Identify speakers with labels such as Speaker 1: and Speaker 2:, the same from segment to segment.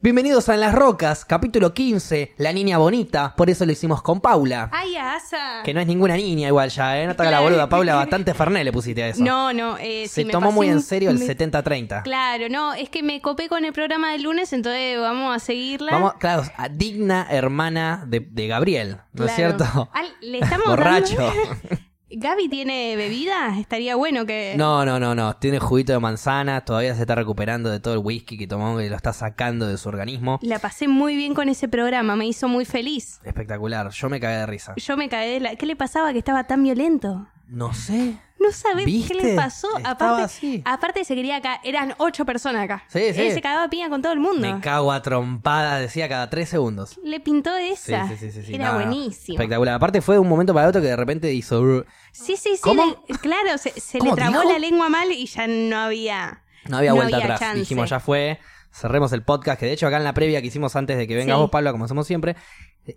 Speaker 1: Bienvenidos a En las Rocas, capítulo 15, La Niña Bonita, por eso lo hicimos con Paula.
Speaker 2: Ay, asa.
Speaker 1: Que no es ninguna niña igual ya, ¿eh? No te hagas la boluda, Paula, bastante Ferné le pusiste a eso.
Speaker 2: No, no. eh,
Speaker 1: Se
Speaker 2: sí, me
Speaker 1: tomó
Speaker 2: pasé
Speaker 1: muy en
Speaker 2: un-
Speaker 1: serio el
Speaker 2: me-
Speaker 1: 70-30.
Speaker 2: Claro, no, es que me copé con el programa del lunes, entonces vamos a seguirla.
Speaker 1: Vamos, claro, a digna hermana de, de Gabriel, ¿no es
Speaker 2: Claro.
Speaker 1: cierto?
Speaker 2: Al- le estamos
Speaker 1: Borracho.
Speaker 2: dando- ¿Gaby tiene bebida? Estaría bueno que...
Speaker 1: No, no, no, no. Tiene juguito de manzana, todavía se está recuperando de todo el whisky que tomó y lo está sacando de su organismo.
Speaker 2: La pasé muy bien con ese programa, me hizo muy feliz.
Speaker 1: Espectacular, yo me cagué de risa.
Speaker 2: Yo me caí de la... ¿Qué le pasaba que estaba tan violento?
Speaker 1: No sé.
Speaker 2: No sabés
Speaker 1: ¿Viste?
Speaker 2: qué le pasó.
Speaker 1: Estaba
Speaker 2: Aparte,
Speaker 1: así.
Speaker 2: aparte se quería acá, eran ocho personas acá.
Speaker 1: Sí, sí.
Speaker 2: Él se cagaba piña con todo el mundo.
Speaker 1: Me cago a trompadas, decía cada tres segundos.
Speaker 2: le pintó esa.
Speaker 1: Sí, sí, sí, sí, sí. No,
Speaker 2: Era
Speaker 1: no.
Speaker 2: buenísimo.
Speaker 1: Espectacular. Aparte fue de un momento para otro que de repente hizo. "Brr".
Speaker 2: Sí, sí, sí.
Speaker 1: ¿Cómo?
Speaker 2: le- claro, se, se le
Speaker 1: ¿Cómo
Speaker 2: trabó
Speaker 1: dijo?
Speaker 2: la lengua mal y ya no había.
Speaker 1: No había vuelta atrás.
Speaker 2: chance.
Speaker 1: Dijimos, ya fue. Cerremos el podcast, que de hecho acá en la previa que hicimos antes de que vengas
Speaker 2: Sí.
Speaker 1: vos, Pablo, como hacemos siempre,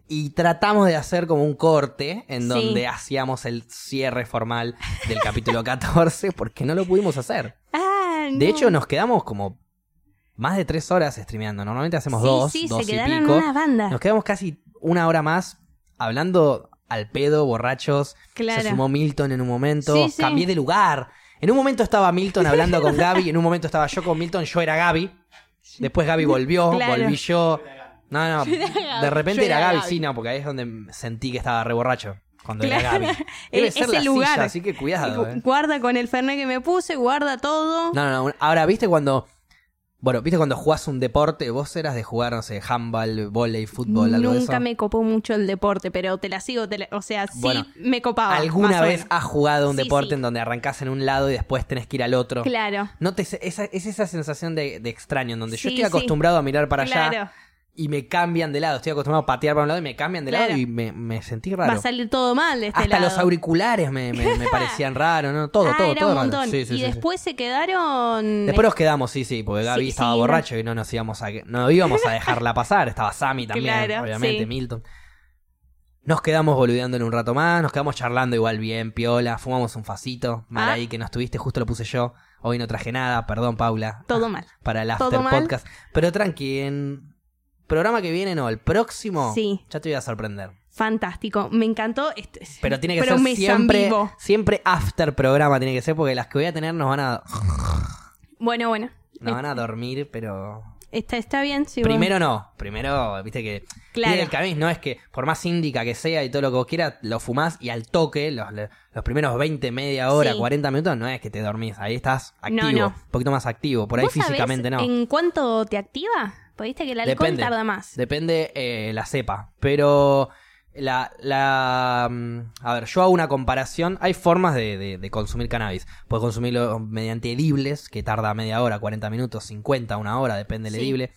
Speaker 1: y tratamos de hacer como un corte en
Speaker 2: Sí.
Speaker 1: donde hacíamos el cierre formal del capítulo 14, porque no lo pudimos hacer.
Speaker 2: Ah, no.
Speaker 1: De hecho, nos quedamos como más de tres horas streameando. Normalmente hacemos
Speaker 2: Sí,
Speaker 1: dos,
Speaker 2: sí,
Speaker 1: dos
Speaker 2: se
Speaker 1: y
Speaker 2: quedaron
Speaker 1: pico.
Speaker 2: unas bandas.
Speaker 1: Nos quedamos casi una hora más hablando al pedo, borrachos.
Speaker 2: Claro.
Speaker 1: Se sumó Milton en un momento.
Speaker 2: Sí, sí.
Speaker 1: Cambié de lugar. En un momento estaba Milton hablando con Gaby. En un momento estaba yo con Milton. Yo era Gaby. Después Gaby volvió.
Speaker 2: Claro.
Speaker 1: Volví yo. No, no. De repente
Speaker 2: Yo
Speaker 1: era
Speaker 2: era
Speaker 1: Gaby.
Speaker 2: Gaby.
Speaker 1: Sí, no, porque ahí es donde sentí que estaba re borracho. Cuando era
Speaker 2: Claro.
Speaker 1: Gaby. Debe
Speaker 2: E-
Speaker 1: ser
Speaker 2: ese
Speaker 1: la
Speaker 2: lugar.
Speaker 1: silla, así que cuidado. eh.
Speaker 2: Guarda con el fernet que me puse, guarda todo.
Speaker 1: No, no, no. Ahora, ¿viste cuando... Bueno, ¿viste cuando jugás un deporte? Vos eras de jugar, no sé, handball, volei, fútbol, algo de eso.
Speaker 2: Nunca me copó mucho el deporte, pero te la sigo, te la- o sea, sí
Speaker 1: Bueno,
Speaker 2: me copaba. Ah, más
Speaker 1: ¿Alguna
Speaker 2: o
Speaker 1: vez
Speaker 2: menos.
Speaker 1: has jugado un
Speaker 2: Sí,
Speaker 1: deporte
Speaker 2: sí.
Speaker 1: en donde arrancás en un lado y después tenés que ir al otro?
Speaker 2: Claro.
Speaker 1: No te, esa, es esa sensación de, de extraño, en donde yo
Speaker 2: Sí,
Speaker 1: estoy
Speaker 2: sí.
Speaker 1: acostumbrado a mirar para allá
Speaker 2: claro.
Speaker 1: y me cambian de lado. Estoy acostumbrado a patear para un lado y me cambian de lado
Speaker 2: Claro.
Speaker 1: y me, me sentí
Speaker 2: Va
Speaker 1: raro.
Speaker 2: a salir todo mal de este
Speaker 1: Hasta
Speaker 2: lado.
Speaker 1: los auriculares me, me- me parecían raros, ¿no? Todo,
Speaker 2: Ah,
Speaker 1: todo,
Speaker 2: era
Speaker 1: todo.
Speaker 2: un
Speaker 1: raro.
Speaker 2: montón.
Speaker 1: Sí, sí, sí,
Speaker 2: y
Speaker 1: sí.
Speaker 2: después se quedaron. eh,
Speaker 1: Después nos quedamos, sí, sí, porque Gaby
Speaker 2: Sí,
Speaker 1: estaba
Speaker 2: sí, no.
Speaker 1: borracho y no nos íbamos a, no íbamos a dejarla pasar. Estaba Sammy también,
Speaker 2: Claro,
Speaker 1: obviamente,
Speaker 2: sí.
Speaker 1: Milton. Nos quedamos boludeando en un rato más, nos quedamos charlando igual bien, piola, fumamos un facito, mal
Speaker 2: Ah.
Speaker 1: ahí que no estuviste, justo lo puse yo. Hoy no traje nada, perdón Paula,
Speaker 2: Todo mal.
Speaker 1: para el
Speaker 2: todo
Speaker 1: after
Speaker 2: mal.
Speaker 1: podcast. Pero tranqui, en programa que viene no, el próximo
Speaker 2: Sí.
Speaker 1: ya te voy a sorprender.
Speaker 2: Fantástico. Me encantó. Esto es-
Speaker 1: Pero tiene que
Speaker 2: pero
Speaker 1: ser
Speaker 2: me
Speaker 1: siempre,
Speaker 2: zambigo.
Speaker 1: siempre after programa tiene que ser, porque las que voy a tener nos van a,
Speaker 2: Bueno, bueno.
Speaker 1: nos van a dormir, pero
Speaker 2: Está, está bien. sí, bueno.
Speaker 1: Primero no, primero, viste que
Speaker 2: Claro.
Speaker 1: Mira, el cannabis no es que por más índica que sea y todo lo que vos quieras, lo fumás y al toque, los, los primeros 20, media hora,
Speaker 2: Sí.
Speaker 1: 40 minutos, no es que te dormís, ahí estás
Speaker 2: No,
Speaker 1: activo,
Speaker 2: no.
Speaker 1: un poquito más activo, por ahí
Speaker 2: ¿Vos sabés
Speaker 1: físicamente no.
Speaker 2: ¿En cuánto te activa? Porque viste que el alcohol
Speaker 1: Depende.
Speaker 2: tarda más.
Speaker 1: Depende eh, la cepa, pero la, la... mm, A ver, yo hago una comparación, hay formas de, de- de consumir cannabis, puedes consumirlo mediante edibles, que tarda media hora, 40 minutos, 50, una hora, depende del
Speaker 2: Sí.
Speaker 1: edible,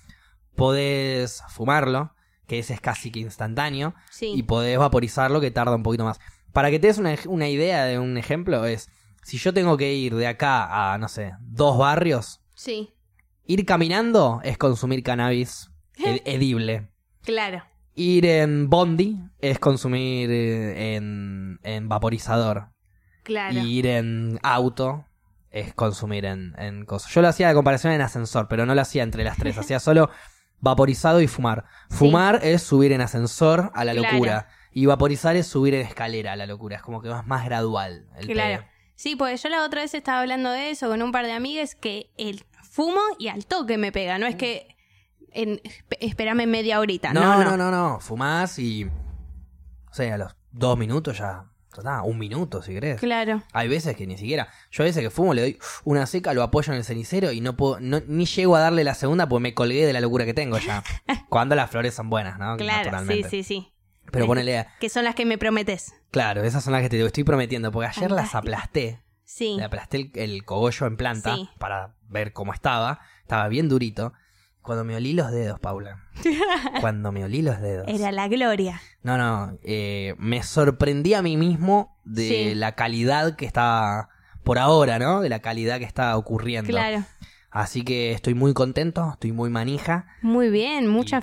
Speaker 1: podés fumarlo, que ese es casi que instantáneo,
Speaker 2: Sí.
Speaker 1: y podés vaporizarlo, que tarda un poquito más. Para que te des una, ej- una idea de un ejemplo, es, si yo tengo que ir de acá a, no sé, dos barrios,
Speaker 2: Sí,
Speaker 1: ir caminando es consumir cannabis ed- edible.
Speaker 2: claro.
Speaker 1: Ir en bondi es consumir eh, en, en vaporizador.
Speaker 2: Claro.
Speaker 1: Y ir en auto es consumir en, en cosas. Yo lo hacía de comparación en ascensor, pero no lo hacía entre las tres. Hacía solo vaporizado y fumar. Fumar es subir en ascensor a la
Speaker 2: Claro.
Speaker 1: locura. Y vaporizar es subir en escalera a la locura. Es como que vas más gradual. el
Speaker 2: Claro.
Speaker 1: pedo.
Speaker 2: Sí, porque yo la otra vez estaba hablando de eso con un par de amigas que el fumo y al toque me pega. No es que en, esp- espérame media horita. No,
Speaker 1: No, no, no, no. Fumás y. O sea, a los dos minutos ya. ya está, un minuto si querés.
Speaker 2: Claro.
Speaker 1: Hay veces que ni siquiera. Yo a veces que fumo le doy una seca, lo apoyo en el cenicero y no puedo, no- ni llego a darle la segunda porque me colgué de la locura que tengo ya. Cuando las flores son buenas, ¿no?
Speaker 2: Claro, sí,
Speaker 1: Naturalmente.
Speaker 2: sí, sí.
Speaker 1: Pero ponele,
Speaker 2: Que son las que me prometes.
Speaker 1: claro, esas son las que te estoy prometiendo, porque ayer las
Speaker 2: Fantástico.
Speaker 1: aplasté.
Speaker 2: Sí.
Speaker 1: Le aplasté el, el cogollo en planta
Speaker 2: Sí.
Speaker 1: para ver cómo estaba. Estaba bien durito. Cuando me olí los dedos, Paula. Cuando me olí los dedos.
Speaker 2: Era la gloria.
Speaker 1: No, no, eh, me sorprendí a mí mismo de
Speaker 2: Sí.
Speaker 1: la calidad que está por ahora, ¿no? De la calidad que está ocurriendo.
Speaker 2: Claro.
Speaker 1: Así que estoy muy contento, estoy muy manija.
Speaker 2: Muy bien, muchas
Speaker 1: Y- y ya-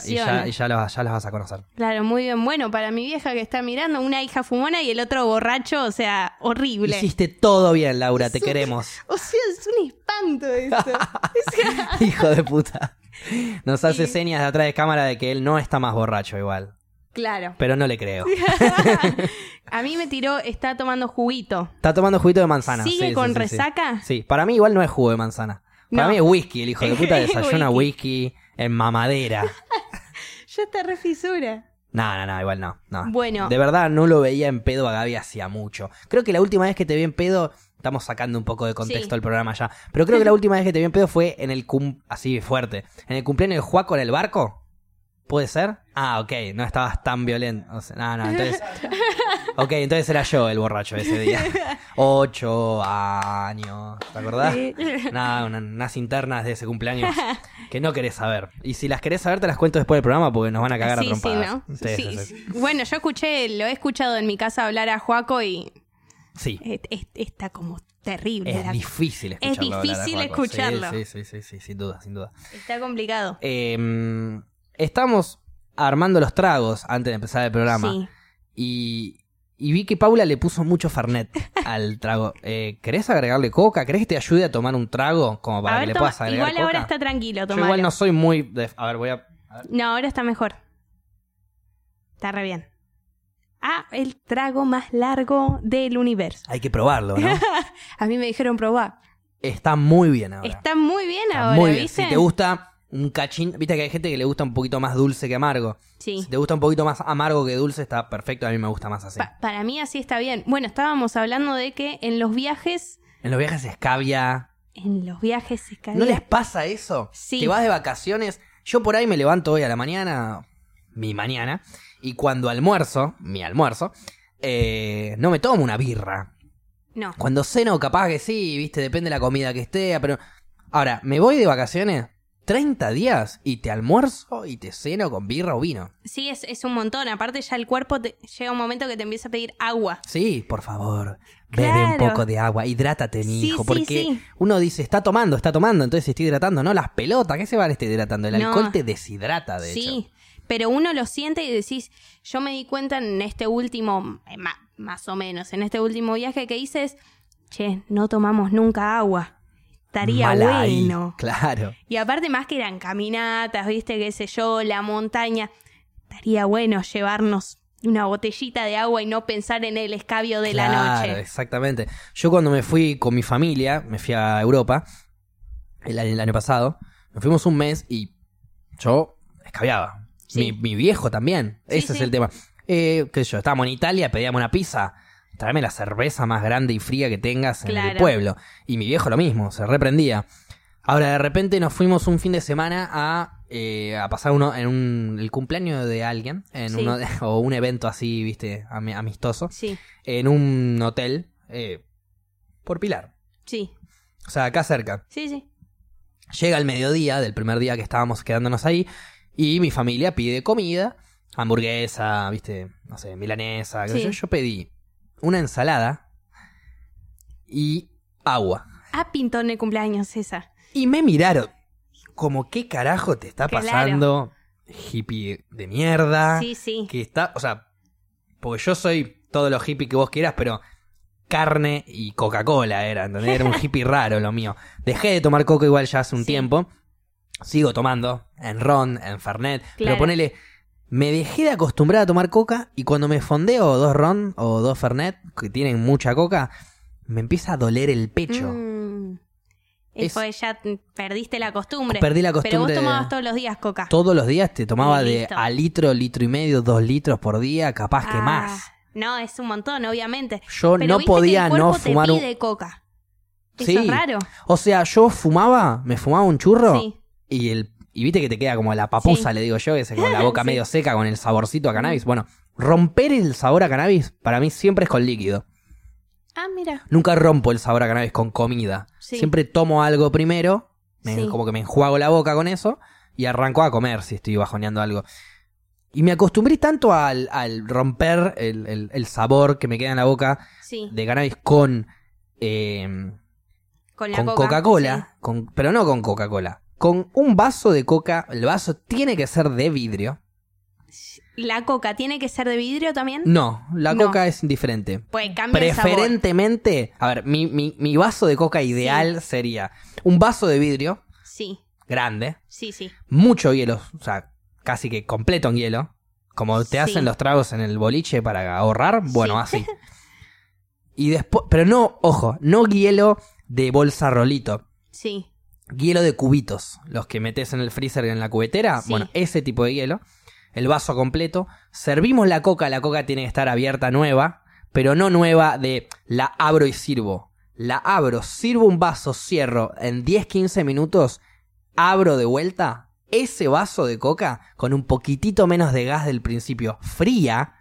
Speaker 2: felicitaciones.
Speaker 1: Y ya, y ya los, ya los vas a conocer.
Speaker 2: Claro, muy bien. Bueno, para mi vieja que está mirando, una hija fumona y el otro borracho, o sea, horrible.
Speaker 1: Hiciste todo bien, Laura, te queremos.
Speaker 2: O sea, es un espanto eso. O sea,
Speaker 1: Hijo de puta. Nos hace
Speaker 2: Y-
Speaker 1: señas de atrás de cámara de que él no está más borracho igual.
Speaker 2: Claro.
Speaker 1: Pero no le creo.
Speaker 2: A mí me tiró, está tomando juguito.
Speaker 1: Está tomando juguito de manzana.
Speaker 2: ¿Sigue
Speaker 1: Sí, sí,
Speaker 2: con
Speaker 1: sí, sí.
Speaker 2: resaca?
Speaker 1: Sí, para mí igual no es jugo de manzana. Para
Speaker 2: No.
Speaker 1: mí es whisky, el hijo de puta desayuna whisky.
Speaker 2: Whisky.
Speaker 1: en mamadera.
Speaker 2: Ya está re fisura.
Speaker 1: No, no, no, igual no, no.
Speaker 2: Bueno.
Speaker 1: De verdad no lo veía en pedo a Gaby hacía mucho. Creo que la última vez que te vi en pedo, estamos sacando un poco de contexto
Speaker 2: Sí.
Speaker 1: el programa ya, pero creo que la última vez que te vi en pedo fue en el cum... así fuerte, en el cumpleaños de Juaco en el barco. ¿Puede ser? Ah, ok, no estabas tan violento. O sea, no, no, entonces... Ok, entonces era yo el borracho ese día. Ocho años, ¿te acordás? Nada, una- unas internas de ese cumpleaños que no querés saber. Y si las querés saber, te las cuento después del programa porque nos van a cagar a
Speaker 2: sí, sí,
Speaker 1: trompadas.
Speaker 2: ¿no?
Speaker 1: Sí, sí,
Speaker 2: Sí,
Speaker 1: sí.
Speaker 2: sí. Bueno, yo escuché, lo he escuchado en mi casa hablar a Juaco y
Speaker 1: Sí,
Speaker 2: es- es- está como terrible.
Speaker 1: es
Speaker 2: la-
Speaker 1: difícil escucharlo. hablar a
Speaker 2: difícil
Speaker 1: Juaco. Sí,
Speaker 2: escucharlo.
Speaker 1: Sí, sí, sí, sí, sin duda, sin duda.
Speaker 2: Está complicado.
Speaker 1: Eh, estamos armando los tragos antes de empezar el programa.
Speaker 2: Sí.
Speaker 1: Y, y vi que Paula le puso mucho Fernet al trago. Eh, ¿Querés agregarle coca? ¿Querés que te ayude a tomar un trago? Como para
Speaker 2: A
Speaker 1: que
Speaker 2: ver,
Speaker 1: le
Speaker 2: toma-
Speaker 1: puedas agregar
Speaker 2: igual
Speaker 1: coca.
Speaker 2: ahora está tranquilo,
Speaker 1: Yo
Speaker 2: tomalo.
Speaker 1: igual no soy muy... de- A ver, voy a...
Speaker 2: No, ahora está mejor. Está re bien. Ah, el trago más largo del universo.
Speaker 1: Hay que probarlo, ¿no?
Speaker 2: A mí me dijeron probar.
Speaker 1: Está muy bien ahora.
Speaker 2: Está muy bien
Speaker 1: Está
Speaker 2: ahora,
Speaker 1: muy bien.
Speaker 2: ¿viste?
Speaker 1: Si te gusta un cachín... Viste que hay gente que le gusta un poquito más dulce que amargo.
Speaker 2: Sí.
Speaker 1: Si te gusta un poquito más amargo que dulce, está perfecto. A mí me gusta más así.
Speaker 2: Pa- para mí así está bien. Bueno, estábamos hablando de que en los viajes,
Speaker 1: En los viajes se escabia.
Speaker 2: en los viajes se cae.
Speaker 1: ¿No les pasa eso?
Speaker 2: Sí.
Speaker 1: Que vas de vacaciones. Yo por ahí me levanto hoy a la mañana, mi mañana, y cuando almuerzo, mi almuerzo, eh, no me tomo una birra.
Speaker 2: No.
Speaker 1: Cuando ceno, capaz que sí, viste, depende de la comida que esté, pero... Ahora, me voy de vacaciones 30 días y te almuerzo y te ceno con birra o vino.
Speaker 2: Sí, es, es un montón. Aparte ya el cuerpo te- llega un momento que te empieza a pedir agua.
Speaker 1: Sí, por favor, bebe un
Speaker 2: Claro.
Speaker 1: poco de agua, hidrátate, mi
Speaker 2: Sí,
Speaker 1: hijo,
Speaker 2: sí,
Speaker 1: porque
Speaker 2: sí.
Speaker 1: uno dice, está tomando, está tomando, entonces se está hidratando, no, las pelotas, ¿qué se van a estar hidratando? El
Speaker 2: No.
Speaker 1: alcohol te deshidrata, de hecho.
Speaker 2: sí, pero uno lo siente y decís, yo me di cuenta en este último, eh, ma- más o menos, en este último viaje que hice es, che, no tomamos nunca agua. Estaría
Speaker 1: Mal ahí,
Speaker 2: bueno.
Speaker 1: claro.
Speaker 2: Y aparte más que eran caminatas, viste, qué sé yo, la montaña. Estaría bueno llevarnos una botellita de agua y no pensar en el escabio de
Speaker 1: Claro,
Speaker 2: la noche.
Speaker 1: Exactamente. Yo cuando me fui con mi familia, me fui a Europa el, año- el año pasado, nos fuimos un mes y yo escabiaba.
Speaker 2: Sí.
Speaker 1: Mi, mi viejo también.
Speaker 2: Sí,
Speaker 1: Ese es
Speaker 2: sí.
Speaker 1: el tema. Eh, qué sé yo, estábamos en Italia, pedíamos una pizza. Tráeme la cerveza más grande y fría que tengas en el
Speaker 2: Claro.
Speaker 1: pueblo. Y mi viejo lo mismo, se reprendía. Ahora, de repente nos fuimos un fin de semana a, eh, a pasar uno en un, el cumpleaños de alguien, en
Speaker 2: Sí.
Speaker 1: uno de- o un evento así, viste, ami- amistoso
Speaker 2: Sí,
Speaker 1: en un hotel eh, por Pilar.
Speaker 2: sí,
Speaker 1: O sea, acá cerca.
Speaker 2: sí, sí.
Speaker 1: Llega el mediodía del primer día que estábamos quedándonos ahí y mi familia pide comida, hamburguesa, viste, no sé, milanesa. qué sé
Speaker 2: Sí.
Speaker 1: Yo, yo pedí una ensalada y agua.
Speaker 2: Ah, pintó en el cumpleaños esa.
Speaker 1: Y me miraron como, ¿qué carajo te está
Speaker 2: Claro.
Speaker 1: pasando? Hippie de mierda.
Speaker 2: Sí, sí.
Speaker 1: que está, o sea, porque yo soy todos los hippies que vos quieras, pero carne y Coca-Cola era, ¿entendés? Era un hippie raro lo mío. Dejé de tomar coca igual ya hace un
Speaker 2: Sí.
Speaker 1: tiempo. Sigo tomando en ron, en fernet, pero
Speaker 2: Claro.
Speaker 1: ponele me dejé de acostumbrar a tomar coca y cuando me fondeo dos ron o dos fernet que tienen mucha coca, me empieza a doler el pecho.
Speaker 2: Mm.
Speaker 1: Es-
Speaker 2: Fue ya mm, perdiste la costumbre.
Speaker 1: Perdí la
Speaker 2: Pero vos
Speaker 1: costumbre de-
Speaker 2: tomabas todos los días coca.
Speaker 1: Todos los días te tomaba
Speaker 2: Y
Speaker 1: de
Speaker 2: listo.
Speaker 1: a litro, litro y medio, dos litros por día, capaz que
Speaker 2: Ah,
Speaker 1: más.
Speaker 2: No, es un montón, obviamente.
Speaker 1: Yo
Speaker 2: Pero
Speaker 1: no
Speaker 2: viste que
Speaker 1: podía
Speaker 2: el
Speaker 1: no
Speaker 2: cuerpo
Speaker 1: fumar
Speaker 2: te
Speaker 1: un...
Speaker 2: pide coca. Eso
Speaker 1: Sí.
Speaker 2: es raro.
Speaker 1: O sea, yo fumaba, me fumaba un churro
Speaker 2: Sí.
Speaker 1: y el y viste que te queda como la papusa,
Speaker 2: Sí.
Speaker 1: le digo yo, que se con la boca
Speaker 2: Sí. Mm.
Speaker 1: medio seca con el saborcito a cannabis. Bueno, romper el sabor a cannabis para mí siempre es con líquido.
Speaker 2: Ah, mira.
Speaker 1: Nunca rompo el sabor a cannabis con comida.
Speaker 2: Sí.
Speaker 1: Siempre tomo algo primero, me-
Speaker 2: Sí.
Speaker 1: como que me enjuago la boca con eso y arranco a comer si estoy bajoneando algo. Y me acostumbré tanto al, al romper el, el- el sabor que me queda en la boca
Speaker 2: Sí.
Speaker 1: de cannabis con eh,
Speaker 2: Con la
Speaker 1: con
Speaker 2: coca.
Speaker 1: Coca-Cola, con- pero no con Coca-Cola, con un vaso de coca, el vaso tiene que ser de vidrio.
Speaker 2: Sí. La coca tiene que ser de vidrio también.
Speaker 1: No, la
Speaker 2: No.
Speaker 1: coca es diferente.
Speaker 2: Pues cambia el sabor.
Speaker 1: Preferentemente, a ver, mi, mi- mi vaso de coca ideal sería un vaso de vidrio
Speaker 2: Sí.
Speaker 1: grande,
Speaker 2: Sí, sí.
Speaker 1: mucho hielo, o sea, casi que completo en hielo, como te
Speaker 2: Sí.
Speaker 1: hacen los tragos en el boliche para ahorrar, bueno,
Speaker 2: Sí.
Speaker 1: así. Y después, pero no, ojo, no hielo de bolsa rolito,
Speaker 2: Sí.
Speaker 1: hielo de cubitos, los que metes en el freezer en la cubetera,
Speaker 2: Sí.
Speaker 1: bueno, ese tipo de hielo, el vaso completo, servimos la coca, la coca tiene que estar abierta nueva, pero no nueva de la abro y sirvo. La abro, sirvo un vaso, cierro en 10-15 minutos, abro de vuelta ese vaso de coca con un poquitito menos de gas del principio, fría,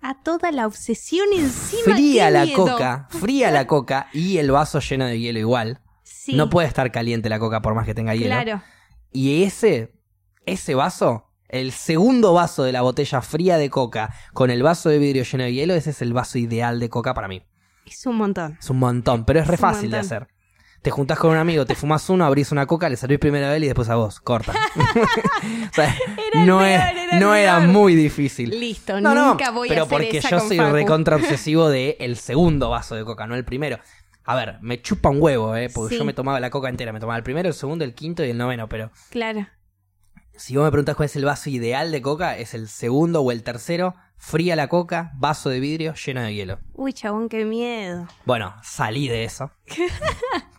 Speaker 2: A toda la obsesión encima.
Speaker 1: fría
Speaker 2: qué
Speaker 1: la
Speaker 2: miedo.
Speaker 1: coca, fría la coca y el vaso lleno de hielo igual.
Speaker 2: Sí.
Speaker 1: No puede ¿eh? estar caliente la coca por más que tenga hielo.
Speaker 2: Claro.
Speaker 1: Y ese, ese vaso, el segundo vaso de la botella fría de coca con el vaso de vidrio lleno de hielo, ese es el vaso ideal de coca para mí.
Speaker 2: Es un montón.
Speaker 1: Es un montón, pero es re
Speaker 2: Es un
Speaker 1: fácil de
Speaker 2: montón.
Speaker 1: hacer. Te juntás con un amigo, te fumas uno, abrís una coca, le servís primero a él y después a vos. Corta. O sea,
Speaker 2: el
Speaker 1: no,
Speaker 2: peor,
Speaker 1: es-
Speaker 2: era el
Speaker 1: no era
Speaker 2: peor.
Speaker 1: muy difícil.
Speaker 2: Listo.
Speaker 1: No, no,
Speaker 2: nunca voy
Speaker 1: pero
Speaker 2: a hacer
Speaker 1: porque
Speaker 2: esa
Speaker 1: yo
Speaker 2: con
Speaker 1: soy
Speaker 2: Facu.
Speaker 1: recontra obsesivo de el segundo vaso de coca, no el primero. A ver, me chupa un huevo, ¿eh? Porque
Speaker 2: Sí.
Speaker 1: yo me tomaba la coca entera. Me tomaba el primero, el segundo, el quinto y el noveno, pero
Speaker 2: Claro.
Speaker 1: si vos me preguntás cuál es el vaso ideal de coca, es el segundo o el tercero, fría la coca, vaso de vidrio lleno de hielo.
Speaker 2: Uy, chabón, qué miedo.
Speaker 1: Bueno, salí de eso.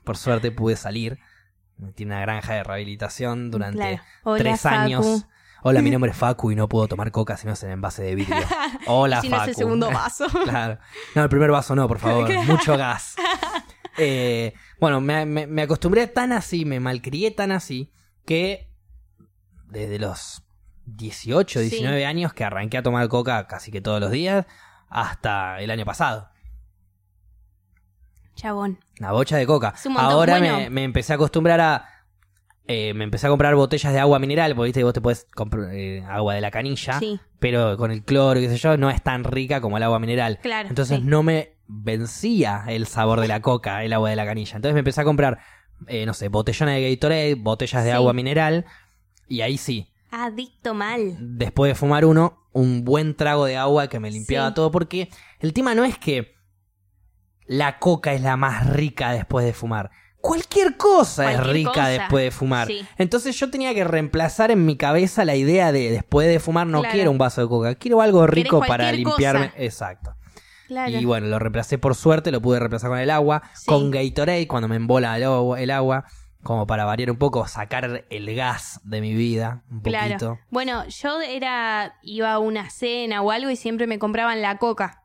Speaker 1: Por suerte pude salir. Metí una granja de rehabilitación durante
Speaker 2: Claro. Hola,
Speaker 1: tres
Speaker 2: Facu.
Speaker 1: años. Hola, mi nombre es Facu y no puedo tomar coca si no es en envase de vidrio. Hola,
Speaker 2: si no
Speaker 1: Facu.
Speaker 2: es el segundo vaso.
Speaker 1: Claro. No, el primer vaso no, por favor. Mucho gas. Eh, bueno, me, me- me acostumbré tan así, me malcrié tan así, que desde los 18,
Speaker 2: Sí.
Speaker 1: 19 años que arranqué a tomar coca casi que todos los días, hasta el año pasado.
Speaker 2: Chabón.
Speaker 1: Una bocha de coca.
Speaker 2: Es un montón.
Speaker 1: Ahora me,
Speaker 2: Bueno.
Speaker 1: me empecé a acostumbrar a... eh, me empecé a comprar botellas de agua mineral, porque viste que vos te puedes comprar eh, agua de la canilla,
Speaker 2: Sí.
Speaker 1: pero con el cloro, qué sé yo, no es tan rica como el agua mineral.
Speaker 2: Claro.
Speaker 1: Entonces
Speaker 2: sí.
Speaker 1: no me vencía el sabor de la coca, el agua de la canilla. Entonces me empecé a comprar, eh, no sé, botellones de Gatorade, botellas de
Speaker 2: Sí.
Speaker 1: agua mineral. Y ahí sí,
Speaker 2: Adicto mal.
Speaker 1: después de fumar uno, un buen trago de agua que me limpiaba
Speaker 2: Sí.
Speaker 1: todo. Porque el tema no es que la coca es la más rica después de fumar. Cualquier cosa es
Speaker 2: Cualquier
Speaker 1: rica
Speaker 2: cosa.
Speaker 1: después de fumar.
Speaker 2: Sí.
Speaker 1: Entonces yo tenía que reemplazar en mi cabeza la idea de después de fumar no
Speaker 2: Claro.
Speaker 1: quiero un vaso de coca, quiero algo
Speaker 2: Querés
Speaker 1: rico para
Speaker 2: cualquier
Speaker 1: limpiarme.
Speaker 2: cosa.
Speaker 1: Exacto.
Speaker 2: Claro.
Speaker 1: Y bueno, lo reemplacé por suerte, lo pude reemplazar con el agua,
Speaker 2: Sí.
Speaker 1: con Gatorade cuando me embola el agua, el agua, como para variar un poco, sacar el gas de mi vida un
Speaker 2: Claro.
Speaker 1: poquito.
Speaker 2: Bueno, yo era iba a una cena o algo y siempre me compraban la coca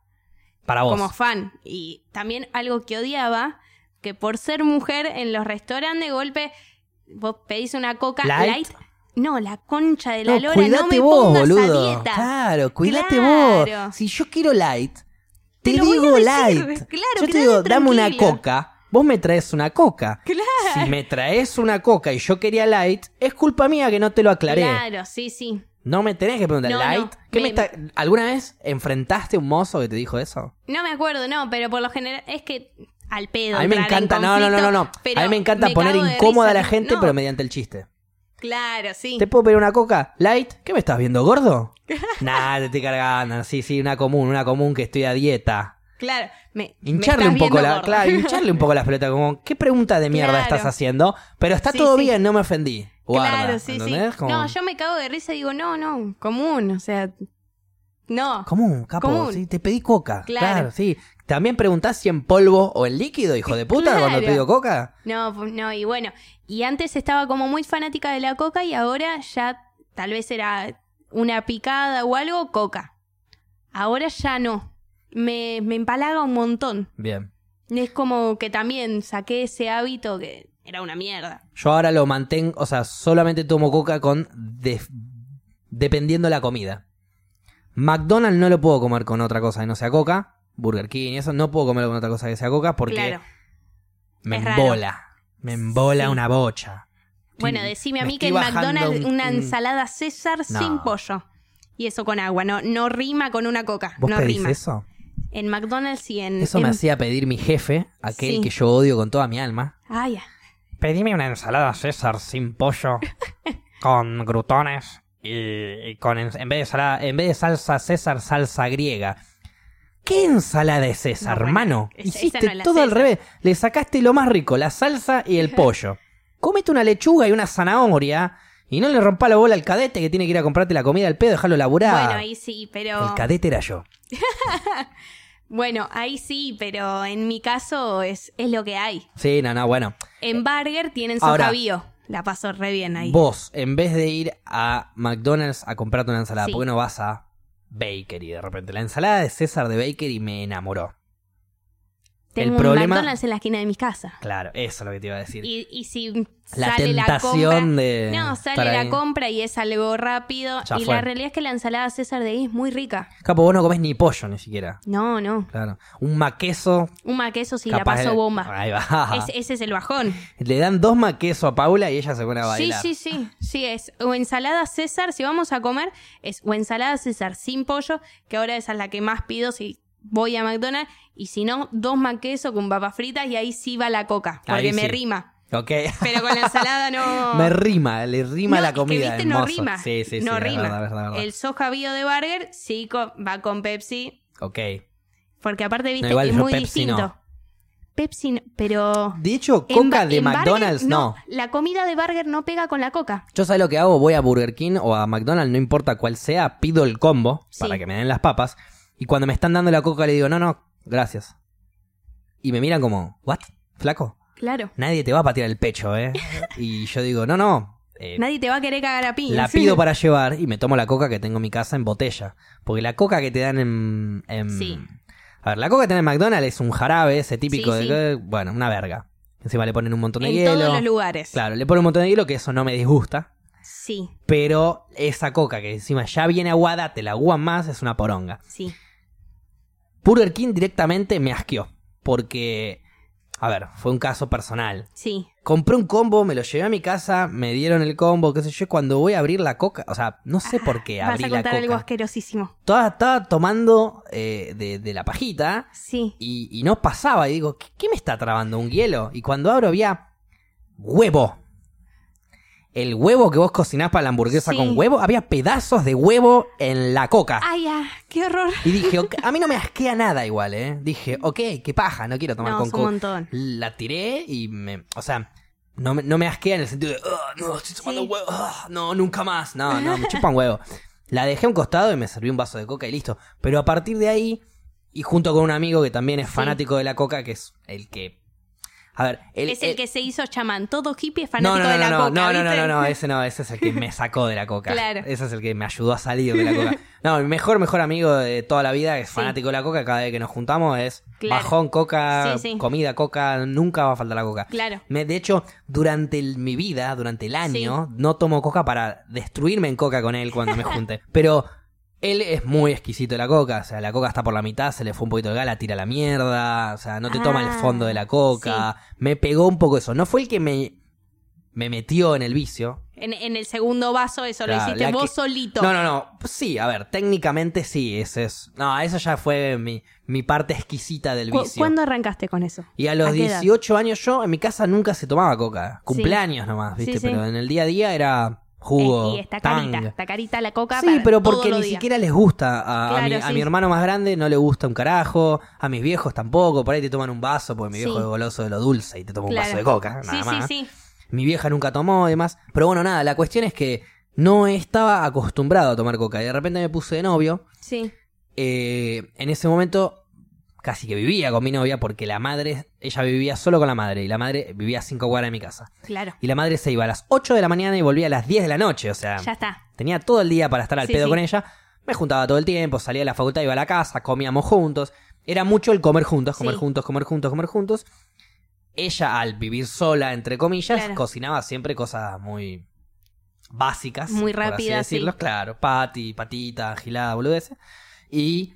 Speaker 1: Para vos.
Speaker 2: como fan y también algo que odiaba que por ser mujer en los restaurantes de golpe vos pedís una coca
Speaker 1: Light.
Speaker 2: light, no, la concha de la
Speaker 1: No,
Speaker 2: lora,
Speaker 1: cuidate
Speaker 2: no me
Speaker 1: vos,
Speaker 2: pongas
Speaker 1: boludo. Ah,
Speaker 2: a dieta.
Speaker 1: Claro, cuidate
Speaker 2: Claro.
Speaker 1: vos. Si yo quiero light, te,
Speaker 2: Te lo voy a
Speaker 1: digo
Speaker 2: decir,
Speaker 1: light.
Speaker 2: claro,
Speaker 1: yo te
Speaker 2: quedate
Speaker 1: digo, dame una
Speaker 2: tranquilo.
Speaker 1: coca, vos me traes una coca.
Speaker 2: Claro.
Speaker 1: Si me traes una coca y yo quería light, es culpa mía que no te lo aclaré.
Speaker 2: Claro, sí, sí.
Speaker 1: No me tenés que preguntar,
Speaker 2: No, no,
Speaker 1: light. ¿Qué me
Speaker 2: me-
Speaker 1: está- ¿Alguna vez enfrentaste a un mozo que te dijo eso?
Speaker 2: No me acuerdo, no, pero por lo general es que al pedo.
Speaker 1: A mí me
Speaker 2: entrar en
Speaker 1: encanta, no, no, no, no, no.
Speaker 2: conflicto,
Speaker 1: A mí me encanta
Speaker 2: pero
Speaker 1: poner
Speaker 2: cago de
Speaker 1: incómoda a
Speaker 2: risa
Speaker 1: la
Speaker 2: que-
Speaker 1: gente,
Speaker 2: no,
Speaker 1: pero mediante el chiste.
Speaker 2: Claro, sí.
Speaker 1: ¿Te puedo pedir una coca? ¿Light? ¿Qué me estás viendo, gordo? Nah, te estoy cargando. Sí, sí, una común, una común que estoy a dieta.
Speaker 2: Claro. Me, me
Speaker 1: Hincharle
Speaker 2: estás
Speaker 1: un poco
Speaker 2: viendo
Speaker 1: la,
Speaker 2: gorda.
Speaker 1: claro, hincharle un poco las pelotas, como, ¿qué pregunta de mierda
Speaker 2: Claro.
Speaker 1: estás haciendo? Pero está
Speaker 2: Sí,
Speaker 1: todo
Speaker 2: sí.
Speaker 1: bien, no me ofendí. Guarda,
Speaker 2: claro, sí,
Speaker 1: ¿entendés?
Speaker 2: sí.
Speaker 1: Como,
Speaker 2: No, yo me cago de risa y digo, no, no, común, o sea, no.
Speaker 1: Común, capo,
Speaker 2: Común.
Speaker 1: sí, te pedí coca. Claro.
Speaker 2: Claro.
Speaker 1: sí. También preguntás si en polvo o en líquido, hijo de puta, cuando
Speaker 2: Claro.
Speaker 1: te digo coca.
Speaker 2: No, pues no, y bueno, y antes estaba como muy fanática de la coca y ahora ya tal vez era una picada o algo, coca. Ahora ya no. Me, me empalaga un montón.
Speaker 1: Bien.
Speaker 2: Es como que también saqué ese hábito que era una mierda.
Speaker 1: Yo ahora lo mantengo, o sea, solamente tomo coca con de- dependiendo la comida. McDonald's no lo puedo comer con otra cosa que no sea coca. Burger King y eso, no puedo comerlo con otra cosa que sea coca porque
Speaker 2: claro.
Speaker 1: me
Speaker 2: es raro.
Speaker 1: embola. Me embola
Speaker 2: Sí.
Speaker 1: una bocha.
Speaker 2: Bueno,
Speaker 1: Sí,
Speaker 2: decime a
Speaker 1: me
Speaker 2: mí que
Speaker 1: estoy
Speaker 2: en
Speaker 1: bajando
Speaker 2: McDonald's
Speaker 1: un-
Speaker 2: una
Speaker 1: un-
Speaker 2: ensalada César
Speaker 1: No.
Speaker 2: sin pollo. Y eso con agua, no, no rima con una coca,
Speaker 1: ¿Vos
Speaker 2: no
Speaker 1: pedís
Speaker 2: rima.
Speaker 1: eso?
Speaker 2: En McDonald's y en...
Speaker 1: Eso me
Speaker 2: en-
Speaker 1: hacía pedir mi jefe, aquel
Speaker 2: Sí.
Speaker 1: que yo odio con toda mi alma.
Speaker 2: Ay, ah.
Speaker 1: Pedime una ensalada César sin pollo, con grutones y, y con en en vez de sala- en vez de salsa César salsa griega. ¿Qué ensalada es esa,
Speaker 2: No, bueno,
Speaker 1: hermano?
Speaker 2: esa- esa
Speaker 1: Hiciste
Speaker 2: no es la
Speaker 1: todo al
Speaker 2: César.
Speaker 1: revés. Le sacaste lo más rico, la salsa y el pollo. Comete una lechuga y una zanahoria y no le rompa la bola al cadete que tiene que ir a comprarte la comida al pedo, dejarlo laburar.
Speaker 2: Bueno, ahí sí, pero.
Speaker 1: El cadete era yo.
Speaker 2: Bueno, ahí sí, pero en mi caso es, es lo que hay.
Speaker 1: Sí, no, no, bueno.
Speaker 2: En Burger tienen su
Speaker 1: Eh, Ahora-
Speaker 2: cabío. La paso re bien ahí.
Speaker 1: Vos, en vez de ir a McDonald's a comprarte una ensalada,
Speaker 2: Sí.
Speaker 1: ¿por qué no vas a Bakery de repente? La ensalada de César de Bakery me enamoró.
Speaker 2: Tengo
Speaker 1: el
Speaker 2: un
Speaker 1: problema-
Speaker 2: McDonald's en la esquina de mi casa.
Speaker 1: Claro, eso es lo que te iba a decir.
Speaker 2: Y, y si
Speaker 1: la
Speaker 2: sale la
Speaker 1: tentación
Speaker 2: compra.
Speaker 1: de.
Speaker 2: No, sale
Speaker 1: estar
Speaker 2: la
Speaker 1: ahí.
Speaker 2: compra y es algo rápido.
Speaker 1: Ya
Speaker 2: y
Speaker 1: fue.
Speaker 2: la realidad es que la ensalada César de ahí es muy rica.
Speaker 1: Capo, vos no comés ni pollo ni siquiera.
Speaker 2: No, no.
Speaker 1: Claro. Un maqueso.
Speaker 2: Un maqueso sí la
Speaker 1: capaz
Speaker 2: paso
Speaker 1: de-
Speaker 2: bomba.
Speaker 1: Ahí va.
Speaker 2: Es- ese es el bajón.
Speaker 1: Le dan dos maquesos a Paula y ella se pone a
Speaker 2: Sí,
Speaker 1: bailar.
Speaker 2: sí, sí. Sí, es o ensalada César, si vamos a comer, es o ensalada César sin pollo, que ahora esa es la que más pido si voy a McDonald's, y si no, dos maquesos con papas fritas y ahí sí va la coca, porque
Speaker 1: Ahí
Speaker 2: me
Speaker 1: sí.
Speaker 2: rima.
Speaker 1: Ok.
Speaker 2: Pero con la ensalada no.
Speaker 1: Me rima, le rima
Speaker 2: No,
Speaker 1: la
Speaker 2: es que,
Speaker 1: comida.
Speaker 2: viste, no
Speaker 1: hermoso.
Speaker 2: rima.
Speaker 1: Sí, sí, sí.
Speaker 2: no
Speaker 1: es
Speaker 2: rima.
Speaker 1: verdad, es verdad, es verdad.
Speaker 2: El soja bio de Burger sí co- va con Pepsi,
Speaker 1: Ok.
Speaker 2: porque aparte, viste,
Speaker 1: igual
Speaker 2: es
Speaker 1: yo
Speaker 2: muy
Speaker 1: Pepsi no.
Speaker 2: distinto. Pepsi, no, pero.
Speaker 1: De hecho,
Speaker 2: en
Speaker 1: coca
Speaker 2: ba-
Speaker 1: de
Speaker 2: en Burger,
Speaker 1: McDonald's no.
Speaker 2: La comida de Burger no pega con la coca.
Speaker 1: Yo sabes lo que hago, voy a Burger King o a McDonald's, no importa cuál sea, pido el combo
Speaker 2: Sí.
Speaker 1: para que me den las papas. Y cuando me están dando la coca le digo, no, no, gracias. Y me miran como, ¿what? ¿Flaco?
Speaker 2: Claro.
Speaker 1: Nadie te va a patear el pecho, ¿eh? y yo digo, no, no. eh,
Speaker 2: Nadie te va a querer cagar a piña.
Speaker 1: la pido para llevar y me tomo la coca que tengo en mi casa en botella. Porque la coca que te dan en... en-
Speaker 2: Sí.
Speaker 1: A ver, la coca que te dan en McDonald's es un jarabe, ese típico
Speaker 2: Sí,
Speaker 1: de... Bueno, una verga. Encima le ponen un montón de
Speaker 2: En
Speaker 1: hielo.
Speaker 2: todos los lugares.
Speaker 1: Claro, le ponen un montón de hielo que eso no me disgusta.
Speaker 2: Sí,
Speaker 1: Pero esa coca que encima ya viene aguada, te la aguan más, es una poronga.
Speaker 2: sí.
Speaker 1: Burger King directamente me asqueó. Porque, a ver, fue un caso personal.
Speaker 2: Sí,
Speaker 1: Compré un combo, me lo llevé a mi casa, me dieron el combo, qué sé yo. Cuando voy a abrir la coca, o sea, no sé por qué
Speaker 2: Ah, vas
Speaker 1: abrí
Speaker 2: a
Speaker 1: la
Speaker 2: contar algo
Speaker 1: coca.
Speaker 2: asquerosísimo.
Speaker 1: Toda, estaba tomando eh, de, de la pajita
Speaker 2: Sí,
Speaker 1: y, y no pasaba. Y digo, ¿qué, qué me está trabando? ¿Un hielo? Y cuando abro había huevo. El huevo que vos cocinás para la hamburguesa
Speaker 2: Sí.
Speaker 1: con huevo, había pedazos de huevo en la coca.
Speaker 2: ay, ah, qué horror.
Speaker 1: Y dije, ok, a mí no me asquea nada igual, ¿eh? Dije, ok, qué paja, no quiero tomar
Speaker 2: No,
Speaker 1: con
Speaker 2: es un
Speaker 1: coca.
Speaker 2: montón.
Speaker 1: La tiré y me. O sea, no, me- no me asquea en el sentido de, "Ah, no, estoy tomando
Speaker 2: Sí.
Speaker 1: huevo, ah, no, nunca más. No, no, me chupan huevo. La dejé a un costado y me serví un vaso de coca y listo. Pero a partir de ahí, y junto con un amigo que también es
Speaker 2: Sí.
Speaker 1: fanático de la coca, que es el que. A ver, el,
Speaker 2: es el, que se hizo chamán. Todo hippie es fanático
Speaker 1: no, no, no,
Speaker 2: de la
Speaker 1: no,
Speaker 2: coca.
Speaker 1: no, no, no,
Speaker 2: ¿viste?
Speaker 1: no, no, ese no, ese es el que me sacó de la coca.
Speaker 2: Claro.
Speaker 1: Ese es el que me ayudó a salir de la coca. No, mi mejor, mejor amigo de toda la vida, que es
Speaker 2: Sí.
Speaker 1: fanático de la coca, cada vez que nos juntamos es
Speaker 2: Claro.
Speaker 1: bajón, coca,
Speaker 2: Sí, sí.
Speaker 1: comida, coca, nunca va a faltar la coca.
Speaker 2: Claro.
Speaker 1: Me, de hecho, durante el- mi vida, durante el año, no tomo coca para destruirme en coca con él cuando me junte. Pero él es muy exquisito de la coca. O sea, la coca está por la mitad, se le fue un poquito de gala, tira la mierda. O sea, no te toma el
Speaker 2: Ah,
Speaker 1: fondo de la coca. Me pegó un poco eso. No fue el que me, me metió en el vicio.
Speaker 2: En, en el segundo vaso eso
Speaker 1: Claro,
Speaker 2: lo hiciste
Speaker 1: la
Speaker 2: vos
Speaker 1: que-
Speaker 2: solito.
Speaker 1: No, no, no. Sí, a ver, técnicamente sí, ese es. No, eso ya fue mi, mi parte exquisita del
Speaker 2: ¿Cu-
Speaker 1: vicio.
Speaker 2: ¿Cuándo arrancaste con eso?
Speaker 1: Y a los
Speaker 2: ¿A qué edad?
Speaker 1: 18 años yo en mi casa nunca se tomaba coca. Cumpleaños nomás,
Speaker 2: Sí,
Speaker 1: ¿viste?
Speaker 2: sí.
Speaker 1: Pero en el día a día era jugo.
Speaker 2: Eh, y está
Speaker 1: tang.
Speaker 2: carita, está carita la coca
Speaker 1: Sí,
Speaker 2: para
Speaker 1: pero
Speaker 2: todos
Speaker 1: porque
Speaker 2: los
Speaker 1: ni
Speaker 2: días.
Speaker 1: siquiera les gusta. A, a mi,
Speaker 2: Claro,
Speaker 1: a
Speaker 2: sí.
Speaker 1: mi hermano más grande no le gusta un carajo. A mis viejos tampoco. Por ahí te toman un vaso porque mi viejo
Speaker 2: Sí.
Speaker 1: es goloso de lo dulce y te toma un
Speaker 2: Claro.
Speaker 1: vaso de coca. Nada
Speaker 2: Sí,
Speaker 1: más.
Speaker 2: sí, sí.
Speaker 1: Mi vieja nunca tomó y demás. Pero bueno, nada, la cuestión es que no estaba acostumbrado a tomar coca. Y de repente me puse de novio.
Speaker 2: Sí,
Speaker 1: Eh, en ese momento casi que vivía con mi novia porque la madre, ella vivía solo con la madre y la madre vivía a cinco cuadras de mi casa.
Speaker 2: claro.
Speaker 1: Y la madre se iba a las 8 de la mañana y volvía a las 10 de la noche, o sea,
Speaker 2: Ya está.
Speaker 1: tenía todo el día para estar al
Speaker 2: Sí,
Speaker 1: pedo
Speaker 2: sí.
Speaker 1: con ella. Me juntaba todo el tiempo, salía de la facultad, iba a la casa, comíamos juntos. Era mucho el comer juntos, comer
Speaker 2: Sí.
Speaker 1: juntos, comer juntos, comer juntos. Ella, al vivir sola, entre comillas,
Speaker 2: Claro.
Speaker 1: cocinaba siempre cosas muy básicas.
Speaker 2: Muy
Speaker 1: por así
Speaker 2: rápidas, sí.
Speaker 1: decirlo. Claro, pati, patita, agilada, boludeces. Y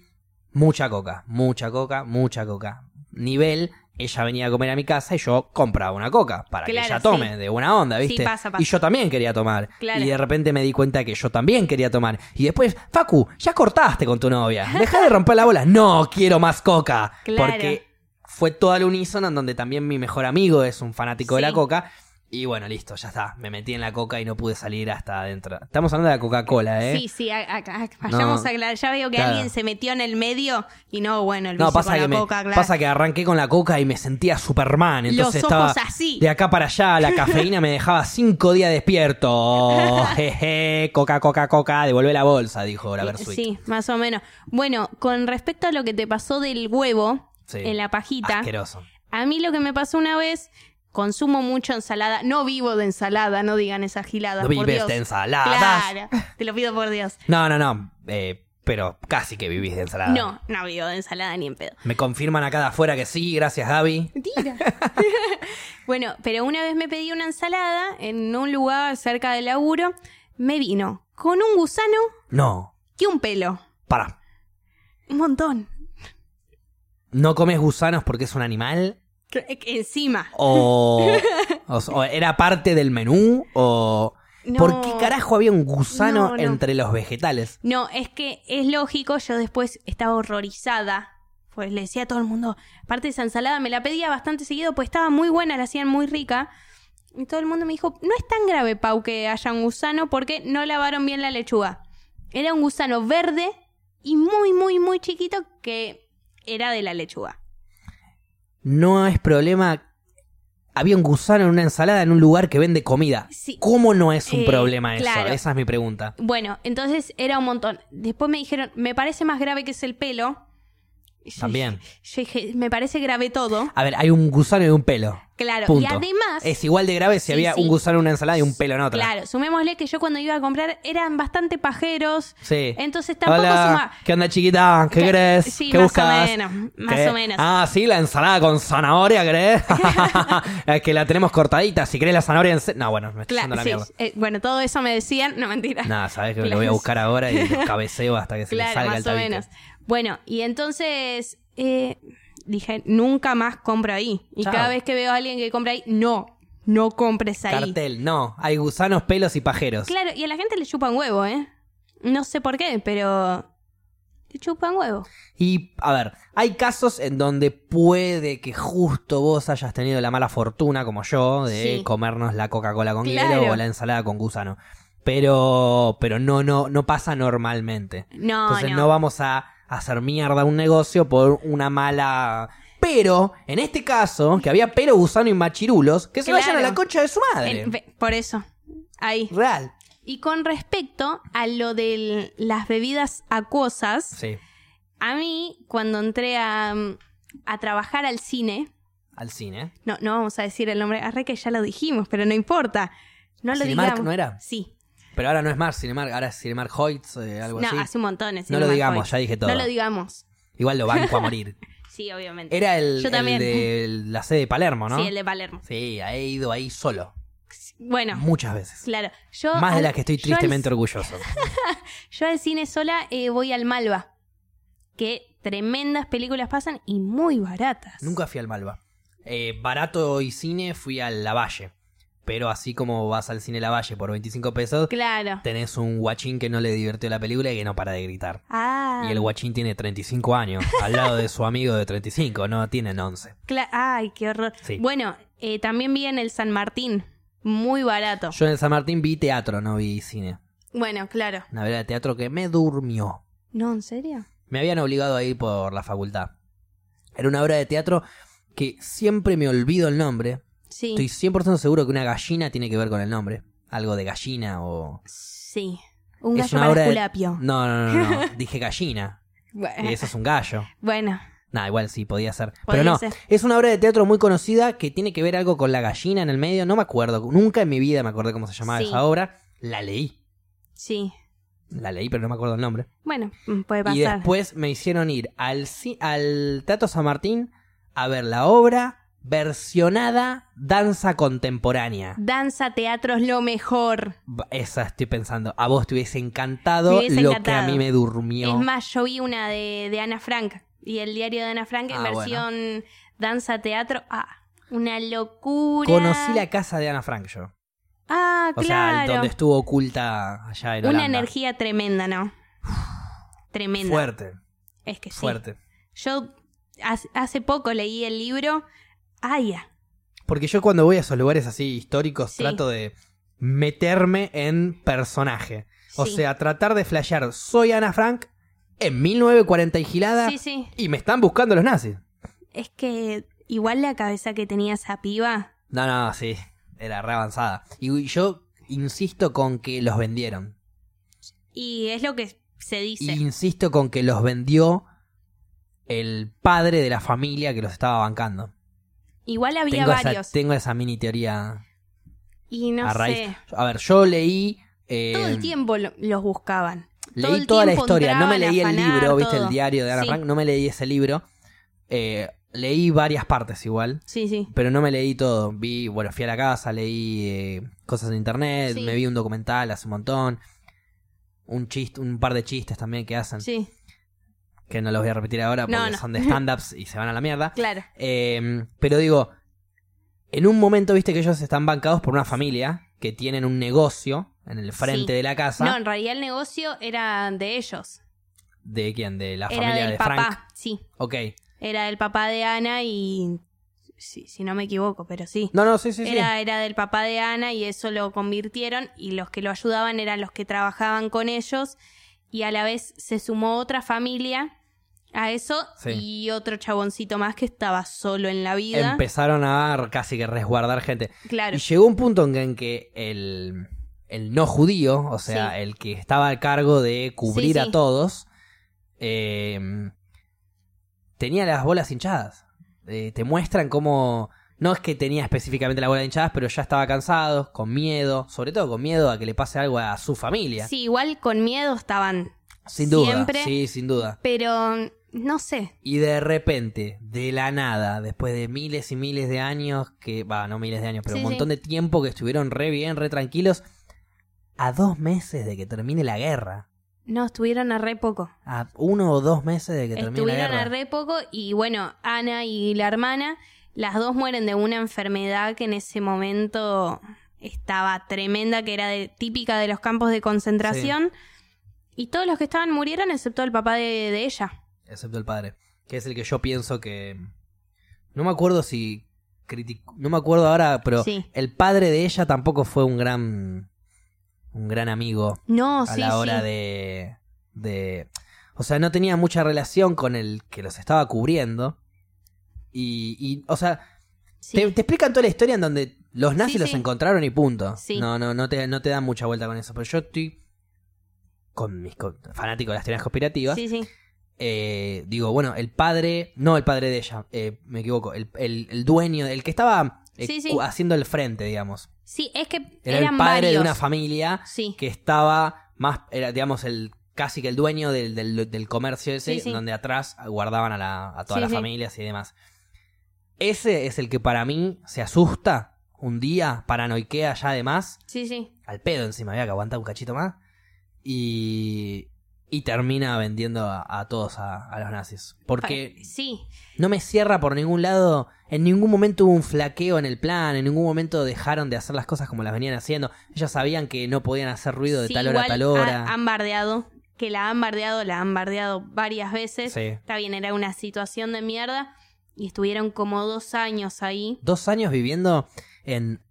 Speaker 1: mucha coca, mucha coca, mucha coca. Nivel, ella venía a comer a mi casa y yo compraba una coca para
Speaker 2: Claro,
Speaker 1: que ella tome,
Speaker 2: sí.
Speaker 1: de buena onda,
Speaker 2: Sí,
Speaker 1: ¿viste?
Speaker 2: pasa, pasa.
Speaker 1: Y yo también quería tomar.
Speaker 2: Claro.
Speaker 1: Y de repente me di cuenta que yo también quería tomar. Y después, Facu, ya cortaste con tu novia. Deja de romper la bola. No quiero más coca.
Speaker 2: Claro.
Speaker 1: Porque fue todo al unísono en donde también mi mejor amigo es un fanático de la
Speaker 2: Sí.
Speaker 1: coca. Y bueno, listo, ya está. Me metí en la coca y no pude salir hasta adentro. Estamos hablando de la Coca-Cola, ¿eh?
Speaker 2: Sí, sí, a- a- a- vayamos
Speaker 1: No.
Speaker 2: a aclarar. Ya veo que
Speaker 1: Claro.
Speaker 2: alguien se metió en el medio y no, bueno, el
Speaker 1: No,
Speaker 2: vicio
Speaker 1: pasa
Speaker 2: con
Speaker 1: que,
Speaker 2: la
Speaker 1: me-
Speaker 2: coca, claro.
Speaker 1: pasa que arranqué con la coca y me sentía Superman. Entonces
Speaker 2: Los
Speaker 1: estaba
Speaker 2: ojos así.
Speaker 1: de acá para allá. La cafeína me dejaba cinco días despierto. Jeje, coca, coca, coca. Devolvé la bolsa, dijo la Versuit.
Speaker 2: Eh, Sí, más o menos. Bueno, con respecto a lo que te pasó del huevo
Speaker 1: Sí. Ah,
Speaker 2: en la pajita,
Speaker 1: Asqueroso.
Speaker 2: a mí lo que me pasó una vez, consumo mucho ensalada, no vivo de ensalada, no digan esas giladas.
Speaker 1: No
Speaker 2: por
Speaker 1: vives
Speaker 2: Dios.
Speaker 1: de ensaladas.
Speaker 2: Claro, te lo pido por Dios.
Speaker 1: No, no, no. eh, pero casi que vivís de ensalada.
Speaker 2: No, no vivo de ensalada ni en pedo.
Speaker 1: Me confirman acá de afuera que sí, gracias Gaby.
Speaker 2: Mentira. bueno, pero una vez me pedí una ensalada en un lugar cerca del laburo, me vino con un gusano
Speaker 1: No,
Speaker 2: y un pelo.
Speaker 1: para.
Speaker 2: Un montón.
Speaker 1: ¿No comes gusanos porque es un animal?
Speaker 2: Que- que Encima.
Speaker 1: ¿O, o- o era parte del menú? ¿O
Speaker 2: No.
Speaker 1: por qué carajo había un gusano
Speaker 2: No, no.
Speaker 1: entre los vegetales?
Speaker 2: No, es que es lógico, yo después estaba horrorizada. Pues le decía a todo el mundo, aparte de esa ensalada, me la pedía bastante seguido, pues estaba muy buena, la hacían muy rica. Y todo el mundo me dijo, no es tan grave, Pau, que haya un gusano porque no lavaron bien la lechuga. Era un gusano verde y muy, muy, muy chiquito que era de la lechuga.
Speaker 1: No es problema. Había un gusano en una ensalada en un lugar que vende comida.
Speaker 2: Sí.
Speaker 1: ¿Cómo no es un
Speaker 2: Eh,
Speaker 1: problema eso?
Speaker 2: claro.
Speaker 1: Esa es mi pregunta.
Speaker 2: Bueno, entonces era un montón. Después me dijeron, me parece más grave que es el pelo. Y yo
Speaker 1: También.
Speaker 2: dije- Yo dije, me parece grave todo.
Speaker 1: A ver, hay un gusano y un pelo.
Speaker 2: Claro. Y
Speaker 1: Punto.
Speaker 2: además...
Speaker 1: Es igual de grave si
Speaker 2: Sí,
Speaker 1: había
Speaker 2: sí.
Speaker 1: un gusano en una ensalada y un pelo en otra.
Speaker 2: Claro, sumémosle que yo cuando iba a comprar eran bastante pajeros.
Speaker 1: Sí.
Speaker 2: Entonces tampoco
Speaker 1: Hola,
Speaker 2: suma-
Speaker 1: ¿Qué onda, chiquita? ¿Qué
Speaker 2: Ca-
Speaker 1: crees?
Speaker 2: sí,
Speaker 1: ¿Qué
Speaker 2: más o
Speaker 1: buscas?
Speaker 2: menos, más
Speaker 1: ¿Qué?
Speaker 2: o menos.
Speaker 1: Ah, sí, la ensalada con zanahoria, ¿crees? es que la tenemos cortadita. Si querés la zanahoria en. se- No, bueno, me estoy
Speaker 2: Cla-
Speaker 1: yendo a la
Speaker 2: sí,
Speaker 1: mierda.
Speaker 2: eh, bueno, todo eso me decían, no mentira.
Speaker 1: Nada, sabes que lo
Speaker 2: Claro.
Speaker 1: voy a buscar ahora y lo cabeceo hasta que se me
Speaker 2: Claro,
Speaker 1: salga el
Speaker 2: más o
Speaker 1: tabique.
Speaker 2: menos. Bueno, y entonces eh, dije, nunca más compro ahí. Y
Speaker 1: Chao.
Speaker 2: cada vez que veo a alguien que compra ahí, no, no compres ahí.
Speaker 1: Cartel, no. Hay gusanos, pelos y pajeros.
Speaker 2: Claro, y a la gente le chupan huevo, ¿eh? No sé por qué, pero le chupan huevo.
Speaker 1: Y, a ver, hay casos en donde puede que justo vos hayas tenido la mala fortuna, como yo, de
Speaker 2: Sí.
Speaker 1: comernos la Coca-Cola con hielo
Speaker 2: Claro.
Speaker 1: o la ensalada con gusano. Pero, pero no, no, no pasa normalmente.
Speaker 2: No,
Speaker 1: Entonces
Speaker 2: no.
Speaker 1: no. vamos a hacer mierda un negocio por una mala. Pero, en este caso, que había pero gusano y machirulos, que se vayan a
Speaker 2: Claro.
Speaker 1: la concha de su madre.
Speaker 2: En- ve- por eso, ahí.
Speaker 1: Real.
Speaker 2: Y con respecto a lo de las bebidas acuosas,
Speaker 1: Sí,
Speaker 2: a mí cuando entré a, mm, a trabajar al cine,
Speaker 1: al cine.
Speaker 2: no, no vamos a decir el nombre, arre que ya lo dijimos, pero no importa. No lo
Speaker 1: ¿Cinemark
Speaker 2: digamos.
Speaker 1: no era?
Speaker 2: Sí.
Speaker 1: Pero ahora no es más Cinemark, ahora es Cinemark Hoyts, eh, algo
Speaker 2: No,
Speaker 1: así.
Speaker 2: hace un montón. es
Speaker 1: No lo
Speaker 2: Cinemark
Speaker 1: digamos,
Speaker 2: Point.
Speaker 1: ya dije todo.
Speaker 2: No lo digamos.
Speaker 1: Igual lo banco a morir.
Speaker 2: Sí, obviamente.
Speaker 1: Era el,
Speaker 2: Yo
Speaker 1: el
Speaker 2: también.
Speaker 1: de la sede de Palermo, ¿no?
Speaker 2: Sí, el de Palermo.
Speaker 1: Sí, he ido ahí solo.
Speaker 2: Bueno,
Speaker 1: Muchas veces.
Speaker 2: claro. Yo
Speaker 1: Más de
Speaker 2: al-
Speaker 1: las que estoy
Speaker 2: yo al-
Speaker 1: tristemente orgulloso.
Speaker 2: Yo al cine sola eh, voy al Malva. Que tremendas películas pasan y muy baratas.
Speaker 1: Nunca fui al Malva. Eh, barato y cine fui al Lavalle. Pero así como vas al cine Lavalle por 25 pesos,
Speaker 2: Claro.
Speaker 1: tenés un guachín que no le divirtió la película y que no para de gritar.
Speaker 2: Ah.
Speaker 1: Y el guachín tiene 35 años, al lado de su amigo de 35, no tienen 11.
Speaker 2: Cla- Ay, qué horror.
Speaker 1: Sí.
Speaker 2: Bueno, eh, también vi en el San Martín. Muy barato.
Speaker 1: Yo en San Martín vi teatro, no vi cine.
Speaker 2: Bueno, claro.
Speaker 1: Una verdad de teatro que me durmió.
Speaker 2: No, ¿en serio?
Speaker 1: Me habían obligado a ir por la facultad. Era una obra de teatro que siempre me olvido el nombre.
Speaker 2: Sí.
Speaker 1: Estoy 100% seguro que una gallina tiene que ver con el nombre. Algo de gallina o...
Speaker 2: Sí. Un
Speaker 1: Es
Speaker 2: gallo
Speaker 1: una
Speaker 2: para
Speaker 1: obra de-
Speaker 2: Esculapio.
Speaker 1: No, no, no, no, no. Dije gallina.
Speaker 2: Bueno,
Speaker 1: Y eso es un gallo.
Speaker 2: bueno,
Speaker 1: Nah, igual sí, podía ser.
Speaker 2: Podía
Speaker 1: Pero no,
Speaker 2: ser.
Speaker 1: es una obra de teatro muy conocida que tiene que ver algo con la gallina en el medio. No me acuerdo. Nunca en mi vida me acordé cómo se llamaba
Speaker 2: Sí.
Speaker 1: esa obra. La leí.
Speaker 2: sí.
Speaker 1: La leí, pero no me acuerdo el nombre.
Speaker 2: Bueno, mm, puede
Speaker 1: Y
Speaker 2: pasar.
Speaker 1: después me hicieron ir al, ci- al Teatro San Martín a ver la obra versionada danza contemporánea.
Speaker 2: Danza, teatro es lo mejor.
Speaker 1: B- Esa estoy pensando. A vos te hubiese encantado
Speaker 2: Me hubiese
Speaker 1: lo
Speaker 2: encantado.
Speaker 1: que a mí me durmió.
Speaker 2: Es más, yo vi una de, de Ana Frank y el diario de Ana Frank en
Speaker 1: Ah,
Speaker 2: versión danza, teatro. Ah, una locura.
Speaker 1: Conocí la casa de Ana Frank yo.
Speaker 2: Ah,
Speaker 1: O sea,
Speaker 2: claro.
Speaker 1: donde estuvo oculta allá en
Speaker 2: Una
Speaker 1: Holanda.
Speaker 2: energía tremenda, ¿no? Tremenda.
Speaker 1: Fuerte,
Speaker 2: Es que sí.
Speaker 1: fuerte.
Speaker 2: Yo hace, hace poco leí el libro Aya.
Speaker 1: Porque yo cuando voy a esos lugares así históricos
Speaker 2: Sí.
Speaker 1: trato de meterme en personaje. O
Speaker 2: Sí.
Speaker 1: sea, tratar de flashear. Soy Ana Frank en 1940 y gilada
Speaker 2: Sí, sí.
Speaker 1: y me están buscando los nazis.
Speaker 2: Es que igual la cabeza que tenía esa piba.
Speaker 1: No, no, sí. Era re avanzada. Y yo insisto con que los vendieron.
Speaker 2: Y es lo que se
Speaker 1: Y
Speaker 2: dice.
Speaker 1: insisto con que los vendió el padre de la familia que los estaba bancando.
Speaker 2: Igual había
Speaker 1: Tengo esa,
Speaker 2: varios.
Speaker 1: tengo esa mini teoría
Speaker 2: Y no
Speaker 1: a raíz.
Speaker 2: sé.
Speaker 1: A ver, yo leí. eh,
Speaker 2: Todo el tiempo lo- los buscaban. todo
Speaker 1: Leí
Speaker 2: el
Speaker 1: toda la
Speaker 2: tiempo
Speaker 1: historia. No me
Speaker 2: entraban a
Speaker 1: leí el
Speaker 2: afanar,
Speaker 1: libro, ¿viste?
Speaker 2: todo.
Speaker 1: El diario de Ana
Speaker 2: Sí.
Speaker 1: Frank. No me leí ese libro. Eh, leí varias partes igual.
Speaker 2: Sí, sí.
Speaker 1: Pero no me leí todo. Vi, bueno, fui a la casa, leí eh, cosas en internet,
Speaker 2: Sí.
Speaker 1: me vi un documental hace un montón. Un chiste, un par de chistes también que hacen.
Speaker 2: Sí,
Speaker 1: Que no los voy a repetir ahora porque
Speaker 2: No, no.
Speaker 1: son de stand-ups y se van a la mierda.
Speaker 2: claro.
Speaker 1: Eh, pero digo, en un momento viste que ellos están bancados por una familia que tienen un negocio en el frente
Speaker 2: Sí.
Speaker 1: de la casa.
Speaker 2: No, en realidad el negocio era de ellos.
Speaker 1: ¿De quién? De la
Speaker 2: Era
Speaker 1: familia
Speaker 2: del
Speaker 1: de
Speaker 2: papá.
Speaker 1: Frank.
Speaker 2: Sí,
Speaker 1: Ok.
Speaker 2: era del papá de Ana y. Si, si no me equivoco, pero sí.
Speaker 1: No, no, sí, sí, sí.
Speaker 2: Era, era del papá de Ana y eso lo convirtieron y los que lo ayudaban eran los que trabajaban con ellos y a la vez se sumó otra familia a eso
Speaker 1: Sí.
Speaker 2: y otro chaboncito más que estaba solo en la vida.
Speaker 1: Empezaron a casi que resguardar gente.
Speaker 2: claro,
Speaker 1: Y llegó un punto en que- en que el, el no judío, o sea,
Speaker 2: Sí.
Speaker 1: el que estaba a cargo de cubrir
Speaker 2: Sí,
Speaker 1: a
Speaker 2: sí.
Speaker 1: todos, eh, tenía las bolas hinchadas. Eh, te muestran cómo... No es que tenía específicamente las bolas hinchadas, pero ya estaba cansado, con miedo, sobre todo con miedo a que le pase algo a su familia.
Speaker 2: sí, igual con miedo estaban,
Speaker 1: sin duda,
Speaker 2: siempre-
Speaker 1: sí, sin duda.
Speaker 2: pero no sé,
Speaker 1: Y de repente, de la nada, después de miles y miles de años, que, va, no miles de años, pero
Speaker 2: Sí,
Speaker 1: un montón
Speaker 2: sí.
Speaker 1: de tiempo que estuvieron re bien, re tranquilos, a dos meses de que termine la guerra,
Speaker 2: no estuvieron a re poco.
Speaker 1: a uno o dos meses de que termine la
Speaker 2: Estuvieron
Speaker 1: guerra.
Speaker 2: a re poco y bueno, Ana y la hermana, las dos mueren de una enfermedad que en ese momento estaba tremenda, que era de- típica de los campos de concentración. Y todos los que estaban murieron excepto el papá de, de ella.
Speaker 1: Excepto el padre, que es el que yo pienso que... No me acuerdo si... criticó- No me acuerdo ahora, pero
Speaker 2: Sí.
Speaker 1: el padre de ella tampoco fue un gran... Un gran amigo
Speaker 2: No,
Speaker 1: a
Speaker 2: sí,
Speaker 1: la hora
Speaker 2: sí.
Speaker 1: de, de- O sea, no tenía mucha relación con el que los estaba cubriendo. Y, y, o sea,
Speaker 2: sí.
Speaker 1: te, te explican toda la historia en donde los nazis
Speaker 2: Sí,
Speaker 1: los
Speaker 2: sí.
Speaker 1: encontraron y punto.
Speaker 2: Sí.
Speaker 1: No, no, no te, no te dan mucha vuelta con eso. Pero yo estoy con mis co- fanáticos de las teorías conspirativas.
Speaker 2: Sí, sí.
Speaker 1: eh, digo, bueno, el padre, no el padre de ella, eh, me equivoco, el, el- el dueño, el que estaba eh,
Speaker 2: Sí, sí.
Speaker 1: cu- haciendo el frente, digamos.
Speaker 2: Sí, es que
Speaker 1: Era
Speaker 2: eran
Speaker 1: el padre
Speaker 2: varios.
Speaker 1: de una familia
Speaker 2: Sí,
Speaker 1: que estaba más, era, digamos, el casi que el dueño del, del- del comercio ese,
Speaker 2: Sí, sí.
Speaker 1: donde atrás guardaban a, la, a todas
Speaker 2: Sí,
Speaker 1: las
Speaker 2: sí.
Speaker 1: familias y demás. Ese es el que para mí se asusta un día, paranoiquea ya además,
Speaker 2: sí, sí.
Speaker 1: al pedo encima, había que aguantar un cachito más, y, y termina vendiendo a, a todos a, a los nazis. Porque
Speaker 2: Sí,
Speaker 1: no me cierra por ningún lado, en ningún momento hubo un flaqueo en el plan, en ningún momento dejaron de hacer las cosas como las venían haciendo, ellos sabían que no podían hacer ruido de
Speaker 2: Sí,
Speaker 1: tal hora a
Speaker 2: igual
Speaker 1: tal
Speaker 2: ha-
Speaker 1: hora.
Speaker 2: han bardeado, que la han bardeado, la han bardeado varias veces.
Speaker 1: Sí.
Speaker 2: Está bien, era una situación de mierda y estuvieron como dos años ahí.
Speaker 1: dos años viviendo en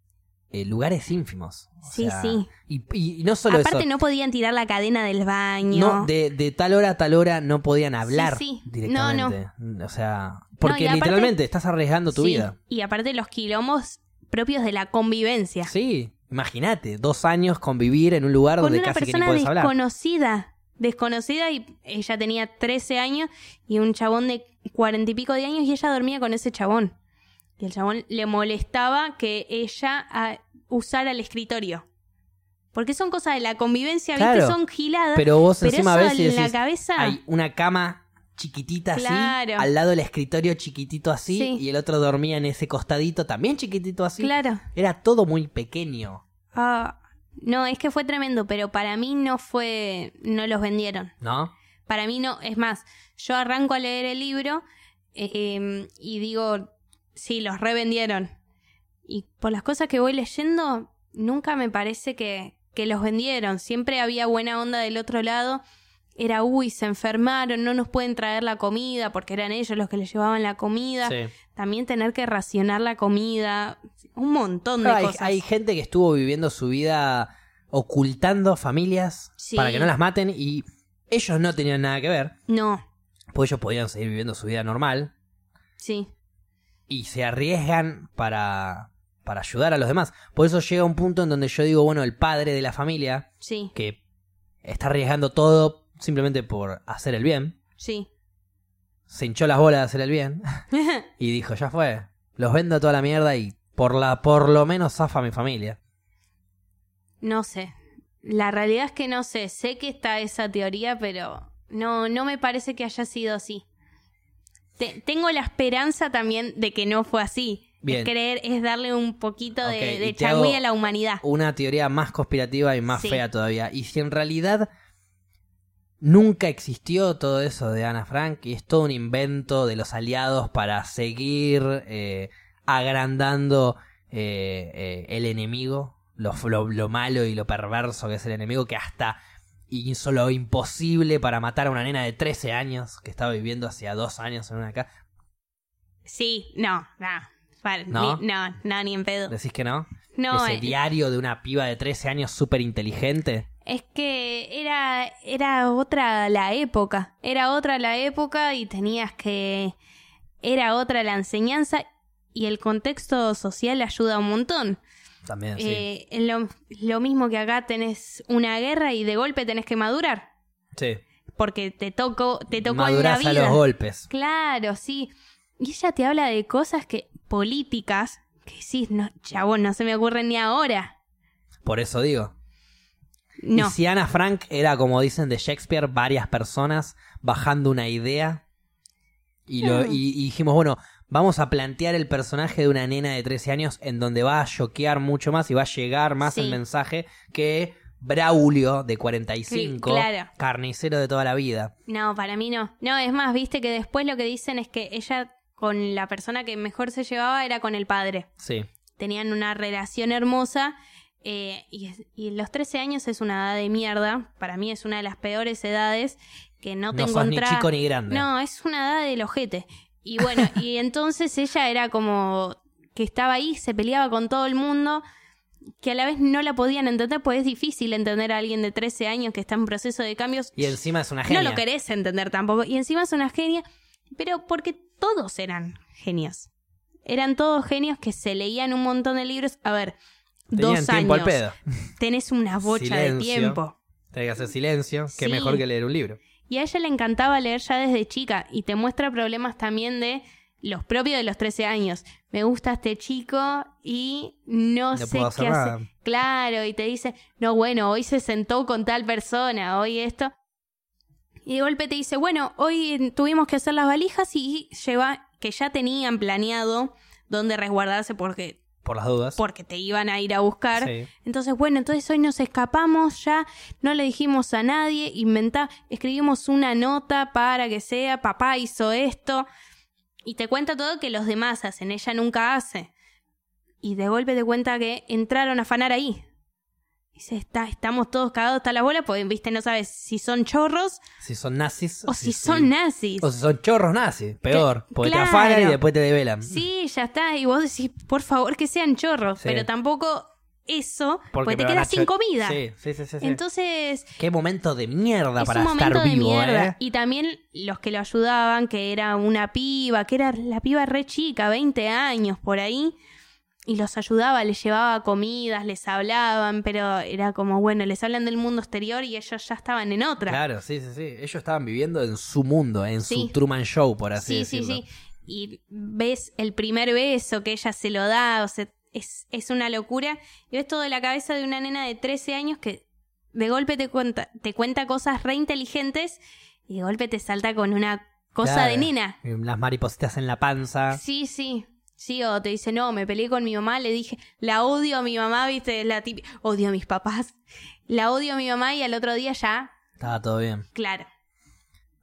Speaker 1: eh, lugares ínfimos. O
Speaker 2: Sí,
Speaker 1: sea,
Speaker 2: sí.
Speaker 1: Y, y- y no solo
Speaker 2: Aparte
Speaker 1: eso.
Speaker 2: no podían tirar la cadena del baño.
Speaker 1: no, de, de tal hora a tal hora no podían hablar
Speaker 2: sí. No,
Speaker 1: directamente. O sea,
Speaker 2: y
Speaker 1: porque
Speaker 2: aparte-
Speaker 1: literalmente estás arriesgando tu
Speaker 2: Sí,
Speaker 1: vida.
Speaker 2: Y aparte los quilombos propios de la convivencia.
Speaker 1: Sí, imagínate, dos años convivir en un lugar
Speaker 2: Con
Speaker 1: donde
Speaker 2: una
Speaker 1: casi que ni
Speaker 2: persona
Speaker 1: puedes hablar.
Speaker 2: desconocida. Desconocida y ella tenía 13 años y un chabón de cuarenta y pico de años y ella dormía con ese chabón. Y el chabón le molestaba que ella ah, usara el escritorio. Porque son cosas de la convivencia,
Speaker 1: Claro.
Speaker 2: ¿viste? Son giladas.
Speaker 1: Pero vos
Speaker 2: Pero
Speaker 1: encima
Speaker 2: eso
Speaker 1: ves y
Speaker 2: en la
Speaker 1: decís,
Speaker 2: cabeza-
Speaker 1: hay una cama chiquitita así,
Speaker 2: Claro.
Speaker 1: al lado del escritorio chiquitito así,
Speaker 2: Sí.
Speaker 1: y el otro dormía en ese costadito también chiquitito así.
Speaker 2: Claro.
Speaker 1: Era todo muy pequeño.
Speaker 2: Ah, no, es que fue tremendo, pero para mí no fue, no los vendieron.
Speaker 1: ¿No?
Speaker 2: Para mí no, es más, yo arranco a leer el libro eh, eh, y digo, sí, los revendieron. Y por las cosas que voy leyendo, nunca me parece que, que los vendieron. Siempre había buena onda del otro lado. era, uy, se enfermaron, no nos pueden traer la comida porque eran ellos los que les llevaban la comida.
Speaker 1: Sí.
Speaker 2: También tener que racionar la comida, un montón de
Speaker 1: Claro, hay,
Speaker 2: cosas.
Speaker 1: hay gente que estuvo viviendo su vida ocultando familias
Speaker 2: Sí.
Speaker 1: para que no las maten y ellos no tenían nada que ver,
Speaker 2: No,
Speaker 1: pues ellos podían seguir viviendo su vida normal
Speaker 2: sí,
Speaker 1: y se arriesgan para, para ayudar a los demás. Por eso llega un punto en donde yo digo, bueno, el padre de la familia
Speaker 2: sí,
Speaker 1: que está arriesgando todo simplemente por hacer el bien,
Speaker 2: sí.
Speaker 1: se hinchó las bolas de hacer el bien y dijo, ya fue, los vendo a toda la mierda y por la por lo menos zafa a mi familia.
Speaker 2: No sé. La realidad es que no sé. Sé que está esa teoría, pero no, no me parece que haya sido así. Te- tengo la esperanza también de que no fue así.
Speaker 1: Bien.
Speaker 2: Es creer, es darle un poquito de,
Speaker 1: Ok,
Speaker 2: de
Speaker 1: y te
Speaker 2: changüí
Speaker 1: hago-
Speaker 2: a la humanidad.
Speaker 1: una teoría más conspirativa y más
Speaker 2: Sí.
Speaker 1: fea todavía. Y si en realidad nunca existió todo eso de Ana Frank y es todo un invento de los aliados para seguir eh, agrandando eh, eh, el enemigo, lo, lo- lo malo y lo perverso que es el enemigo, que hasta hizo lo imposible para matar a una nena de 13 años que estaba viviendo hacía dos años en una casa.
Speaker 2: Sí, no, no. Para- ni-
Speaker 1: ¿No?
Speaker 2: ¿No? no, ni en pedo.
Speaker 1: ¿Decís que no?
Speaker 2: No,
Speaker 1: Ese
Speaker 2: eh,
Speaker 1: diario de una piba de 13 años súper inteligente.
Speaker 2: Es que era, era otra la época, era otra la época y tenías que... Era otra la enseñanza y el contexto social ayuda un montón.
Speaker 1: También, Ah, sí.
Speaker 2: Eh, en lo, lo mismo que acá tenés una guerra y de golpe tenés que madurar,
Speaker 1: sí.
Speaker 2: porque te, toco, te tocó
Speaker 1: Madurás
Speaker 2: en la
Speaker 1: a
Speaker 2: vida.
Speaker 1: los golpes.
Speaker 2: Claro, sí. Y ella te habla de cosas que políticas que decís, no, chabón, no se me ocurren ni ahora.
Speaker 1: Por eso digo.
Speaker 2: No.
Speaker 1: Y si Ana Frank era, como dicen de Shakespeare, varias personas bajando una idea. Y, lo,
Speaker 2: Mm.
Speaker 1: y- y dijimos, bueno, vamos a plantear el personaje de una nena de 13 años en donde va a choquear mucho más y va a llegar más
Speaker 2: Sí.
Speaker 1: el mensaje que Braulio, de 45,
Speaker 2: Sí, claro.
Speaker 1: carnicero de toda la vida.
Speaker 2: No, para mí no. No, es más, viste que después lo que dicen es que ella con la persona que mejor se llevaba era con el padre.
Speaker 1: Sí,
Speaker 2: Tenían una relación hermosa eh, y, es- y los 13 años es una edad de mierda. Para mí es una de las peores edades que
Speaker 1: no,
Speaker 2: no te
Speaker 1: sos ni
Speaker 2: encontrás-
Speaker 1: chico ni grande.
Speaker 2: No, es una edad del ojete. Y bueno, y entonces ella era como que estaba ahí, se peleaba con todo el mundo, que a la vez no la podían entender, pues es difícil entender a alguien de 13 años que está en proceso de cambios.
Speaker 1: Y encima es una genia.
Speaker 2: No lo querés entender tampoco. Y encima es una genia, pero porque todos eran genios. Eran todos genios que se leían un montón de libros. A ver,
Speaker 1: Tenían
Speaker 2: dos
Speaker 1: tiempo
Speaker 2: años.
Speaker 1: al pedo.
Speaker 2: Tenés una bocha de
Speaker 1: Silencio.
Speaker 2: tiempo.
Speaker 1: Tenés que hacer silencio, que
Speaker 2: Sí.
Speaker 1: mejor que leer un libro.
Speaker 2: Y a ella le encantaba leer ya desde chica y te muestra problemas también de los propios de los 13 años. Me gusta este chico y no,
Speaker 1: No
Speaker 2: sé
Speaker 1: puedo hacer
Speaker 2: qué hace.
Speaker 1: nada.
Speaker 2: Claro, y te dice, no, bueno, hoy se sentó con tal persona, hoy esto. Y de golpe te dice, bueno, hoy tuvimos que hacer las valijas y lleva, que ya tenían planeado dónde resguardarse porque,
Speaker 1: Por las dudas.
Speaker 2: porque te iban a ir a buscar.
Speaker 1: Sí.
Speaker 2: Entonces, bueno, entonces hoy nos escapamos ya, no le dijimos a nadie, inventá, escribimos una nota para que sea, papá hizo esto, y te cuenta todo que los demás hacen, ella nunca hace. Y de golpe te cuenta que entraron a afanar ahí. Dice, está, estamos todos cagados hasta la bola, porque, viste, no sabes si son chorros
Speaker 1: Si son nazis.
Speaker 2: o si son nazis.
Speaker 1: O si son chorros nazis. Peor.
Speaker 2: Que-
Speaker 1: porque
Speaker 2: claro.
Speaker 1: te afanan y después te develan.
Speaker 2: Sí, ya está, y vos decís, por favor que sean chorros,
Speaker 1: Sí.
Speaker 2: pero tampoco eso, porque, te
Speaker 1: van a
Speaker 2: quedas sin
Speaker 1: cho-
Speaker 2: comida.
Speaker 1: Sí, sí, sí. sí, sí.
Speaker 2: Entonces,
Speaker 1: Qué momento de mierda
Speaker 2: es
Speaker 1: para
Speaker 2: un momento
Speaker 1: estar vivo,
Speaker 2: de mierda.
Speaker 1: ¿eh?
Speaker 2: Y también los que lo ayudaban, que era una piba, que era la piba re chica, 20 años por ahí, y los ayudaba, les llevaba comidas, les hablaban, pero era como, bueno, les hablan del mundo exterior y ellos ya estaban en otra.
Speaker 1: Claro, sí, sí, sí. Ellos estaban viviendo en su mundo, en
Speaker 2: Sí.
Speaker 1: su Truman Show, por así
Speaker 2: sí, sí,
Speaker 1: decirlo.
Speaker 2: sí. Y ves el primer beso que ella se lo da, o sea, es, es una locura. Y ves todo de la cabeza de una nena de 13 años que de golpe te cuenta, te cuenta cosas re inteligentes y de golpe te salta con una cosa
Speaker 1: Claro. Ah.
Speaker 2: de nena.
Speaker 1: Y Las maripositas en la panza.
Speaker 2: Sí, sí. Sí, o te dice, no, me peleé con mi mamá, le dije, la odio a mi mamá, viste, es la típica, odio a mis papás, la odio a mi mamá y al otro día ya,
Speaker 1: Estaba todo bien.
Speaker 2: claro,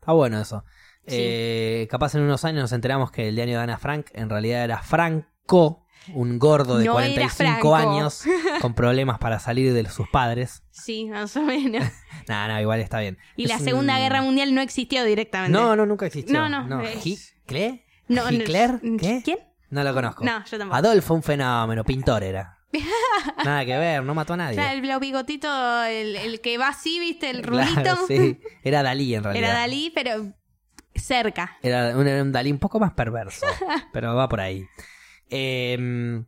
Speaker 1: Está bueno eso.
Speaker 2: Sí.
Speaker 1: Eh, capaz en unos años nos enteramos que el diario de Ana Frank en realidad era Franco un gordo de
Speaker 2: No era
Speaker 1: 45
Speaker 2: Franco.
Speaker 1: años con problemas para salir de sus padres.
Speaker 2: Sí, más o menos.
Speaker 1: Nada, no, igual está bien.
Speaker 2: Y
Speaker 1: Es
Speaker 2: la
Speaker 1: un-
Speaker 2: Segunda Guerra Mundial no existió directamente.
Speaker 1: No, no, nunca existió.
Speaker 2: No, no, eh.
Speaker 1: ¿Hitler?
Speaker 2: No, no,
Speaker 1: ¿Hitler?
Speaker 2: mm,
Speaker 1: ¿Qué?
Speaker 2: ¿Quién?
Speaker 1: No lo conozco.
Speaker 2: No, yo tampoco.
Speaker 1: Adolfo, un fenómeno, pintor era. Nada que ver, no mató a
Speaker 2: O
Speaker 1: nadie.
Speaker 2: sea, el los bigotitos, el, el que va así, ¿viste? El rulito.
Speaker 1: Claro, sí. Era Dalí en realidad.
Speaker 2: Era Dalí, pero cerca.
Speaker 1: Era un, era un Dalí un poco más perverso, pero va por ahí. Eh,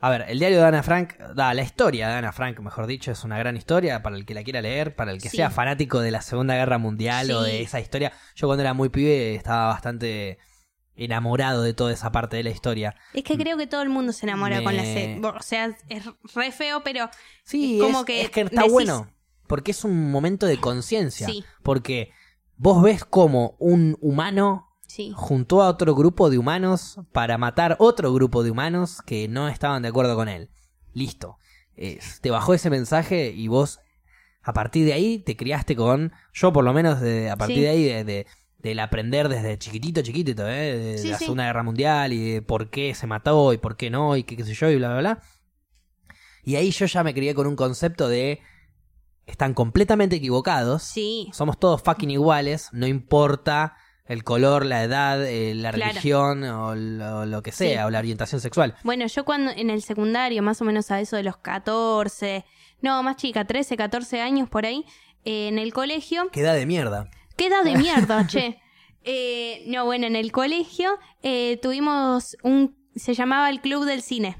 Speaker 1: a ver, el diario de Ana Frank, da, la historia de Ana Frank, mejor dicho, es una gran historia para el que la quiera leer, para el que
Speaker 2: Sí.
Speaker 1: sea fanático de la Segunda Guerra Mundial o
Speaker 2: Sí.
Speaker 1: de esa historia. Yo cuando era muy pibe estaba bastante enamorado de toda esa parte de la historia.
Speaker 2: Es que creo que todo el mundo se enamora con la
Speaker 1: Mm. Me-
Speaker 2: se- O sea, es re feo, pero
Speaker 1: Sí,
Speaker 2: Es como
Speaker 1: es,
Speaker 2: que
Speaker 1: es que está
Speaker 2: decís-
Speaker 1: bueno, porque es un momento de conciencia,
Speaker 2: Sí.
Speaker 1: porque vos ves como un humano
Speaker 2: sí.
Speaker 1: juntó a otro grupo de humanos para matar otro grupo de humanos que no estaban de acuerdo con él. Listo. Eh, te bajó ese mensaje y vos, a partir de ahí, te criaste con. Yo, por lo menos, de- a partir
Speaker 2: Sí.
Speaker 1: de ahí, de, de- del aprender desde chiquitito, chiquitito, ¿eh? de
Speaker 2: Sí,
Speaker 1: la
Speaker 2: sí.
Speaker 1: Segunda Guerra Mundial y de por qué se mató y por qué no y qué, qué sé yo y bla, bla, bla. Y ahí yo ya me crié con un concepto de. Están completamente equivocados.
Speaker 2: Sí.
Speaker 1: Somos todos fucking iguales, no importa el color, la edad, eh, la
Speaker 2: Claro.
Speaker 1: religión o lo, lo que sea,
Speaker 2: Sí.
Speaker 1: o la orientación sexual.
Speaker 2: Bueno, yo cuando en el secundario, más o menos a eso de los 14, no, más chica, 13, 14 años por ahí, eh, en el colegio,
Speaker 1: Queda de mierda.
Speaker 2: queda de mierda, che. Eh, no, bueno, en el colegio eh, tuvimos un, se llamaba el Club del Cine.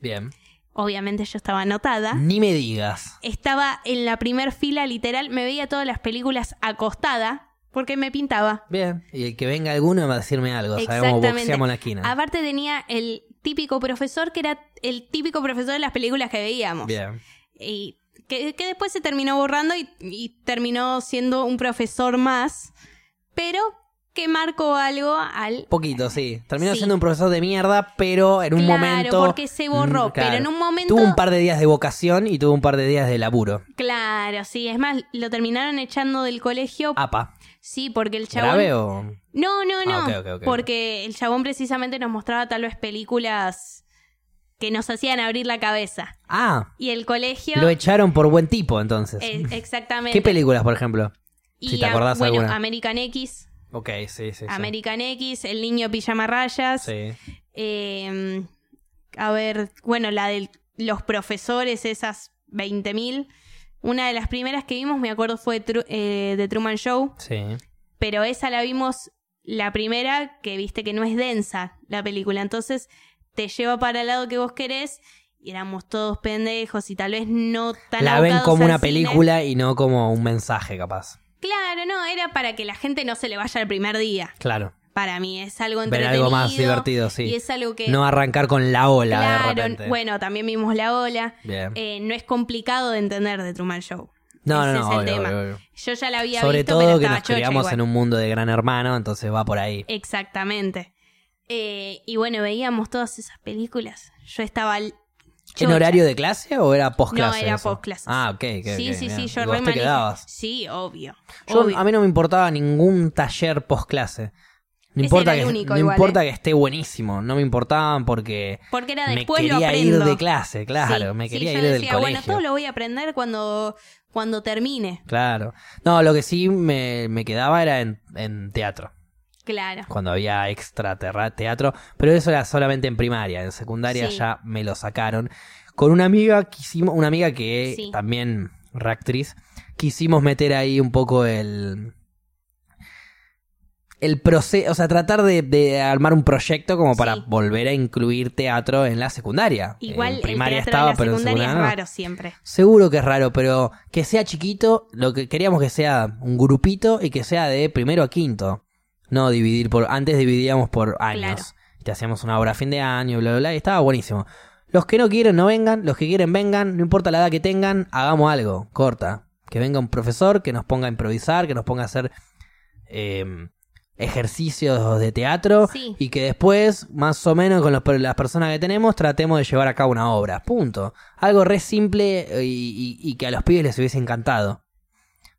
Speaker 1: Bien.
Speaker 2: Obviamente yo estaba anotada.
Speaker 1: Ni me digas.
Speaker 2: Estaba en la primer fila, literal, me veía todas las películas acostada porque me pintaba.
Speaker 1: Bien. Y el que venga alguno va a decirme algo. Sabemos boxeamos la esquina.
Speaker 2: Aparte tenía el típico profesor que era el típico profesor de las películas que veíamos.
Speaker 1: Bien.
Speaker 2: Y que, que después se terminó borrando y, y terminó siendo un profesor más, pero que marcó algo al...
Speaker 1: Poquito, sí. Terminó
Speaker 2: Sí.
Speaker 1: siendo un profesor de mierda, pero en un
Speaker 2: Claro,
Speaker 1: momento. Mm,
Speaker 2: porque se borró, pero en un momento-
Speaker 1: Tuvo un par de días de vocación y tuvo un par de días de laburo.
Speaker 2: Claro, sí, es más, lo terminaron echando del colegio.
Speaker 1: Apa.
Speaker 2: Sí, porque el chabón...
Speaker 1: Ah. ¿Grave o.?
Speaker 2: No, no, no.
Speaker 1: Ah, ok, ok, ok.
Speaker 2: Porque el chabón precisamente nos mostraba tal vez películas que nos hacían abrir la cabeza.
Speaker 1: Ah,
Speaker 2: Y el colegio.
Speaker 1: lo echaron por buen tipo entonces.
Speaker 2: eh, exactamente.
Speaker 1: ¿Qué películas, por ejemplo?
Speaker 2: Y
Speaker 1: si te
Speaker 2: a-
Speaker 1: acordás
Speaker 2: bueno,
Speaker 1: alguna.
Speaker 2: American X.
Speaker 1: Ok, sí, sí. sí.
Speaker 2: American X, El niño pijama rayas.
Speaker 1: Sí.
Speaker 2: eh, a ver, bueno, la de los profesores, esas 20.000. Una de las primeras que vimos, me acuerdo, fue Tru- eh, The Truman Show.
Speaker 1: Sí.
Speaker 2: pero esa la vimos la primera que viste que no es densa la película, entonces te lleva para el lado que vos querés y éramos todos pendejos y tal vez no tan
Speaker 1: La ven
Speaker 2: abocados
Speaker 1: como
Speaker 2: al
Speaker 1: una
Speaker 2: cine.
Speaker 1: película y no como un mensaje, capaz.
Speaker 2: Claro, no, era para que la gente no se le vaya el primer día.
Speaker 1: Claro.
Speaker 2: Para mí es algo
Speaker 1: Ver
Speaker 2: entretenido.
Speaker 1: algo más divertido, sí.
Speaker 2: Y es algo que
Speaker 1: No arrancar con la ola de
Speaker 2: claro,
Speaker 1: repente.
Speaker 2: bueno, también vimos la ola.
Speaker 1: Bien.
Speaker 2: Eh, no es complicado de entender de Truman Show.
Speaker 1: no, no,
Speaker 2: ese
Speaker 1: no.
Speaker 2: es el
Speaker 1: obvio,
Speaker 2: tema.
Speaker 1: obvio, obvio.
Speaker 2: Yo ya la había
Speaker 1: Sobre
Speaker 2: visto,
Speaker 1: todo
Speaker 2: pero
Speaker 1: que
Speaker 2: estaba
Speaker 1: nos
Speaker 2: chocha
Speaker 1: criamos
Speaker 2: igual. Eh,
Speaker 1: en un mundo de gran hermano, entonces va por ahí.
Speaker 2: Exactamente. Eh, y bueno, veíamos todas esas películas. Yo estaba
Speaker 1: ¿En
Speaker 2: al- chocha.
Speaker 1: horario de clase o era post
Speaker 2: No,
Speaker 1: clase?
Speaker 2: era
Speaker 1: eso?
Speaker 2: post-clases.
Speaker 1: Ah, ok, ok.
Speaker 2: Sí,
Speaker 1: ok,
Speaker 2: sí,
Speaker 1: bien.
Speaker 2: sí, yo
Speaker 1: ¿Y
Speaker 2: re
Speaker 1: vos te
Speaker 2: manejo.
Speaker 1: quedabas?
Speaker 2: Sí, obvio.
Speaker 1: Yo-
Speaker 2: obvio.
Speaker 1: a mí no me importaba ningún taller post clase. No
Speaker 2: Ese
Speaker 1: importa,
Speaker 2: era el
Speaker 1: que,
Speaker 2: único
Speaker 1: no
Speaker 2: igual,
Speaker 1: importa
Speaker 2: eh.
Speaker 1: que esté buenísimo, no me importaban porque
Speaker 2: Porque era
Speaker 1: me
Speaker 2: después lo
Speaker 1: quería ir
Speaker 2: aprendo.
Speaker 1: de clase, claro,
Speaker 2: Sí,
Speaker 1: me
Speaker 2: sí,
Speaker 1: quería
Speaker 2: yo
Speaker 1: ir del
Speaker 2: decía,
Speaker 1: colegio.
Speaker 2: Bueno, todo lo voy a aprender cuando, cuando termine.
Speaker 1: Claro. No, lo que sí me, me quedaba era en, en teatro,
Speaker 2: Claro.
Speaker 1: cuando había extra terra- teatro, pero eso era solamente en primaria, en secundaria
Speaker 2: Sí.
Speaker 1: ya me lo sacaron. Con una amiga que hicimos, una amiga que
Speaker 2: Sí.
Speaker 1: también reactriz, quisimos meter ahí un poco el el proceso, o sea, tratar de, de armar un proyecto como para
Speaker 2: Sí.
Speaker 1: volver a incluir teatro en la secundaria.
Speaker 2: Igual
Speaker 1: en primaria
Speaker 2: el teatro
Speaker 1: estaba,
Speaker 2: de la
Speaker 1: pero en
Speaker 2: secundaria
Speaker 1: secundaria no.
Speaker 2: es raro siempre.
Speaker 1: Seguro que es raro, pero que sea chiquito, lo que queríamos que sea un grupito y que sea de primero a quinto. No dividir por. Antes dividíamos por años. Te hacíamos una obra a fin de año, bla, bla, bla, y estaba buenísimo. Los que no quieren, no vengan. Los que quieren, vengan. No importa la edad que tengan, hagamos algo. Corta. Que venga un profesor, que nos ponga a improvisar, que nos ponga a hacer eh, ejercicios de teatro
Speaker 2: Sí.
Speaker 1: y que después, más o menos con los- las personas que tenemos, tratemos de llevar a cabo una obra. Punto. Algo re simple eh, y, y- y que a los pibes les hubiese encantado.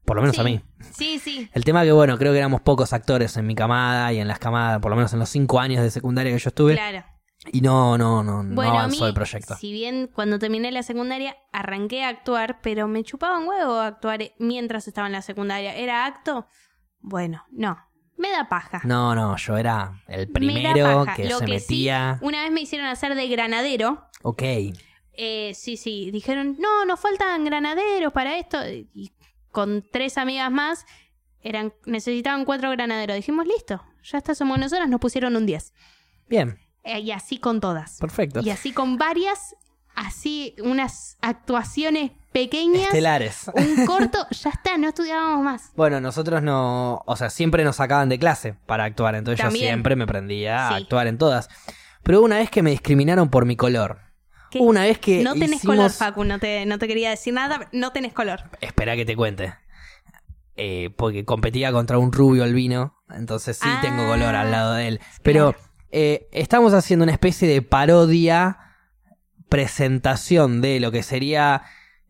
Speaker 1: Por lo menos
Speaker 2: sí.
Speaker 1: a mí.
Speaker 2: Sí, sí.
Speaker 1: El tema que, bueno, creo que éramos pocos actores en mi camada y en las camadas, por lo menos en los cinco años de secundaria que yo estuve.
Speaker 2: Claro.
Speaker 1: Y no, no, no,
Speaker 2: Bueno,
Speaker 1: no
Speaker 2: a mí,
Speaker 1: avanzó el proyecto.
Speaker 2: si bien cuando terminé la secundaria arranqué a actuar, pero me chupaba un huevo actuar mientras estaba en la secundaria. ¿Era acto? Bueno, no. Me da paja.
Speaker 1: No, no, yo era el
Speaker 2: Me da
Speaker 1: primero
Speaker 2: paja.
Speaker 1: que
Speaker 2: Lo
Speaker 1: se
Speaker 2: que sí,
Speaker 1: metía.
Speaker 2: una vez me hicieron hacer de granadero.
Speaker 1: Ok.
Speaker 2: Eh, sí, sí. Dijeron, no, nos faltan granaderos para esto. Y con tres amigas más eran necesitaban cuatro granaderos. Dijimos, listo, ya está, somos nosotras. Nos pusieron un 10.
Speaker 1: Bien,
Speaker 2: Eh, y así con todas.
Speaker 1: perfecto.
Speaker 2: Y así con varias, así unas actuaciones pequeñas,
Speaker 1: Estelares.
Speaker 2: un corto, ya está, no estudiábamos más.
Speaker 1: Bueno, nosotros no, o sea, siempre nos sacaban de clase para actuar, entonces yo
Speaker 2: También.
Speaker 1: siempre me prendía a
Speaker 2: Sí.
Speaker 1: actuar en todas. Pero hubo una vez que me discriminaron por mi color.
Speaker 2: ¿Qué?
Speaker 1: Hubo Una vez que
Speaker 2: No tenés
Speaker 1: hicimos-
Speaker 2: color, Facu, no te, no te quería decir nada, pero no tenés color.
Speaker 1: Espera que te cuente. Eh, porque competía contra un rubio albino, entonces sí
Speaker 2: Ah,
Speaker 1: tengo color al lado de él. Pero eh, estamos haciendo una especie de parodia, presentación de lo que sería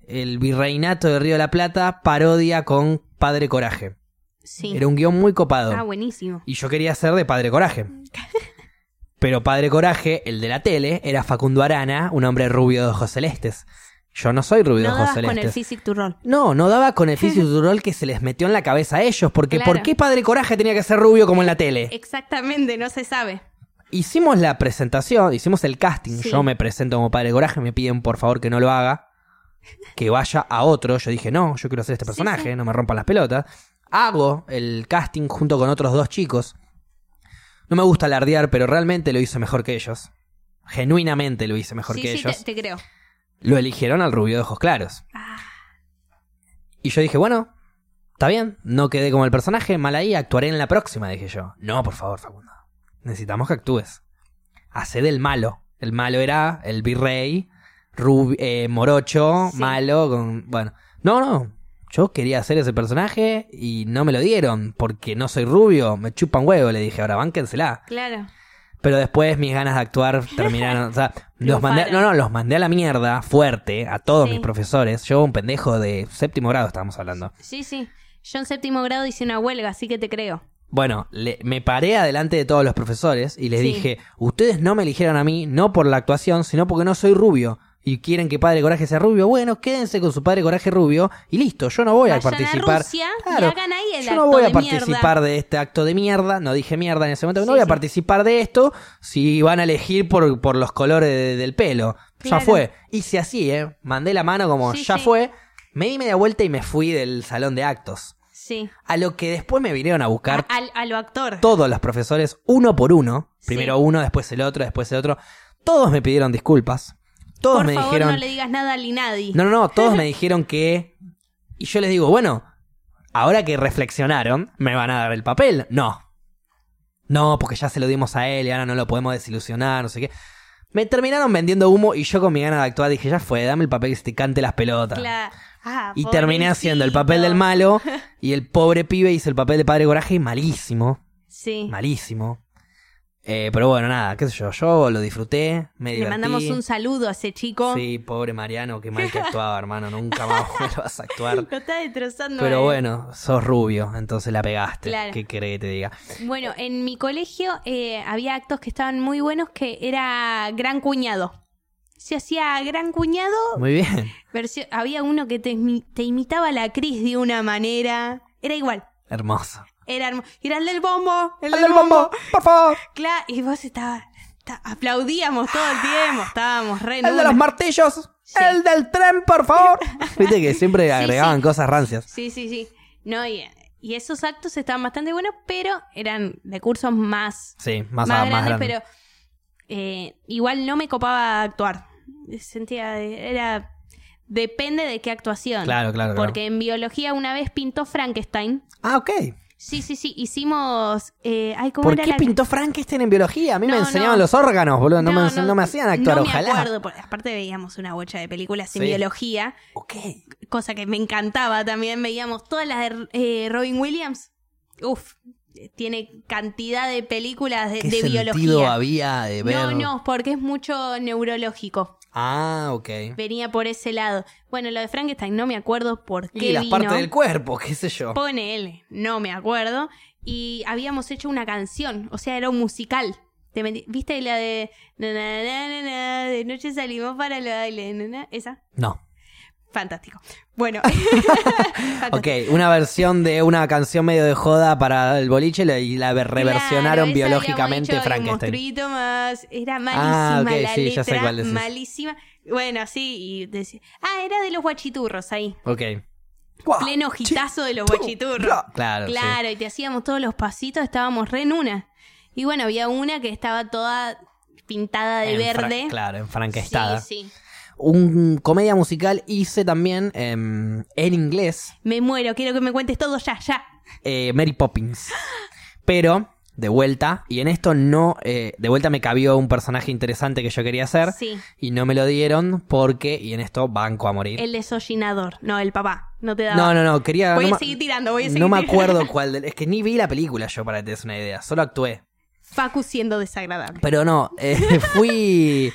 Speaker 1: el virreinato de Río de la Plata, parodia con Padre Coraje.
Speaker 2: Sí.
Speaker 1: Era un guión muy copado.
Speaker 2: Ah, buenísimo.
Speaker 1: Y yo quería ser de Padre Coraje. Pero Padre Coraje, el de la tele, era Facundo Arana, un hombre rubio de ojos celestes. Yo no soy rubio de
Speaker 2: No
Speaker 1: ojos
Speaker 2: dabas con el
Speaker 1: celestes.
Speaker 2: physic to roll.
Speaker 1: No, no daba con el físico rol que se les metió en la cabeza a ellos, porque ¿por
Speaker 2: Claro. Eh,
Speaker 1: qué Padre Coraje tenía que ser rubio como en la tele?
Speaker 2: Exactamente, no se sabe.
Speaker 1: Hicimos la presentación, hicimos el casting,
Speaker 2: Sí.
Speaker 1: yo me presento como Padre Coraje, me piden por favor que no lo haga, que vaya a otro, yo dije, no, yo quiero ser este
Speaker 2: Sí,
Speaker 1: personaje,
Speaker 2: sí.
Speaker 1: no me rompan las pelotas. Hago el casting junto con otros dos chicos. No me gusta alardear, pero realmente lo hice mejor que ellos. Genuinamente lo hice mejor
Speaker 2: sí,
Speaker 1: que
Speaker 2: sí,
Speaker 1: ellos.
Speaker 2: Te, te creo.
Speaker 1: Lo eligieron al rubio de ojos claros.
Speaker 2: Ah,
Speaker 1: Y yo dije, bueno, está bien, no quedé como el personaje, mal ahí, actuaré en la próxima, dije yo. No, por favor, Facundo. Necesitamos que actúes. Hacé del malo. El malo era el virrey, rubi- eh, morocho,
Speaker 2: Sí.
Speaker 1: malo, con... Bueno, no, no. Yo quería hacer ese personaje y no me lo dieron porque no soy rubio, me chupan huevo, le dije, ahora bánquensela.
Speaker 2: claro.
Speaker 1: Pero después mis ganas de actuar terminaron. o sea, los mandé, no, no,
Speaker 2: Triunfaron.
Speaker 1: los mandé a la mierda fuerte a todos
Speaker 2: Sí.
Speaker 1: mis profesores. Yo, un pendejo de séptimo grado, estábamos hablando.
Speaker 2: Sí, sí. Yo en séptimo grado hice una huelga, así que te creo.
Speaker 1: Bueno, le- me paré adelante de todos los profesores y les
Speaker 2: Sí.
Speaker 1: dije: Ustedes no me eligieron a mí, no por la actuación, sino porque no soy rubio. Y quieren que Padre Coraje sea rubio. Bueno, quédense con su Padre Coraje rubio y listo. Yo no voy a
Speaker 2: Vayan a
Speaker 1: participar.
Speaker 2: Rusia y
Speaker 1: Claro,
Speaker 2: hagan ahí el
Speaker 1: yo no
Speaker 2: acto
Speaker 1: voy a
Speaker 2: de
Speaker 1: participar
Speaker 2: mierda.
Speaker 1: de este acto de mierda. No dije mierda en ese momento.
Speaker 2: Sí,
Speaker 1: no voy a
Speaker 2: sí.
Speaker 1: participar de esto si van a elegir por, por los colores de- del pelo. Ya
Speaker 2: Claro.
Speaker 1: fue. Hice así, ¿eh? Mandé la mano como
Speaker 2: Sí,
Speaker 1: ya
Speaker 2: sí.
Speaker 1: fue. Me di media vuelta y me fui del salón de actos.
Speaker 2: Sí.
Speaker 1: A lo que después me vinieron a buscar
Speaker 2: A, al- a lo actor.
Speaker 1: todos los profesores, uno por uno.
Speaker 2: Sí.
Speaker 1: Primero uno, después el otro, después el otro. Todos me pidieron disculpas. Todos
Speaker 2: Por
Speaker 1: me
Speaker 2: favor,
Speaker 1: dijeron.
Speaker 2: no le digas nada a Linadi.
Speaker 1: No, no, no, todos me dijeron que. Y yo les digo, bueno, ahora que reflexionaron, ¿me van a dar el papel? No. No, porque ya se lo dimos a él y ahora no lo podemos desilusionar, no sé qué. Me terminaron vendiendo humo y yo con mi gana de actuar dije, ya fue, dame el papel que se te cante las pelotas.
Speaker 2: Cla- Ah,
Speaker 1: Y terminé haciendo el papel del
Speaker 2: pobrecito.
Speaker 1: malo y el pobre pibe hizo el papel de padre coraje y malísimo.
Speaker 2: Sí.
Speaker 1: malísimo. Eh, pero bueno, nada, qué sé yo, yo lo disfruté, me
Speaker 2: Le
Speaker 1: divertí.
Speaker 2: mandamos un saludo a ese chico.
Speaker 1: Sí, pobre Mariano, qué mal que actuaba, hermano, nunca más vuelvas a actuar.
Speaker 2: Lo está destrozando. a
Speaker 1: Pero
Speaker 2: él.
Speaker 1: bueno, sos rubio, entonces la pegaste.
Speaker 2: Claro.
Speaker 1: ¿Qué querés que te diga?
Speaker 2: Bueno, en mi colegio eh, había actos que estaban muy buenos que era gran cuñado. Se hacía gran cuñado.
Speaker 1: Muy bien.
Speaker 2: versión- había uno que te, imi- te imitaba a la Cris de una manera. Era igual.
Speaker 1: Hermoso.
Speaker 2: Era, hermo- era el del bombo. El,
Speaker 1: ¡El del bombo! ¡Por favor!
Speaker 2: Claro, y vos estabas. ta- aplaudíamos todo el tiempo. Estábamos re. en
Speaker 1: ¡El de
Speaker 2: una.
Speaker 1: los martillos!
Speaker 2: Sí.
Speaker 1: ¡El del tren, por favor! Viste que siempre agregaban
Speaker 2: sí.
Speaker 1: cosas rancias.
Speaker 2: Sí, sí, sí. No, y, y esos actos estaban bastante buenos, pero eran de cursos más,
Speaker 1: Sí, más,
Speaker 2: más,
Speaker 1: a- más grande.
Speaker 2: grandes, pero eh, igual no me copaba actuar. Sentía, de- era, depende de qué actuación.
Speaker 1: Claro, claro, claro.
Speaker 2: Porque en biología una vez pintó Frankenstein.
Speaker 1: Ah, ok.
Speaker 2: Sí, sí, sí, hicimos... eh, ay, ¿cómo
Speaker 1: ¿Por
Speaker 2: era
Speaker 1: qué
Speaker 2: la-
Speaker 1: pintó Frankenstein en biología? A mí me
Speaker 2: No,
Speaker 1: enseñaban
Speaker 2: no.
Speaker 1: los órganos, boludo. No, me, no me hacían actuar,
Speaker 2: no me
Speaker 1: ojalá.
Speaker 2: acuerdo, porque aparte veíamos una bocha de películas en
Speaker 1: Sí.
Speaker 2: biología,
Speaker 1: Ok.
Speaker 2: cosa que me encantaba también. Veíamos todas las de eh, Robin Williams. Uf, tiene cantidad de películas de,
Speaker 1: ¿Qué
Speaker 2: de
Speaker 1: sentido
Speaker 2: biología.
Speaker 1: había de ver?
Speaker 2: No, no, porque es mucho neurológico.
Speaker 1: Ah, ok.
Speaker 2: Venía por ese lado. Bueno, lo de Frankenstein no me acuerdo por qué
Speaker 1: Y las
Speaker 2: vino.
Speaker 1: partes del cuerpo, qué sé yo.
Speaker 2: Pone él, no me acuerdo. Y habíamos hecho una canción, o sea, era un musical. Te meti- ¿Viste la de... na, na, na, na, na, de noche salimos para el baile? na, na? Esa.
Speaker 1: No.
Speaker 2: Fantástico. Bueno. Fantástico.
Speaker 1: Ok, una versión de una canción medio de joda para el boliche la- y la reversionaron
Speaker 2: Claro, esa
Speaker 1: biológicamente
Speaker 2: habíamos dicho, el
Speaker 1: Frankenstein.
Speaker 2: monstruito más. Era malísima
Speaker 1: Ah, ok,
Speaker 2: la
Speaker 1: sí, ya
Speaker 2: letra.
Speaker 1: sé cuál decís.
Speaker 2: malísima. Bueno, sí, y decía. Ah, era de los guachiturros ahí.
Speaker 1: Ok.
Speaker 2: Pleno hojitazo de los guachiturros.
Speaker 1: Ah, Claro, claro. sí.
Speaker 2: Claro, y te hacíamos todos los pasitos, estábamos re en una. Y bueno, había una que estaba toda pintada de
Speaker 1: En Fra-
Speaker 2: verde.
Speaker 1: Claro, en
Speaker 2: Sí,
Speaker 1: Frankenstein.
Speaker 2: sí.
Speaker 1: Un comedia musical hice también em, en inglés
Speaker 2: Me muero, quiero que me cuentes todo ya, ya.
Speaker 1: eh, Mary Poppins. Pero, de vuelta, y en esto no, eh, de vuelta me cabió un personaje interesante que yo quería hacer
Speaker 2: Sí.
Speaker 1: y no me lo dieron porque, y en esto banco a morir.
Speaker 2: El desollinador. No, el papá. No te daba.
Speaker 1: No, no, no, quería...
Speaker 2: Voy
Speaker 1: no
Speaker 2: a
Speaker 1: ma-
Speaker 2: seguir tirando, voy a seguir
Speaker 1: No me
Speaker 2: tirando.
Speaker 1: acuerdo cuál. del- es que ni vi la película yo para que te des una idea. Solo actué.
Speaker 2: Facu siendo desagradable.
Speaker 1: Pero no, eh, fui.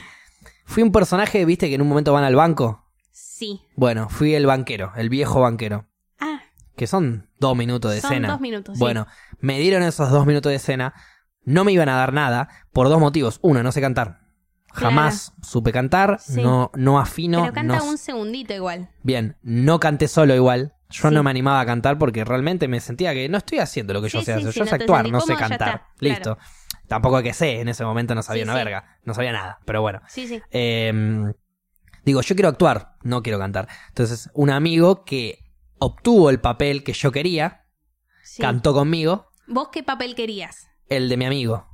Speaker 1: Fui un personaje, viste, que en un momento van al banco.
Speaker 2: Sí.
Speaker 1: Bueno, fui el banquero, el viejo banquero.
Speaker 2: Ah,
Speaker 1: Que son dos minutos de
Speaker 2: Son
Speaker 1: escena.
Speaker 2: dos minutos, sí.
Speaker 1: Bueno, me dieron esos dos minutos de escena. No me iban a dar nada por dos motivos. Uno, no sé cantar. Jamás supe cantar.
Speaker 2: Sí.
Speaker 1: No, no afino.
Speaker 2: pero canta
Speaker 1: no
Speaker 2: un segundito igual.
Speaker 1: Bien, no canté solo igual. Yo
Speaker 2: Sí.
Speaker 1: no me animaba a cantar porque realmente me sentía que no estoy haciendo lo que yo
Speaker 2: Sí,
Speaker 1: sé
Speaker 2: sí,
Speaker 1: hacer.
Speaker 2: sí,
Speaker 1: yo
Speaker 2: no
Speaker 1: sé
Speaker 2: te
Speaker 1: actuar,
Speaker 2: sentís
Speaker 1: no sé
Speaker 2: cómodo, ya
Speaker 1: cantar.
Speaker 2: está,
Speaker 1: Listo. Tampoco que sé, en ese momento no sabía
Speaker 2: Sí,
Speaker 1: una
Speaker 2: sí.
Speaker 1: verga. No sabía nada, pero bueno.
Speaker 2: Sí, sí.
Speaker 1: Eh, digo, yo quiero actuar, no quiero cantar. Entonces, un amigo que obtuvo el papel que yo quería,
Speaker 2: sí.
Speaker 1: cantó conmigo,
Speaker 2: ¿Vos qué papel querías?
Speaker 1: el de mi amigo.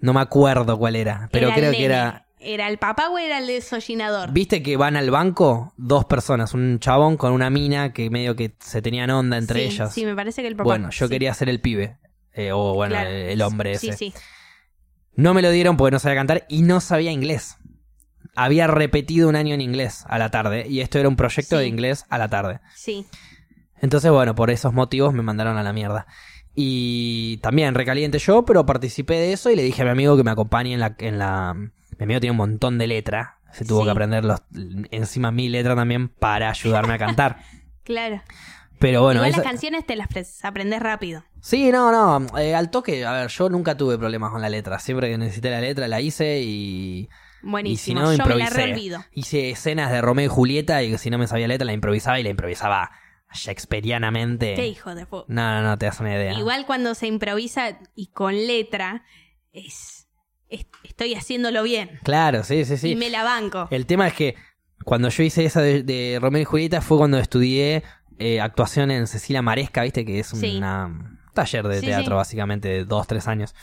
Speaker 1: No me acuerdo cuál era, pero
Speaker 2: Era el
Speaker 1: creo que
Speaker 2: nene.
Speaker 1: era...
Speaker 2: ¿Era el papá o era el desollinador?
Speaker 1: ¿Viste que van al banco dos personas? Un chabón con una mina que medio que se tenían onda entre
Speaker 2: Sí,
Speaker 1: ellas.
Speaker 2: Sí, me parece que el papá.
Speaker 1: Bueno, yo
Speaker 2: sí,
Speaker 1: quería ser el pibe. eh, o bueno,
Speaker 2: claro.
Speaker 1: el, el hombre
Speaker 2: Sí,
Speaker 1: ese.
Speaker 2: sí.
Speaker 1: No me lo dieron porque no sabía cantar y no sabía inglés. Había repetido un año en inglés a la tarde y esto era un proyecto
Speaker 2: Sí.
Speaker 1: de inglés a la tarde.
Speaker 2: Sí.
Speaker 1: Entonces, bueno, por esos motivos me mandaron a la mierda. Y también recaliente yo, pero participé de eso y le dije a mi amigo que me acompañe en la... En la... Mi amigo tiene un montón de letra. Se tuvo
Speaker 2: Sí.
Speaker 1: que aprender los, encima mi letra también para ayudarme a cantar.
Speaker 2: Claro.
Speaker 1: Pero bueno,
Speaker 2: Igual
Speaker 1: eso-
Speaker 2: las canciones te las pre- aprendes rápido.
Speaker 1: Sí, no, no. eh, al toque, a ver, yo nunca tuve problemas con la letra. Siempre que necesité la letra la hice y
Speaker 2: Buenísimo.
Speaker 1: Y si no,
Speaker 2: yo me la
Speaker 1: improvisé.
Speaker 2: reolvido.
Speaker 1: hice escenas de Romeo y Julieta y si no me sabía la letra la improvisaba y la improvisaba shakespearianamente.
Speaker 2: Qué hijo de pu-
Speaker 1: No, no, no, te das una idea.
Speaker 2: Igual cuando se improvisa y con letra, es, es- estoy haciéndolo bien.
Speaker 1: Claro, sí, sí, Eh. sí.
Speaker 2: Y me la banco.
Speaker 1: El tema es que cuando yo hice esa de, de Romeo y Julieta fue cuando estudié eh, actuación en Cecilia Maresca, viste, que es
Speaker 2: Sí.
Speaker 1: una- un taller de
Speaker 2: Sí,
Speaker 1: teatro
Speaker 2: sí.
Speaker 1: básicamente de dos, tres años.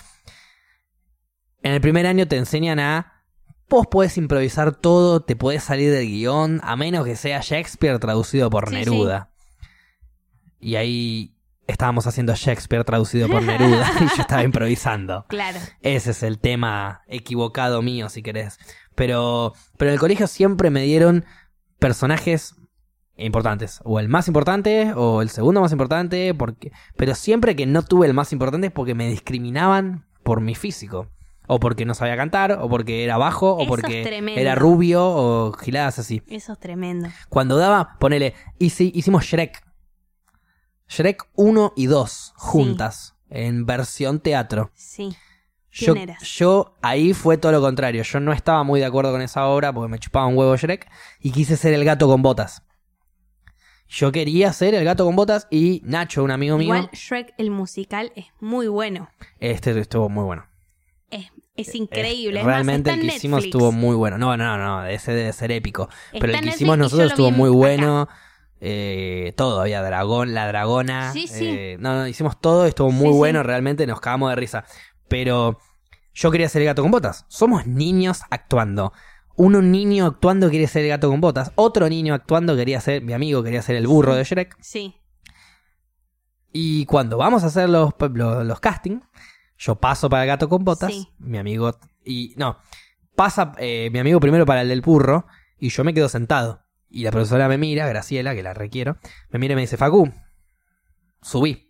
Speaker 1: En el primer año te enseñan a... Vos podés improvisar todo, te podés salir del guión, a menos que sea Shakespeare traducido por
Speaker 2: Sí,
Speaker 1: Neruda. Y ahí estábamos haciendo Shakespeare traducido por Neruda y yo estaba improvisando.
Speaker 2: Claro.
Speaker 1: Ese es el tema equivocado mío, si querés. Pero, pero en el colegio siempre me dieron personajes importantes. O el más importante, o el segundo más importante. Porque, pero siempre que no tuve el más importante es porque me discriminaban por mi físico. O porque no sabía cantar, o porque era bajo, o
Speaker 2: Eso es
Speaker 1: porque
Speaker 2: tremendo.
Speaker 1: era rubio, o giladas así.
Speaker 2: Eso es tremendo.
Speaker 1: Cuando daba, ponele, hici- hicimos Shrek. Shrek 1 y 2 juntas, en versión teatro.
Speaker 2: Sí.
Speaker 1: Yo,
Speaker 2: ¿Quién eras?
Speaker 1: yo ahí fue todo lo contrario. Yo no estaba muy de acuerdo con esa obra porque me chupaba un huevo Shrek y quise ser el gato con botas. Yo quería ser el gato con botas y Nacho, un amigo
Speaker 2: Igual
Speaker 1: mío,
Speaker 2: Shrek el musical es muy bueno.
Speaker 1: este estuvo muy bueno.
Speaker 2: Es, es increíble.
Speaker 1: Es-
Speaker 2: Es más,
Speaker 1: Eh, realmente
Speaker 2: está
Speaker 1: el
Speaker 2: en
Speaker 1: que hicimos
Speaker 2: Netflix.
Speaker 1: estuvo muy bueno. No, no, no, ese debe ser épico.
Speaker 2: Está
Speaker 1: Pero el
Speaker 2: en
Speaker 1: que
Speaker 2: Netflix
Speaker 1: hicimos
Speaker 2: y yo
Speaker 1: nosotros
Speaker 2: lo vi
Speaker 1: estuvo muy
Speaker 2: acá.
Speaker 1: bueno. Eh, todo, había dragón, la dragona.
Speaker 2: Sí, sí.
Speaker 1: eh, no, no, hicimos todo, estuvo muy
Speaker 2: Sí, sí.
Speaker 1: bueno, realmente nos cagamos de risa. Pero yo quería ser el gato con botas. Somos niños actuando. Uno, un niño actuando quiere ser el gato con botas. Otro niño actuando quería ser, mi amigo quería ser el burro de Shrek.
Speaker 2: Sí.
Speaker 1: Y cuando vamos a hacer los, los, los casting, yo paso para el gato con botas,
Speaker 2: Sí.
Speaker 1: mi amigo, y no, pasa eh, mi amigo primero para el del burro, y yo me quedo sentado. Y la profesora me mira, Graciela, que la requiero, me mira y me dice, Facu, subí.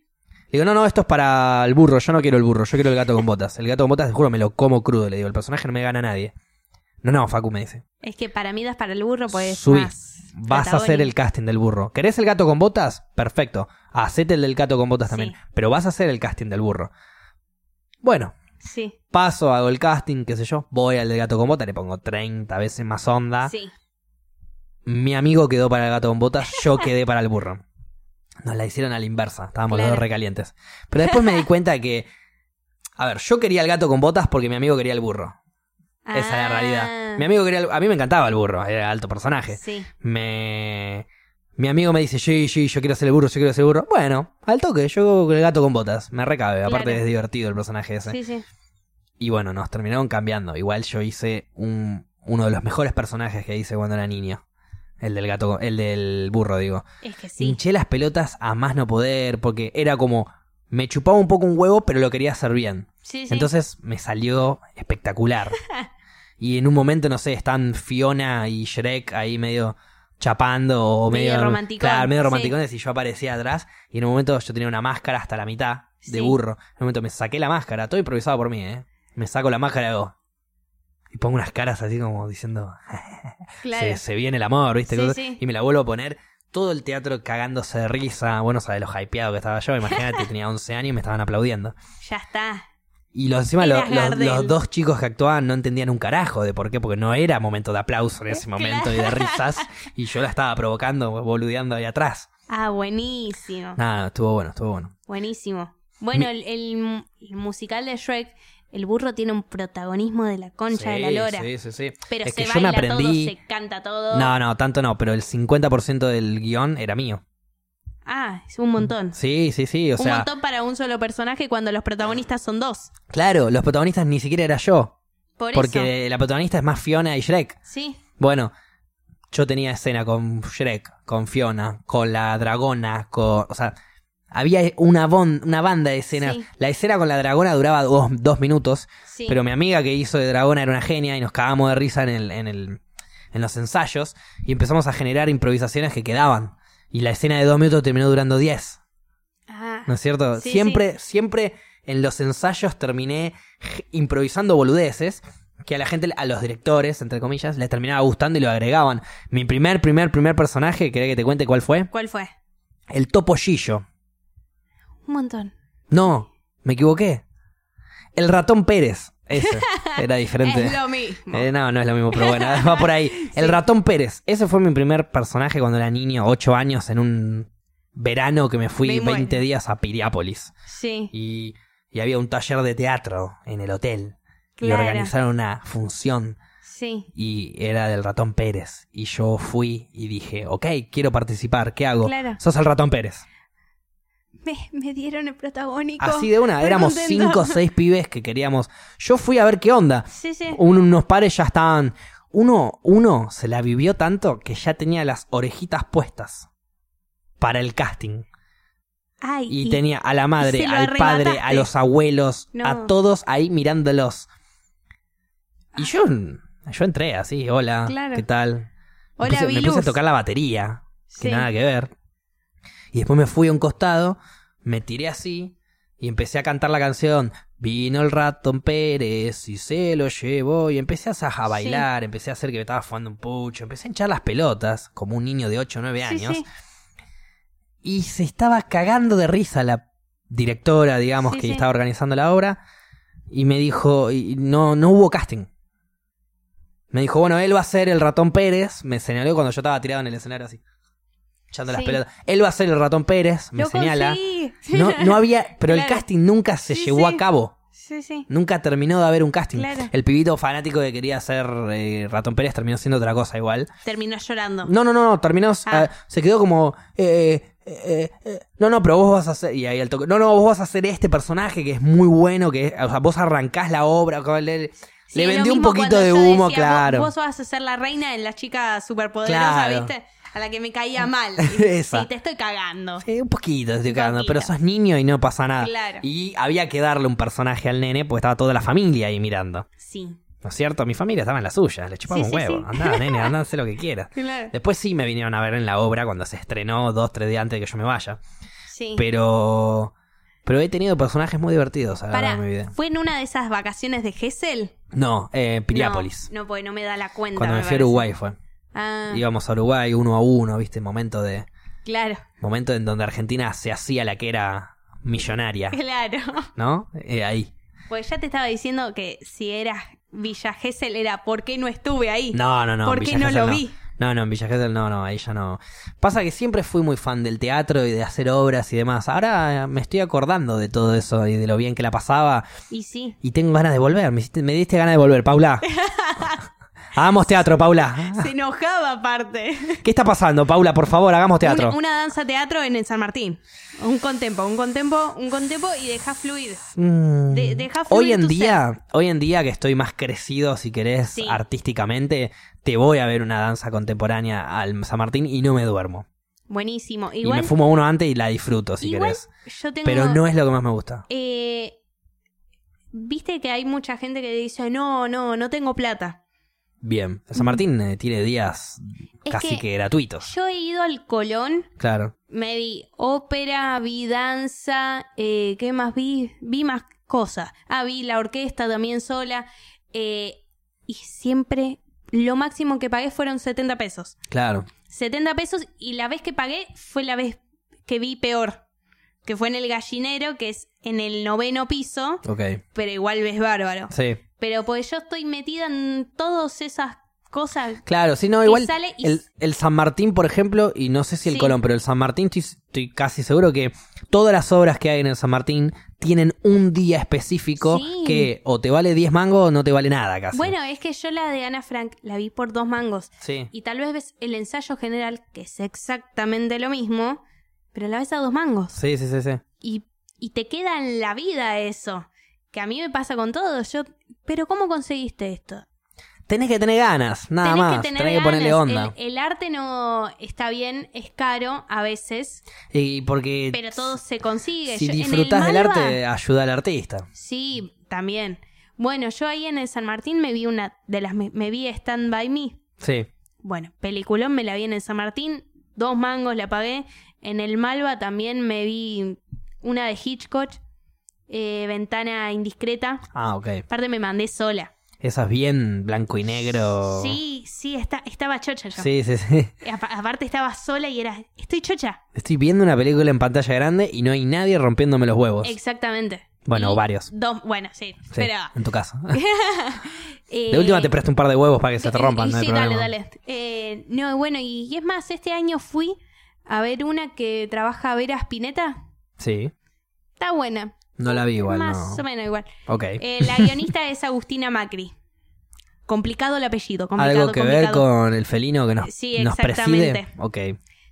Speaker 1: Le digo, no, no, esto es para el burro, yo no quiero el burro, yo quiero el gato con botas. El gato con botas, te juro, me lo como crudo, le digo, el personaje no me gana a nadie. No, no, Facu me dice,
Speaker 2: Es que para mí das para el burro, pues.
Speaker 1: Subí.
Speaker 2: más
Speaker 1: vas a hacer el
Speaker 2: protagónico.
Speaker 1: casting del burro. ¿Querés el gato con botas? Perfecto. Hacete el del gato con botas también.
Speaker 2: Sí.
Speaker 1: Pero vas a hacer el casting del burro. Bueno,
Speaker 2: Sí,
Speaker 1: Paso, hago el casting, qué sé yo. Voy al del gato con bota, le pongo 30 veces más onda.
Speaker 2: sí.
Speaker 1: Mi amigo quedó para el gato con botas, yo quedé para el burro. Nos la hicieron a la inversa, estábamos los dos
Speaker 2: Claro.
Speaker 1: recalientes. Pero después me di cuenta de que. A ver, yo quería el gato con botas porque mi amigo quería el burro. Esa es la
Speaker 2: Ah,
Speaker 1: realidad. Mi amigo quería el- A mí me encantaba el burro, era alto personaje.
Speaker 2: Sí.
Speaker 1: Me. Mi amigo me dice, sí, sí, yo quiero hacer el burro, yo quiero hacer el burro. Bueno, al toque, yo con el gato con botas, me recabe. Aparte
Speaker 2: Claro.
Speaker 1: es divertido el personaje ese.
Speaker 2: Sí, sí.
Speaker 1: Y bueno, nos terminaron cambiando. Igual yo hice un- uno de los mejores personajes que hice cuando era niño. El del gato, con- el del burro, digo.
Speaker 2: Es que sí.
Speaker 1: Hinché las pelotas a más no poder, porque era como, me chupaba un poco un huevo, pero lo quería hacer bien.
Speaker 2: Sí, sí.
Speaker 1: Entonces me salió espectacular. y en un momento, no sé, están Fiona y Shrek ahí medio chapando o
Speaker 2: Medio
Speaker 1: medio,
Speaker 2: romanticón,
Speaker 1: Claro, medio
Speaker 2: sí.
Speaker 1: romanticones y yo aparecía atrás y en un momento yo tenía una máscara hasta la mitad de
Speaker 2: Sí.
Speaker 1: burro. En un momento me saqué la máscara, todo improvisado por mí, ¿eh? Me saco la máscara y hago- Y pongo unas caras así como diciendo,
Speaker 2: claro.
Speaker 1: se, se viene el amor, ¿viste?
Speaker 2: Sí,
Speaker 1: Cosas-
Speaker 2: sí.
Speaker 1: Y me la vuelvo a poner. Todo el teatro cagándose de risa. Bueno, sabes lo hypeado que estaba yo. Imagínate, tenía 11 años y me estaban aplaudiendo.
Speaker 2: Ya está.
Speaker 1: Y los, encima lo-
Speaker 2: Eras
Speaker 1: los,
Speaker 2: Gardel.
Speaker 1: los dos chicos que actuaban no entendían un carajo de por qué, porque no era momento de aplauso en ese
Speaker 2: Claro.
Speaker 1: momento y de risas, y yo la estaba provocando, boludeando ahí atrás.
Speaker 2: Ah, buenísimo.
Speaker 1: Nada, estuvo bueno, estuvo bueno.
Speaker 2: Buenísimo. Bueno, el, el- el musical de Shrek, el burro tiene un protagonismo de la concha de la
Speaker 1: Sí,
Speaker 2: lora.
Speaker 1: Sí, sí, sí.
Speaker 2: Pero
Speaker 1: es
Speaker 2: se
Speaker 1: que yo me
Speaker 2: baila
Speaker 1: aprendí.
Speaker 2: todo, se canta todo.
Speaker 1: No, no, tanto no, pero el 50% del guión era mío.
Speaker 2: Ah, es un montón.
Speaker 1: Sí, sí, sí, o
Speaker 2: un
Speaker 1: sea,
Speaker 2: montón para un solo personaje cuando los protagonistas son dos.
Speaker 1: claro, los protagonistas ni siquiera era yo,
Speaker 2: Por eso.
Speaker 1: porque la protagonista es más Fiona y Shrek.
Speaker 2: Sí,
Speaker 1: Bueno, yo tenía escena con Shrek, con Fiona, con la dragona, con. O sea, había una, bon- una banda de escenas.
Speaker 2: Sí.
Speaker 1: La escena con la dragona duraba dos, dos minutos,
Speaker 2: sí.
Speaker 1: pero mi amiga que hizo de dragona era una genia y nos cagamos de risa en, el, en, el, en los ensayos y empezamos a generar improvisaciones que quedaban. Y la escena de dos minutos terminó durando diez.
Speaker 2: Ah,
Speaker 1: ¿No es cierto?
Speaker 2: Sí,
Speaker 1: siempre, siempre en los ensayos terminé j- improvisando boludeces que a la gente, a los directores, entre comillas, les terminaba gustando y lo agregaban. Mi primer, primer, primer personaje, ¿querés que te cuente cuál fue?
Speaker 2: ¿Cuál fue?
Speaker 1: El topollillo.
Speaker 2: Un montón.
Speaker 1: No, me equivoqué. El ratón Pérez. Ese era diferente.
Speaker 2: Es lo mismo.
Speaker 1: Eh, no, no es lo mismo, pero bueno, va por ahí. El ratón Pérez. Ese fue mi primer personaje cuando era niño, 8 años, en un verano que me fui
Speaker 2: Me muero.
Speaker 1: 20 días a Piriápolis.
Speaker 2: sí.
Speaker 1: y, y había un taller de teatro en el hotel
Speaker 2: Claro.
Speaker 1: y organizaron una función
Speaker 2: Sí.
Speaker 1: y era del ratón Pérez y yo fui y dije, ok, quiero participar, ¿qué hago?
Speaker 2: Claro.
Speaker 1: Sos el ratón Pérez.
Speaker 2: Me, me dieron el protagónico.
Speaker 1: Así de una,
Speaker 2: Estoy
Speaker 1: éramos
Speaker 2: contenta.
Speaker 1: cinco o seis pibes que queríamos. Yo fui a ver qué onda.
Speaker 2: Sí, sí.
Speaker 1: Un- unos pares ya estaban... Uno, uno se la vivió tanto que ya tenía las orejitas puestas para el casting.
Speaker 2: Ay,
Speaker 1: Y, tenía a la madre,
Speaker 2: se lo
Speaker 1: al padre, a
Speaker 2: arrebataste.
Speaker 1: los abuelos,
Speaker 2: No. Ah.
Speaker 1: a todos ahí mirándolos. Y yo, yo entré así, hola,
Speaker 2: Claro.
Speaker 1: ¿qué tal? Me
Speaker 2: Hola,
Speaker 1: puse- me, puse,
Speaker 2: Viluz.
Speaker 1: a tocar la batería, que
Speaker 2: Sí.
Speaker 1: nada que ver. Y después me fui a un costado, me tiré así y empecé a cantar la canción. Vino el ratón Pérez y se lo llevó. Y empecé a, a bailar, empecé a hacer que me estaba fumando un pucho, empecé a hinchar las pelotas, como un niño de 8 o 9
Speaker 2: Sí,
Speaker 1: años.
Speaker 2: sí.
Speaker 1: Y se estaba cagando de risa la directora, digamos,
Speaker 2: Sí,
Speaker 1: que
Speaker 2: sí.
Speaker 1: estaba organizando la obra. Y me dijo, y no, no hubo casting. Me dijo, bueno, él va a ser el ratón Pérez. Me señaló cuando yo estaba tirado en el escenario así, echando las
Speaker 2: Sí.
Speaker 1: pelotas. Él va a ser el ratón Pérez, me
Speaker 2: Lo
Speaker 1: señala.
Speaker 2: conseguí.
Speaker 1: No, no había, pero el
Speaker 2: Claro.
Speaker 1: casting nunca se
Speaker 2: Sí,
Speaker 1: llevó
Speaker 2: sí.
Speaker 1: a cabo.
Speaker 2: Sí, sí.
Speaker 1: Nunca terminó de haber un casting.
Speaker 2: Claro.
Speaker 1: El pibito fanático que quería ser eh, ratón Pérez terminó siendo otra cosa igual.
Speaker 2: Terminó llorando.
Speaker 1: No, no, no, no, terminó.
Speaker 2: Ah.
Speaker 1: eh, se quedó como. eh, eh, eh, no, no, pero vos vas a hacer. Y ahí al toque. No, no, vos vas a hacer este personaje que es muy bueno, que o sea, vos arrancás la obra. con Le,
Speaker 2: Sí,
Speaker 1: le
Speaker 2: lo
Speaker 1: vendí un
Speaker 2: mismo
Speaker 1: poquito
Speaker 2: cuando
Speaker 1: de
Speaker 2: yo
Speaker 1: humo,
Speaker 2: decía,
Speaker 1: claro.
Speaker 2: Vos, vos vas a ser la reina de la chica superpoderosa,
Speaker 1: Claro.
Speaker 2: ¿viste? A la que me caía mal.
Speaker 1: Esa.
Speaker 2: Sí, te estoy cagando.
Speaker 1: Sí, un poquito, estoy cagando,
Speaker 2: poquito.
Speaker 1: pero sos niño y no pasa nada.
Speaker 2: Claro.
Speaker 1: Y había que darle un personaje al nene porque estaba toda la familia ahí mirando.
Speaker 2: Sí.
Speaker 1: ¿No es cierto? Mi familia estaba en la suya, le chupaba
Speaker 2: Sí,
Speaker 1: un
Speaker 2: sí,
Speaker 1: huevo.
Speaker 2: sí.
Speaker 1: Andá, nene, andá, hacé lo que quieras.
Speaker 2: Claro.
Speaker 1: Después sí me vinieron a ver en la obra cuando se estrenó dos, tres días antes de que yo me vaya.
Speaker 2: Sí.
Speaker 1: Pero. Pero he tenido personajes muy divertidos a lo largo
Speaker 2: Pará,
Speaker 1: de mi vida.
Speaker 2: ¿fue en una de esas vacaciones de Gessel?
Speaker 1: No, eh, Piriápolis.
Speaker 2: No, no, porque no me da la cuenta.
Speaker 1: Cuando me fui a
Speaker 2: parece.
Speaker 1: Uruguay fue.
Speaker 2: Ah,
Speaker 1: Íbamos a Uruguay uno a uno, viste, momento de.
Speaker 2: claro,
Speaker 1: Momento en donde Argentina se hacía la que era millonaria,
Speaker 2: claro.
Speaker 1: ¿no? Eh, ahí.
Speaker 2: Pues ya te estaba diciendo que si eras Villa Gesell era ¿por qué no estuve ahí?
Speaker 1: No, no, no.
Speaker 2: ¿Por
Speaker 1: en
Speaker 2: qué
Speaker 1: Villa
Speaker 2: no
Speaker 1: Gesell
Speaker 2: lo vi?
Speaker 1: No, no, en Villa Gesell no, no, ahí ya no. Pasa que siempre fui muy fan del teatro y de hacer obras y demás. Ahora eh, me estoy acordando de todo eso y de lo bien que la pasaba
Speaker 2: Y sí.
Speaker 1: y tengo ganas de volver. Me, hiciste- me diste ganas de volver, Paula. Hagamos teatro, Paula.
Speaker 2: Se enojaba aparte.
Speaker 1: ¿Qué está pasando, Paula? Por favor, hagamos teatro.
Speaker 2: Una, una danza teatro en el San Martín. Un contempo, un contempo, un contempo y deja fluir.
Speaker 1: Mm.
Speaker 2: De- deja fluir
Speaker 1: hoy en
Speaker 2: tu
Speaker 1: día, hoy en día que estoy más crecido, si querés,
Speaker 2: Sí.
Speaker 1: artísticamente, te voy a ver una danza contemporánea al San Martín y no me duermo.
Speaker 2: Buenísimo.
Speaker 1: y
Speaker 2: Igual,
Speaker 1: me fumo uno antes y la disfruto, si
Speaker 2: igual
Speaker 1: querés.
Speaker 2: yo tengo.
Speaker 1: Pero no es lo que más me gusta.
Speaker 2: eh, Viste que hay mucha gente que dice, no, no, no tengo plata.
Speaker 1: Bien, San Martín eh, tiene días
Speaker 2: Es
Speaker 1: casi que,
Speaker 2: que-
Speaker 1: gratuitos.
Speaker 2: Yo he ido al Colón,
Speaker 1: Claro.
Speaker 2: me vi ópera, vi danza, eh, ¿qué más vi? Vi más cosas. Ah, vi la orquesta también sola. eh, y siempre lo máximo que pagué fueron 70 pesos.
Speaker 1: Claro.
Speaker 2: 70 pesos y la vez que pagué fue la vez que vi peor, que fue en el gallinero, que es en el noveno piso,
Speaker 1: Ok.
Speaker 2: pero igual ves bárbaro.
Speaker 1: Sí.
Speaker 2: Pero pues yo estoy metida en todas esas cosas.
Speaker 1: Claro, sí, no, igual
Speaker 2: sale y-
Speaker 1: el, el San Martín, por ejemplo, y no sé si el
Speaker 2: Sí.
Speaker 1: Colón, pero el San Martín estoy, estoy casi seguro que todas las obras que hay en el San Martín tienen un día específico
Speaker 2: Sí.
Speaker 1: que o te vale 10 mangos o no te vale nada casi.
Speaker 2: Bueno, es que yo la de Ana Frank la vi por dos mangos.
Speaker 1: Sí,
Speaker 2: Y tal vez ves el ensayo general, que es exactamente lo mismo, pero la ves a dos mangos.
Speaker 1: sí, sí, sí. sí.
Speaker 2: Y, y te queda en la vida eso. Que a mí me pasa con todo. Yo, pero ¿cómo conseguiste esto?
Speaker 1: Tenés que tener ganas, nada
Speaker 2: Tenés
Speaker 1: más.
Speaker 2: que tener
Speaker 1: tenés que ponerle
Speaker 2: ganas.
Speaker 1: onda.
Speaker 2: El, el arte no está bien, es caro a veces,
Speaker 1: Y porque
Speaker 2: pero todo se consigue.
Speaker 1: si
Speaker 2: Yo- en el
Speaker 1: disfrutás del
Speaker 2: Malva-
Speaker 1: arte, ayuda al artista.
Speaker 2: Sí, también. Bueno, yo ahí en el San Martín me vi una de las me, me vi Stand by Me.
Speaker 1: Sí.
Speaker 2: Bueno, peliculón me la vi en el San Martín, dos mangos la pagué. En el Malva también me vi una de Hitchcock, eh, Ventana indiscreta.
Speaker 1: Ah, ok.
Speaker 2: Aparte me mandé sola.
Speaker 1: Esas bien blanco y negro.
Speaker 2: Sí, sí, está, estaba chocha yo.
Speaker 1: Oh. Sí, sí, sí.
Speaker 2: Apa- Aparte estaba sola y era, estoy chocha.
Speaker 1: Estoy viendo una película en pantalla grande y no hay nadie rompiéndome los huevos.
Speaker 2: Exactamente.
Speaker 1: Bueno,
Speaker 2: Y
Speaker 1: varios.
Speaker 2: dos- bueno, sí.
Speaker 1: Sí,
Speaker 2: Pero.
Speaker 1: en tu casa.
Speaker 2: eh,
Speaker 1: De última te presto un par de huevos para que se te
Speaker 2: y-
Speaker 1: rompan,
Speaker 2: y
Speaker 1: no hay
Speaker 2: sí,
Speaker 1: problema.
Speaker 2: dale, dale. Eh, no, bueno, y, y es más, este año fui a ver una que trabaja Vera Spinetta.
Speaker 1: Sí.
Speaker 2: Está buena.
Speaker 1: No la vi igual,
Speaker 2: más
Speaker 1: no.
Speaker 2: o menos igual.
Speaker 1: Ok.
Speaker 2: Eh, la guionista es Agustina Macri. Complicado el apellido, complicado,
Speaker 1: Algo que ver
Speaker 2: complicado.
Speaker 1: con el felino que nos,
Speaker 2: Sí,
Speaker 1: nos preside.
Speaker 2: exactamente.
Speaker 1: Ok.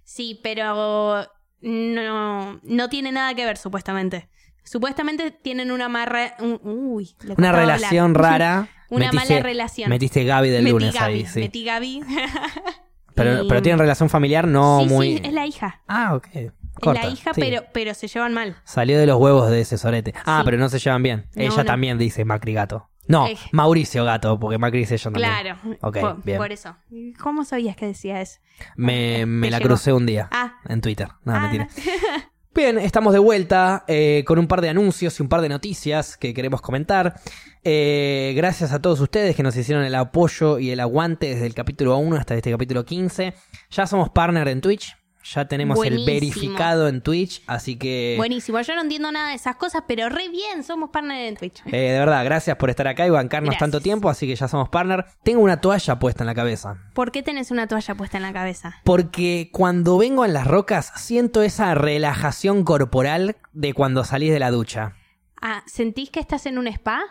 Speaker 2: Sí, pero no, no tiene nada que ver, supuestamente. Supuestamente tienen una amarra... un- Uy, le
Speaker 1: Una
Speaker 2: costaba hablar.
Speaker 1: relación rara.
Speaker 2: Una
Speaker 1: Metiste-
Speaker 2: mala relación.
Speaker 1: Metiste Gaby del
Speaker 2: Metí
Speaker 1: lunes
Speaker 2: Gaby,
Speaker 1: ahí, sí.
Speaker 2: Metí Gaby.
Speaker 1: Pero,
Speaker 2: Y-
Speaker 1: pero tienen relación familiar no
Speaker 2: sí,
Speaker 1: muy.
Speaker 2: sí, es la hija.
Speaker 1: Ah, ok.
Speaker 2: es
Speaker 1: Corta,
Speaker 2: la hija,
Speaker 1: sí.
Speaker 2: pero, pero se llevan mal.
Speaker 1: Salió de los huevos de ese sorete. Ah,
Speaker 2: Sí.
Speaker 1: pero no se llevan bien.
Speaker 2: No,
Speaker 1: ella
Speaker 2: no.
Speaker 1: también dice Macri gato. No,
Speaker 2: Eh.
Speaker 1: Mauricio gato, porque Macri dice yo también.
Speaker 2: Claro.
Speaker 1: Ok,
Speaker 2: por,
Speaker 1: bien.
Speaker 2: por eso. ¿Cómo sabías que decía eso?
Speaker 1: Me, me
Speaker 2: Te
Speaker 1: la
Speaker 2: llegó.
Speaker 1: crucé un día
Speaker 2: Ah,
Speaker 1: en Twitter. No,
Speaker 2: Ah.
Speaker 1: mentira. Bien, estamos de vuelta eh, con un par de anuncios y un par de noticias que queremos comentar. Eh, gracias a todos ustedes que nos hicieron el apoyo y el aguante desde el capítulo 1 hasta este capítulo 15. Ya somos partner en Twitch. Ya tenemos
Speaker 2: Buenísimo.
Speaker 1: el verificado en Twitch, así que...
Speaker 2: buenísimo. Yo no entiendo nada de esas cosas, pero re bien, somos partner en Twitch.
Speaker 1: Eh, de verdad, gracias por estar acá y bancarnos
Speaker 2: Gracias.
Speaker 1: tanto tiempo, así que ya somos partner. Tengo una toalla puesta en la cabeza.
Speaker 2: ¿Por qué tenés una toalla puesta en la cabeza?
Speaker 1: Porque cuando vengo en las rocas siento esa relajación corporal de cuando salís de la ducha.
Speaker 2: Ah, ¿sentís que estás en un spa?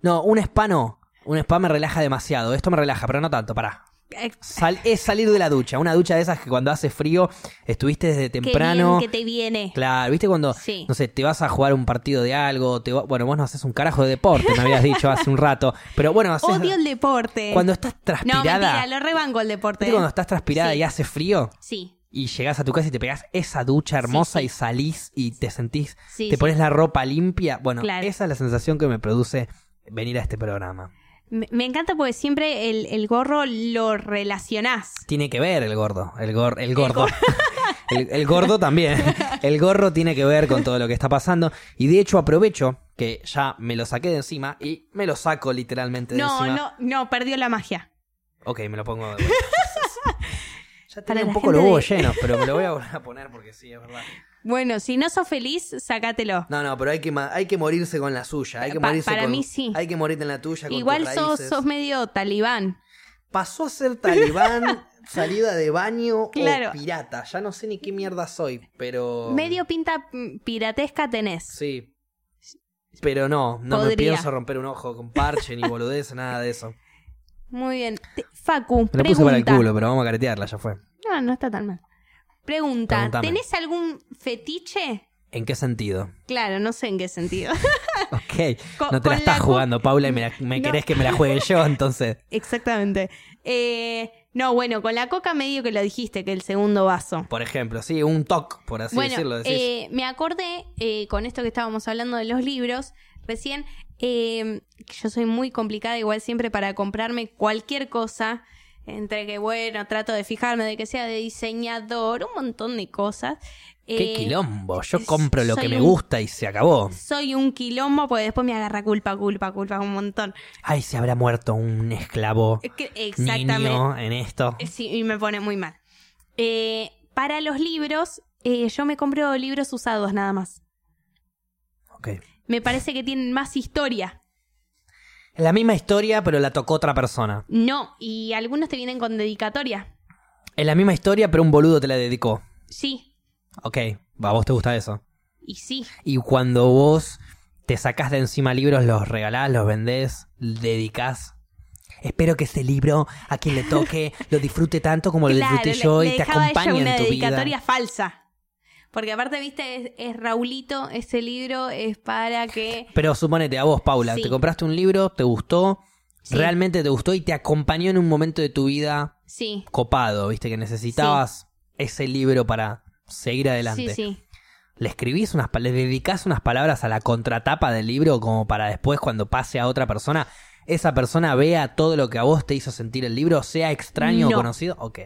Speaker 1: No, un spa no. Un spa me relaja demasiado. Esto me relaja, pero no tanto, pará.
Speaker 2: Eh,
Speaker 1: Sal- es salir de la ducha. Una ducha de esas que cuando hace frío estuviste desde
Speaker 2: qué
Speaker 1: temprano.
Speaker 2: bien que te viene.
Speaker 1: Claro, ¿viste cuando,
Speaker 2: Sí.
Speaker 1: no sé, te vas a jugar un partido de algo? Te va- Bueno, vos no haces un carajo de deporte, me habías dicho hace un rato. Pero bueno, haces...
Speaker 2: Odio el deporte.
Speaker 1: Cuando estás
Speaker 2: no,
Speaker 1: transpirada.
Speaker 2: mentira, lo rebanco el deporte.
Speaker 1: ¿Viste cuando estás transpirada
Speaker 2: Sí.
Speaker 1: y hace frío?
Speaker 2: Sí,
Speaker 1: Y llegás a tu casa y te pegás esa ducha hermosa
Speaker 2: sí.
Speaker 1: y salís y te sentís,
Speaker 2: sí.
Speaker 1: te
Speaker 2: sí.
Speaker 1: pones la ropa limpia. Bueno,
Speaker 2: Claro.
Speaker 1: esa es la sensación que me produce venir a este programa.
Speaker 2: Me, me encanta porque siempre el, el gorro lo relacionás.
Speaker 1: Tiene que ver el gordo, el, gor- el gordo. El, el gordo también. El gorro tiene que ver con todo lo que está pasando. Y de hecho aprovecho que ya me lo saqué de encima y me lo saco literalmente de
Speaker 2: No,
Speaker 1: encima.
Speaker 2: no, no, perdió la magia.
Speaker 1: Ok, me lo pongo de vuelta. Ya
Speaker 2: Para
Speaker 1: tenía un
Speaker 2: la
Speaker 1: poco los
Speaker 2: gente
Speaker 1: huevos
Speaker 2: de-
Speaker 1: llenos, pero me lo voy a volver a poner porque sí, es verdad.
Speaker 2: Bueno, si no sos feliz, sácatelo.
Speaker 1: No, no, pero hay que, ma- hay que morirse con la suya. Hay que
Speaker 2: Pa-
Speaker 1: morirse
Speaker 2: para
Speaker 1: con-
Speaker 2: mí sí.
Speaker 1: Hay que morirte en la tuya. Con
Speaker 2: Igual
Speaker 1: tus
Speaker 2: sos,
Speaker 1: raíces.
Speaker 2: sos medio talibán.
Speaker 1: Pasó a ser talibán, salida de baño
Speaker 2: Claro.
Speaker 1: o pirata. Ya no sé ni qué mierda soy, pero.
Speaker 2: Medio pinta mm, piratesca tenés.
Speaker 1: Oh. Sí. Pero no, no me
Speaker 2: Podría.
Speaker 1: pienso romper un ojo con parche ni boludez, nada de eso.
Speaker 2: Muy bien. Te- Facu,
Speaker 1: Me lo puse para el
Speaker 2: pregunta.
Speaker 1: culo, pero vamos a caretearla, ya fue.
Speaker 2: No, no está tan mal. Pregunta,
Speaker 1: Preguntame.
Speaker 2: ¿tenés algún fetiche?
Speaker 1: ¿En qué sentido?
Speaker 2: Claro, no sé en qué sentido.
Speaker 1: Ok,
Speaker 2: Con-
Speaker 1: no te la
Speaker 2: con la
Speaker 1: estás
Speaker 2: co-
Speaker 1: jugando, Paula, y me, la- me
Speaker 2: No.
Speaker 1: querés que me la juegue yo, entonces.
Speaker 2: Exactamente. Eh, no, bueno, con la coca medio que lo dijiste, que el segundo vaso.
Speaker 1: Por ejemplo, sí, un toc, por así
Speaker 2: bueno,
Speaker 1: decirlo. decís.
Speaker 2: eh, me acordé eh, con esto que estábamos hablando de los libros recién, eh, que yo soy muy complicada igual siempre para comprarme cualquier cosa, entre que bueno, trato de fijarme de que sea de diseñador, un montón de cosas.
Speaker 1: qué
Speaker 2: Eh,
Speaker 1: quilombo, yo
Speaker 2: es-
Speaker 1: compro lo
Speaker 2: soy
Speaker 1: que me
Speaker 2: un-
Speaker 1: gusta y se acabó.
Speaker 2: Soy un quilombo porque después me agarra culpa, culpa, culpa, un montón.
Speaker 1: Ay, se habrá muerto un esclavo
Speaker 2: Es que- Exactamente.
Speaker 1: niño en esto.
Speaker 2: Eh, Sí, y me pone muy mal. Eh, para los libros, eh, yo me compro libros usados nada más.
Speaker 1: Ok.
Speaker 2: Me parece que tienen más historia.
Speaker 1: La misma historia, pero la tocó otra persona.
Speaker 2: No, y algunos te vienen con dedicatoria.
Speaker 1: Es la misma historia, pero un boludo te la dedicó.
Speaker 2: Sí,
Speaker 1: Ok, va, a vos te gusta eso.
Speaker 2: y sí.
Speaker 1: Y cuando vos te sacás de encima libros, los regalás, los vendés, dedicás. Espero que ese libro a quien le toque lo disfrute tanto como lo disfruté
Speaker 2: le-
Speaker 1: yo
Speaker 2: le
Speaker 1: y te
Speaker 2: dejaba a ella
Speaker 1: acompañe
Speaker 2: una
Speaker 1: en tu
Speaker 2: dedicatoria
Speaker 1: vida.
Speaker 2: falsa. Porque aparte, viste, es, es Raulito, ese libro es para que...
Speaker 1: Pero suponete a vos, Paula,
Speaker 2: Sí.
Speaker 1: te compraste un libro, te gustó,
Speaker 2: Sí.
Speaker 1: realmente te gustó y te acompañó en un momento de tu vida
Speaker 2: Sí,
Speaker 1: copado, viste, que necesitabas ese libro para seguir adelante.
Speaker 2: sí, sí.
Speaker 1: Le escribís unas, pa- le dedicás unas palabras a la contratapa del libro como para después cuando pase a otra persona, esa persona vea todo lo que a vos te hizo sentir el libro, sea extraño o
Speaker 2: No.
Speaker 1: conocido. Ok.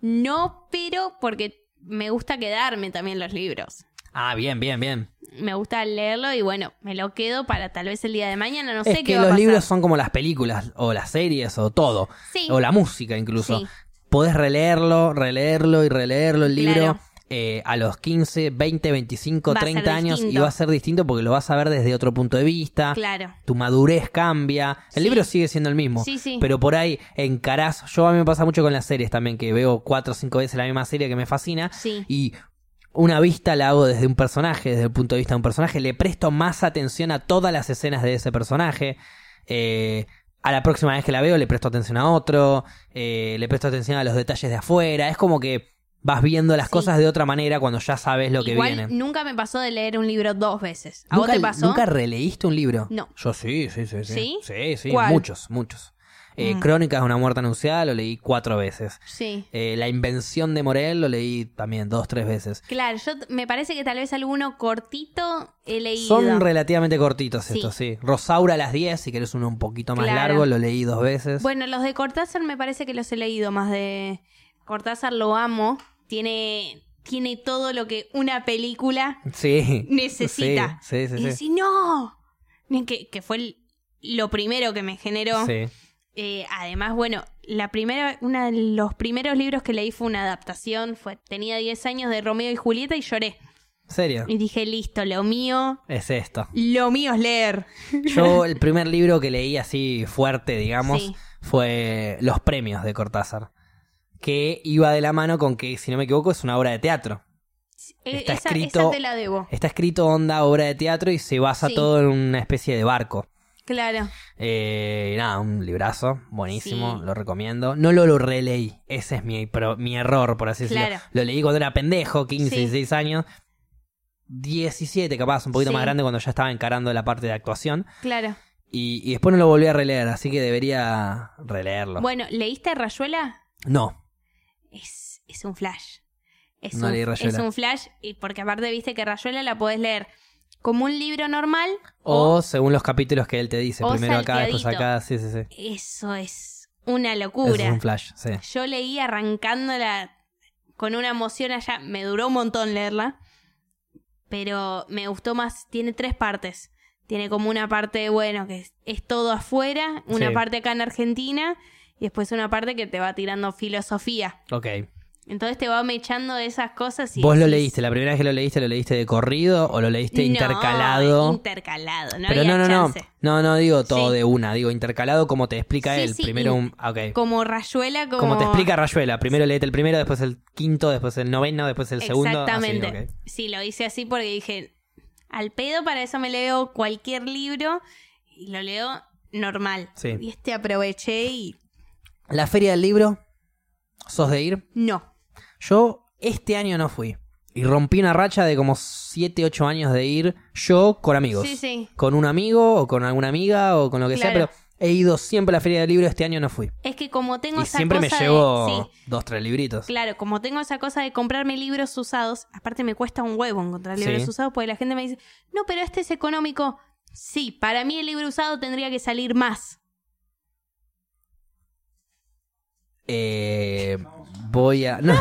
Speaker 2: No, pero porque me gusta quedarme también los libros.
Speaker 1: Ah, bien, bien, bien.
Speaker 2: me gusta leerlo y bueno, me lo quedo para tal vez el día de mañana, no sé
Speaker 1: es
Speaker 2: qué
Speaker 1: que
Speaker 2: va a
Speaker 1: los
Speaker 2: pasar.
Speaker 1: libros son como las películas o las series o todo,
Speaker 2: Sí.
Speaker 1: o la música incluso.
Speaker 2: Sí.
Speaker 1: Podés releerlo, releerlo y releerlo el libro.
Speaker 2: Claro.
Speaker 1: eh, a los 15, 20, 25,
Speaker 2: Va a ser
Speaker 1: 30 años y
Speaker 2: distinto.
Speaker 1: va a ser distinto porque lo vas a ver desde otro punto de vista.
Speaker 2: Claro.
Speaker 1: tu madurez cambia. El
Speaker 2: Sí.
Speaker 1: libro sigue siendo el mismo.
Speaker 2: Sí, sí.
Speaker 1: Pero por ahí encarás. Yo a mí me pasa mucho con las series también, que veo cuatro o cinco veces la misma serie que me fascina.
Speaker 2: Sí.
Speaker 1: Y una vista la hago desde un personaje, desde el punto de vista de un personaje. Le presto más atención a todas las escenas de ese personaje. Eh, a la próxima vez que la veo le presto atención a otro. Eh, le presto atención a los detalles de afuera. Es como que vas viendo las
Speaker 2: Sí.
Speaker 1: cosas de otra manera cuando ya sabes lo que
Speaker 2: Igual
Speaker 1: viene.
Speaker 2: nunca me pasó de leer un libro dos veces. ¿A vos
Speaker 1: ¿Nunca,
Speaker 2: te pasó?
Speaker 1: nunca releíste un libro?
Speaker 2: No.
Speaker 1: Yo sí, sí, sí. Sí,
Speaker 2: ¿Sí?
Speaker 1: sí, sí,
Speaker 2: ¿Cuál?
Speaker 1: muchos, muchos. Eh,
Speaker 2: Mm.
Speaker 1: Crónicas de una muerte anunciada lo leí cuatro veces.
Speaker 2: Sí.
Speaker 1: Eh, La invención de Morel lo leí también dos, tres veces.
Speaker 2: Claro, yo t- me parece que tal vez alguno cortito he leído.
Speaker 1: Son relativamente cortitos
Speaker 2: Sí.
Speaker 1: estos, sí. Rosaura a las 10, si querés uno un poquito más
Speaker 2: Claro.
Speaker 1: largo, lo leí dos veces.
Speaker 2: Bueno, los de Cortázar me parece que los he leído más de Cortázar lo amo, tiene tiene todo lo que una película
Speaker 1: sí.
Speaker 2: necesita.
Speaker 1: Sí, sí, sí.
Speaker 2: y
Speaker 1: sí.
Speaker 2: decís, no, que, que fue el- lo primero que me generó.
Speaker 1: Sí.
Speaker 2: Eh, además, bueno, la primera, una de los primeros libros que leí fue una adaptación. Fue, tenía 10 años de Romeo y Julieta y lloré.
Speaker 1: ¿En serio?
Speaker 2: Y dije, listo, lo mío,
Speaker 1: Es esto.
Speaker 2: lo mío es leer.
Speaker 1: Yo el primer libro que leí así fuerte, digamos,
Speaker 2: Sí.
Speaker 1: fue Los Premios de Cortázar, que iba de la mano con que, si no me equivoco, es una obra de teatro.
Speaker 2: Eh,
Speaker 1: Está
Speaker 2: esa,
Speaker 1: escrito-
Speaker 2: esa te la debo.
Speaker 1: Está escrito onda obra de teatro y se basa
Speaker 2: Sí.
Speaker 1: todo en una especie de barco.
Speaker 2: Claro.
Speaker 1: Eh, nada, un librazo, buenísimo,
Speaker 2: Sí.
Speaker 1: lo recomiendo. No lo, lo releí, ese es mi, pro- mi error, por así decirlo.
Speaker 2: Claro.
Speaker 1: Lo leí cuando era pendejo, 15,
Speaker 2: Sí.
Speaker 1: 16 años. 17 capaz, un poquito
Speaker 2: Sí.
Speaker 1: más grande cuando ya estaba encarando la parte de actuación.
Speaker 2: Claro.
Speaker 1: Y, y después no lo volví a releer, así que debería releerlo.
Speaker 2: Bueno, ¿leíste Rayuela?
Speaker 1: No,
Speaker 2: Es, es un flash. Es,
Speaker 1: No
Speaker 2: un,
Speaker 1: leí Rayuela.
Speaker 2: es un flash, y porque aparte viste que Rayuela la podés leer como un libro normal
Speaker 1: O, según los capítulos que él te dice.
Speaker 2: o
Speaker 1: Primero acá, después
Speaker 2: salteadito.
Speaker 1: acá. Sí, sí, sí.
Speaker 2: Eso es una locura.
Speaker 1: Eso es un flash, sí.
Speaker 2: Yo leí arrancándola con una emoción allá. Me duró un montón leerla. Pero me gustó más. Tiene tres partes. Tiene como una parte, bueno, que es, es todo afuera. Una
Speaker 1: Sí.
Speaker 2: parte acá en Argentina. Y después una parte que te va tirando filosofía.
Speaker 1: Ok.
Speaker 2: Entonces te va mechando de esas cosas y...
Speaker 1: ¿Vos lo
Speaker 2: decís,
Speaker 1: leíste? ¿La primera vez que lo leíste, lo leíste de corrido o lo leíste
Speaker 2: "No,
Speaker 1: intercalado?
Speaker 2: Intercalado, no
Speaker 1: Pero
Speaker 2: había
Speaker 1: no, no, no.
Speaker 2: chance.
Speaker 1: No, no digo todo
Speaker 2: Sí.
Speaker 1: de una. Digo intercalado como te explica
Speaker 2: Sí,
Speaker 1: él.
Speaker 2: sí,
Speaker 1: primero
Speaker 2: in-
Speaker 1: un. ah, ok.
Speaker 2: Como rayuela, como...
Speaker 1: Como... te explica Rayuela. Primero leete el primero, después el quinto, después el noveno, después el segundo. así,
Speaker 2: Exactamente.
Speaker 1: ok.
Speaker 2: Sí, lo hice así porque dije, al pedo para eso me leo cualquier libro y lo leo normal.
Speaker 1: Sí.
Speaker 2: Y este aproveché y
Speaker 1: La feria del libro. ¿Sos de ir?
Speaker 2: no.
Speaker 1: Yo este año no fui. Y rompí una racha de como 7, 8 años de ir yo con amigos.
Speaker 2: Sí, sí.
Speaker 1: Con un amigo o con alguna amiga o con lo que sea,
Speaker 2: Claro.
Speaker 1: pero he ido siempre a la feria del libro, este año no fui.
Speaker 2: Es que como tengo
Speaker 1: y
Speaker 2: esa
Speaker 1: siempre me
Speaker 2: cosa de-
Speaker 1: llevo
Speaker 2: sí,
Speaker 1: dos, tres libritos.
Speaker 2: Claro, como tengo esa cosa de comprarme libros usados, aparte me cuesta un huevo encontrar libros
Speaker 1: Sí.
Speaker 2: usados porque la gente me dice, no, pero este es económico. Sí, para mí el libro usado tendría que salir más.
Speaker 1: Eh, voy a. No,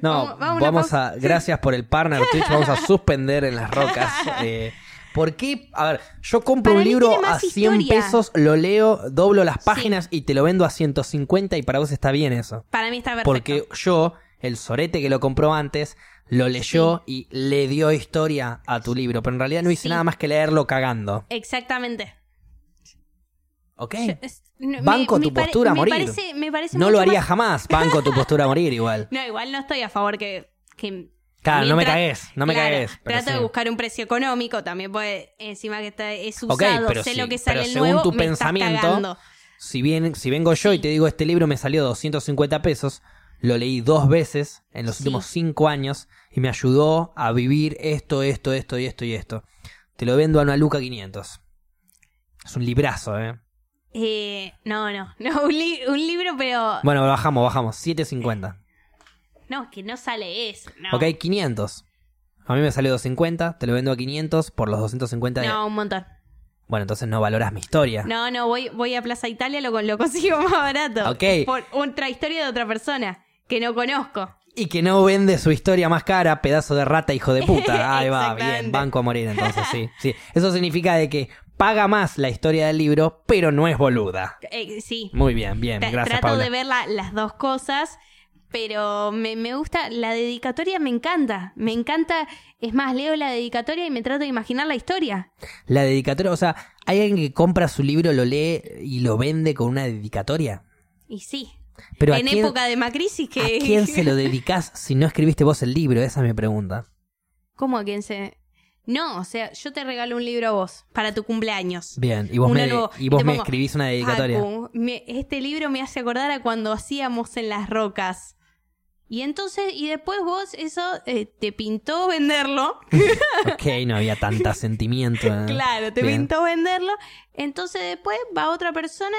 Speaker 1: no.
Speaker 2: Vamos- vamos a
Speaker 1: Vamos,
Speaker 2: una
Speaker 1: a. Gracias por el partner Twitch. Vamos a suspender en las rocas. Eh, ¿Por qué? A ver, yo compro
Speaker 2: Para
Speaker 1: un
Speaker 2: mí
Speaker 1: libro
Speaker 2: tiene
Speaker 1: a
Speaker 2: más
Speaker 1: 100
Speaker 2: historia.
Speaker 1: pesos, lo leo, doblo las páginas y te lo vendo a 150 y para vos está bien eso.
Speaker 2: Para mí está perfecto.
Speaker 1: Porque yo, el sorete que lo compró antes, lo leyó y le dio historia a tu libro. Pero en realidad no hice
Speaker 2: Sí.
Speaker 1: nada más que leerlo cagando.
Speaker 2: Exactamente.
Speaker 1: ¿Ok?
Speaker 2: Yo- es- no,
Speaker 1: Eh, Banco tu
Speaker 2: pare-
Speaker 1: postura a
Speaker 2: me
Speaker 1: morir.
Speaker 2: Parece, me parece
Speaker 1: No
Speaker 2: mucho
Speaker 1: lo haría
Speaker 2: más-
Speaker 1: jamás. Banco tu postura a morir igual.
Speaker 2: No, igual no estoy a favor que. que-
Speaker 1: Claro, no me
Speaker 2: tra-
Speaker 1: cagues, no me
Speaker 2: Claro,
Speaker 1: cagues. pero
Speaker 2: trato de
Speaker 1: sí.
Speaker 2: buscar un precio económico también, porque encima que está, es usado,
Speaker 1: Ok, pero
Speaker 2: sé
Speaker 1: sí,
Speaker 2: lo que
Speaker 1: pero
Speaker 2: sale el
Speaker 1: según
Speaker 2: nuevo,
Speaker 1: tu
Speaker 2: me estás
Speaker 1: pensamiento,
Speaker 2: cagando.
Speaker 1: Si, bien, si vengo yo y te digo, este libro me salió 250 pesos, lo leí dos veces en los
Speaker 2: Sí.
Speaker 1: últimos cinco años y me ayudó a vivir esto, esto, esto y esto y esto. Te lo vendo a una Luca 500. Es un librazo, ¿eh?
Speaker 2: Eh, no, no, no, un, li- un libro, pero.
Speaker 1: Bueno, bajamos, bajamos. 750.
Speaker 2: No, que no sale eso. No,
Speaker 1: Ok, 500. A mí me salió 250, te lo vendo a 500 por los 250 de-
Speaker 2: no un montón.
Speaker 1: Bueno, entonces no valoras mi historia.
Speaker 2: No, no, voy, voy a Plaza Italia, lo, lo consigo más barato.
Speaker 1: Ok.
Speaker 2: Por otra historia de otra persona que no conozco.
Speaker 1: Y que no vende su historia más cara, pedazo de rata, hijo de puta. Ahí va,
Speaker 2: Exactamente.
Speaker 1: bien, banco a morir entonces, sí, sí. Eso significa de que paga más la historia del libro, pero no es boluda.
Speaker 2: Eh, sí,
Speaker 1: Muy bien, bien,
Speaker 2: Tra-
Speaker 1: gracias,
Speaker 2: trato
Speaker 1: Paula.
Speaker 2: de ver la- las dos cosas, pero me, me gusta, la dedicatoria me encanta, me encanta, es más, leo la dedicatoria y me trato de imaginar la historia.
Speaker 1: La dedicatoria, o sea, ¿hay alguien que compra su libro, lo lee y lo vende con una dedicatoria?
Speaker 2: Y sí,
Speaker 1: Pero ¿a
Speaker 2: en
Speaker 1: quién,
Speaker 2: época de macrisis
Speaker 1: ¿a
Speaker 2: que...
Speaker 1: quién se lo dedicás si no escribiste vos el libro? Esa es mi pregunta.
Speaker 2: ¿Cómo a quién se...? No, o sea, yo te regalo un libro a vos para tu cumpleaños.
Speaker 1: Bien, y vos
Speaker 2: Uno
Speaker 1: me,
Speaker 2: nuevo.
Speaker 1: y vos
Speaker 2: Te
Speaker 1: me
Speaker 2: pongo,
Speaker 1: escribís una dedicatoria.
Speaker 2: Facu, me- este libro me hace acordar a cuando hacíamos en las rocas. Y entonces, y después vos eso eh, te pintó venderlo.
Speaker 1: Ok, no había tanta sentimiento. ¿eh?
Speaker 2: Claro, te
Speaker 1: Bien.
Speaker 2: pintó venderlo. Entonces después va otra persona,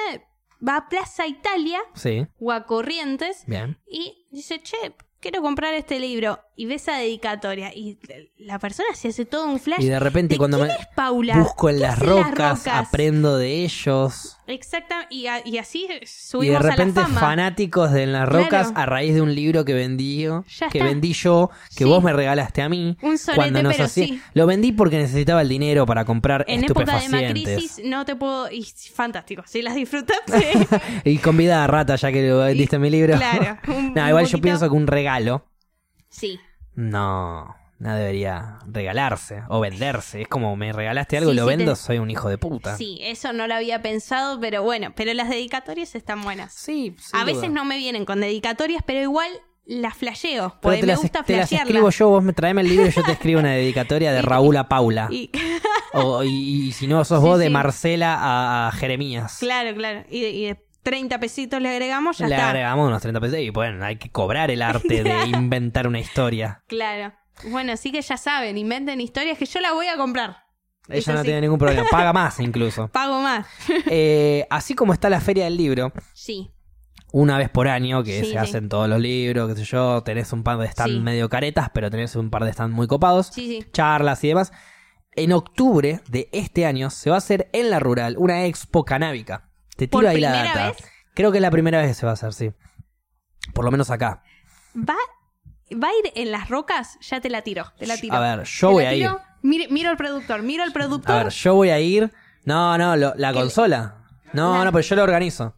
Speaker 2: va a Plaza Italia
Speaker 1: Sí,
Speaker 2: o a Corrientes
Speaker 1: bien.
Speaker 2: y dice, che, quiero comprar este libro. Y ve esa dedicatoria. Y la persona se hace todo un flash.
Speaker 1: Y de repente
Speaker 2: ¿De
Speaker 1: cuando
Speaker 2: quién
Speaker 1: me...
Speaker 2: es Paula?
Speaker 1: Busco en
Speaker 2: ¿Qué
Speaker 1: las
Speaker 2: hace
Speaker 1: rocas,
Speaker 2: rocas?
Speaker 1: aprendo de ellos.
Speaker 2: Exacta- y, a- y así
Speaker 1: Y de
Speaker 2: subimos
Speaker 1: repente
Speaker 2: a la fama.
Speaker 1: fanáticos de en las rocas
Speaker 2: Claro.
Speaker 1: a raíz de un libro que vendí yo,
Speaker 2: Ya
Speaker 1: que
Speaker 2: está.
Speaker 1: vendí yo, que
Speaker 2: Sí.
Speaker 1: vos me regalaste a mí.
Speaker 2: Un solete,
Speaker 1: cuando nos
Speaker 2: pero
Speaker 1: hacía-
Speaker 2: sí.
Speaker 1: Lo vendí porque necesitaba el dinero para comprar
Speaker 2: En época de
Speaker 1: estupefacientes.
Speaker 2: Macrisis no te puedo... Y, fantástico, si las disfrutaste.
Speaker 1: Y convida a Rata ya que lo vendiste mi libro.
Speaker 2: claro. un-
Speaker 1: no,
Speaker 2: un
Speaker 1: igual yo
Speaker 2: poquito-
Speaker 1: pienso que un regalo
Speaker 2: Sí.
Speaker 1: no, no debería regalarse o venderse. Es como me regalaste algo
Speaker 2: Sí,
Speaker 1: y lo
Speaker 2: sí, te-
Speaker 1: vendo, soy un hijo de puta.
Speaker 2: Sí, eso no lo había pensado, pero bueno, pero las dedicatorias están buenas.
Speaker 1: sí sin
Speaker 2: A veces
Speaker 1: duda.
Speaker 2: no me vienen con dedicatorias, pero igual las flasheo,
Speaker 1: Pero
Speaker 2: porque
Speaker 1: te
Speaker 2: Pues me
Speaker 1: las,
Speaker 2: gusta
Speaker 1: te las
Speaker 2: flashearlas.
Speaker 1: escribo yo, vos me traeme el libro y yo te escribo una dedicatoria de Raúl a Paula.
Speaker 2: Y-
Speaker 1: O- y, y si no, sos
Speaker 2: Sí,
Speaker 1: vos de
Speaker 2: sí.
Speaker 1: Marcela a, a Jeremías.
Speaker 2: claro, claro. Y de, y de 30 pesitos le agregamos, ya
Speaker 1: Le
Speaker 2: está.
Speaker 1: agregamos unos 30 pesos y bueno, hay que cobrar el arte de inventar una historia.
Speaker 2: Claro. Bueno, así que ya saben, inventen historias que yo la voy a comprar. Eso
Speaker 1: Ella no
Speaker 2: sí.
Speaker 1: tiene ningún problema, paga más incluso.
Speaker 2: Pago más.
Speaker 1: Eh, así como está la feria del libro,
Speaker 2: Sí.
Speaker 1: una vez por año, que
Speaker 2: Sí,
Speaker 1: se
Speaker 2: sí.
Speaker 1: hacen todos los libros, qué sé yo, tenés un par de stand
Speaker 2: Sí.
Speaker 1: medio caretas, pero tenés un par de stand muy copados.
Speaker 2: Sí, sí.
Speaker 1: charlas y demás. En octubre de este año se va a hacer en la rural una expo canábica. Te tiro
Speaker 2: ¿Por
Speaker 1: ahí la
Speaker 2: primera
Speaker 1: data.
Speaker 2: vez?
Speaker 1: Creo que es la primera vez que se va a hacer, sí. Por lo menos acá.
Speaker 2: ¿Va, ¿Va a ir en las rocas? Ya te la tiro. Te la tiro.
Speaker 1: A ver, yo
Speaker 2: Te la
Speaker 1: voy a ir.
Speaker 2: tiro. Mire- miro al productor, miro al
Speaker 1: A
Speaker 2: productor.
Speaker 1: ver, yo voy a ir. No, no, lo- la consola. No,
Speaker 2: La-
Speaker 1: no, pero yo lo organizo.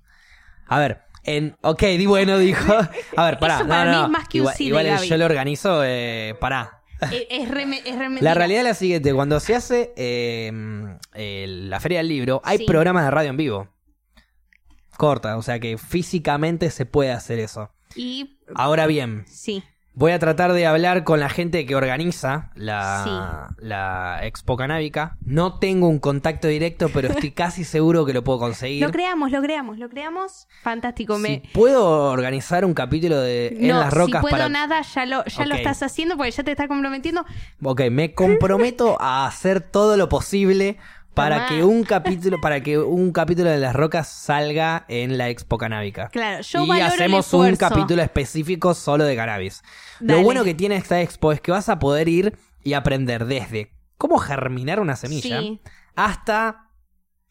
Speaker 1: A ver, en. Ok, di bueno, dijo. A ver, pará.
Speaker 2: Eso
Speaker 1: no,
Speaker 2: para
Speaker 1: no,
Speaker 2: mí
Speaker 1: no.
Speaker 2: es más que un
Speaker 1: igual,
Speaker 2: sí de
Speaker 1: igual el
Speaker 2: Gaby.
Speaker 1: yo lo organizo, eh, pará.
Speaker 2: Eh, es re, me- es re
Speaker 1: La
Speaker 2: mentira.
Speaker 1: realidad es la siguiente: cuando se hace eh, mm, eh, la Feria del Libro, hay
Speaker 2: Sí.
Speaker 1: programas de radio en vivo. Corta, o sea que físicamente se puede hacer eso.
Speaker 2: Y
Speaker 1: Ahora bien,
Speaker 2: sí,
Speaker 1: Voy a tratar de hablar con la gente que organiza la, la expo canábica. No tengo un contacto directo, pero estoy casi seguro que lo puedo conseguir.
Speaker 2: lo creamos, lo creamos, lo creamos. Fantástico, me...
Speaker 1: Si puedo organizar un capítulo de En
Speaker 2: no,
Speaker 1: las Rocas
Speaker 2: si puedo
Speaker 1: para.
Speaker 2: nada, ya lo, ya lo
Speaker 1: Ok.
Speaker 2: estás haciendo porque ya te estás comprometiendo.
Speaker 1: Ok, me comprometo a hacer todo lo posible para
Speaker 2: Tomá.
Speaker 1: que un capítulo, para que un capítulo de las rocas salga en la expo canábica.
Speaker 2: Claro, yo
Speaker 1: y
Speaker 2: valoro
Speaker 1: hacemos
Speaker 2: el
Speaker 1: un
Speaker 2: esfuerzo.
Speaker 1: capítulo específico solo de cannabis. Lo
Speaker 2: Dale.
Speaker 1: bueno que tiene esta expo es que vas a poder ir y aprender desde cómo germinar una semilla
Speaker 2: Sí.
Speaker 1: hasta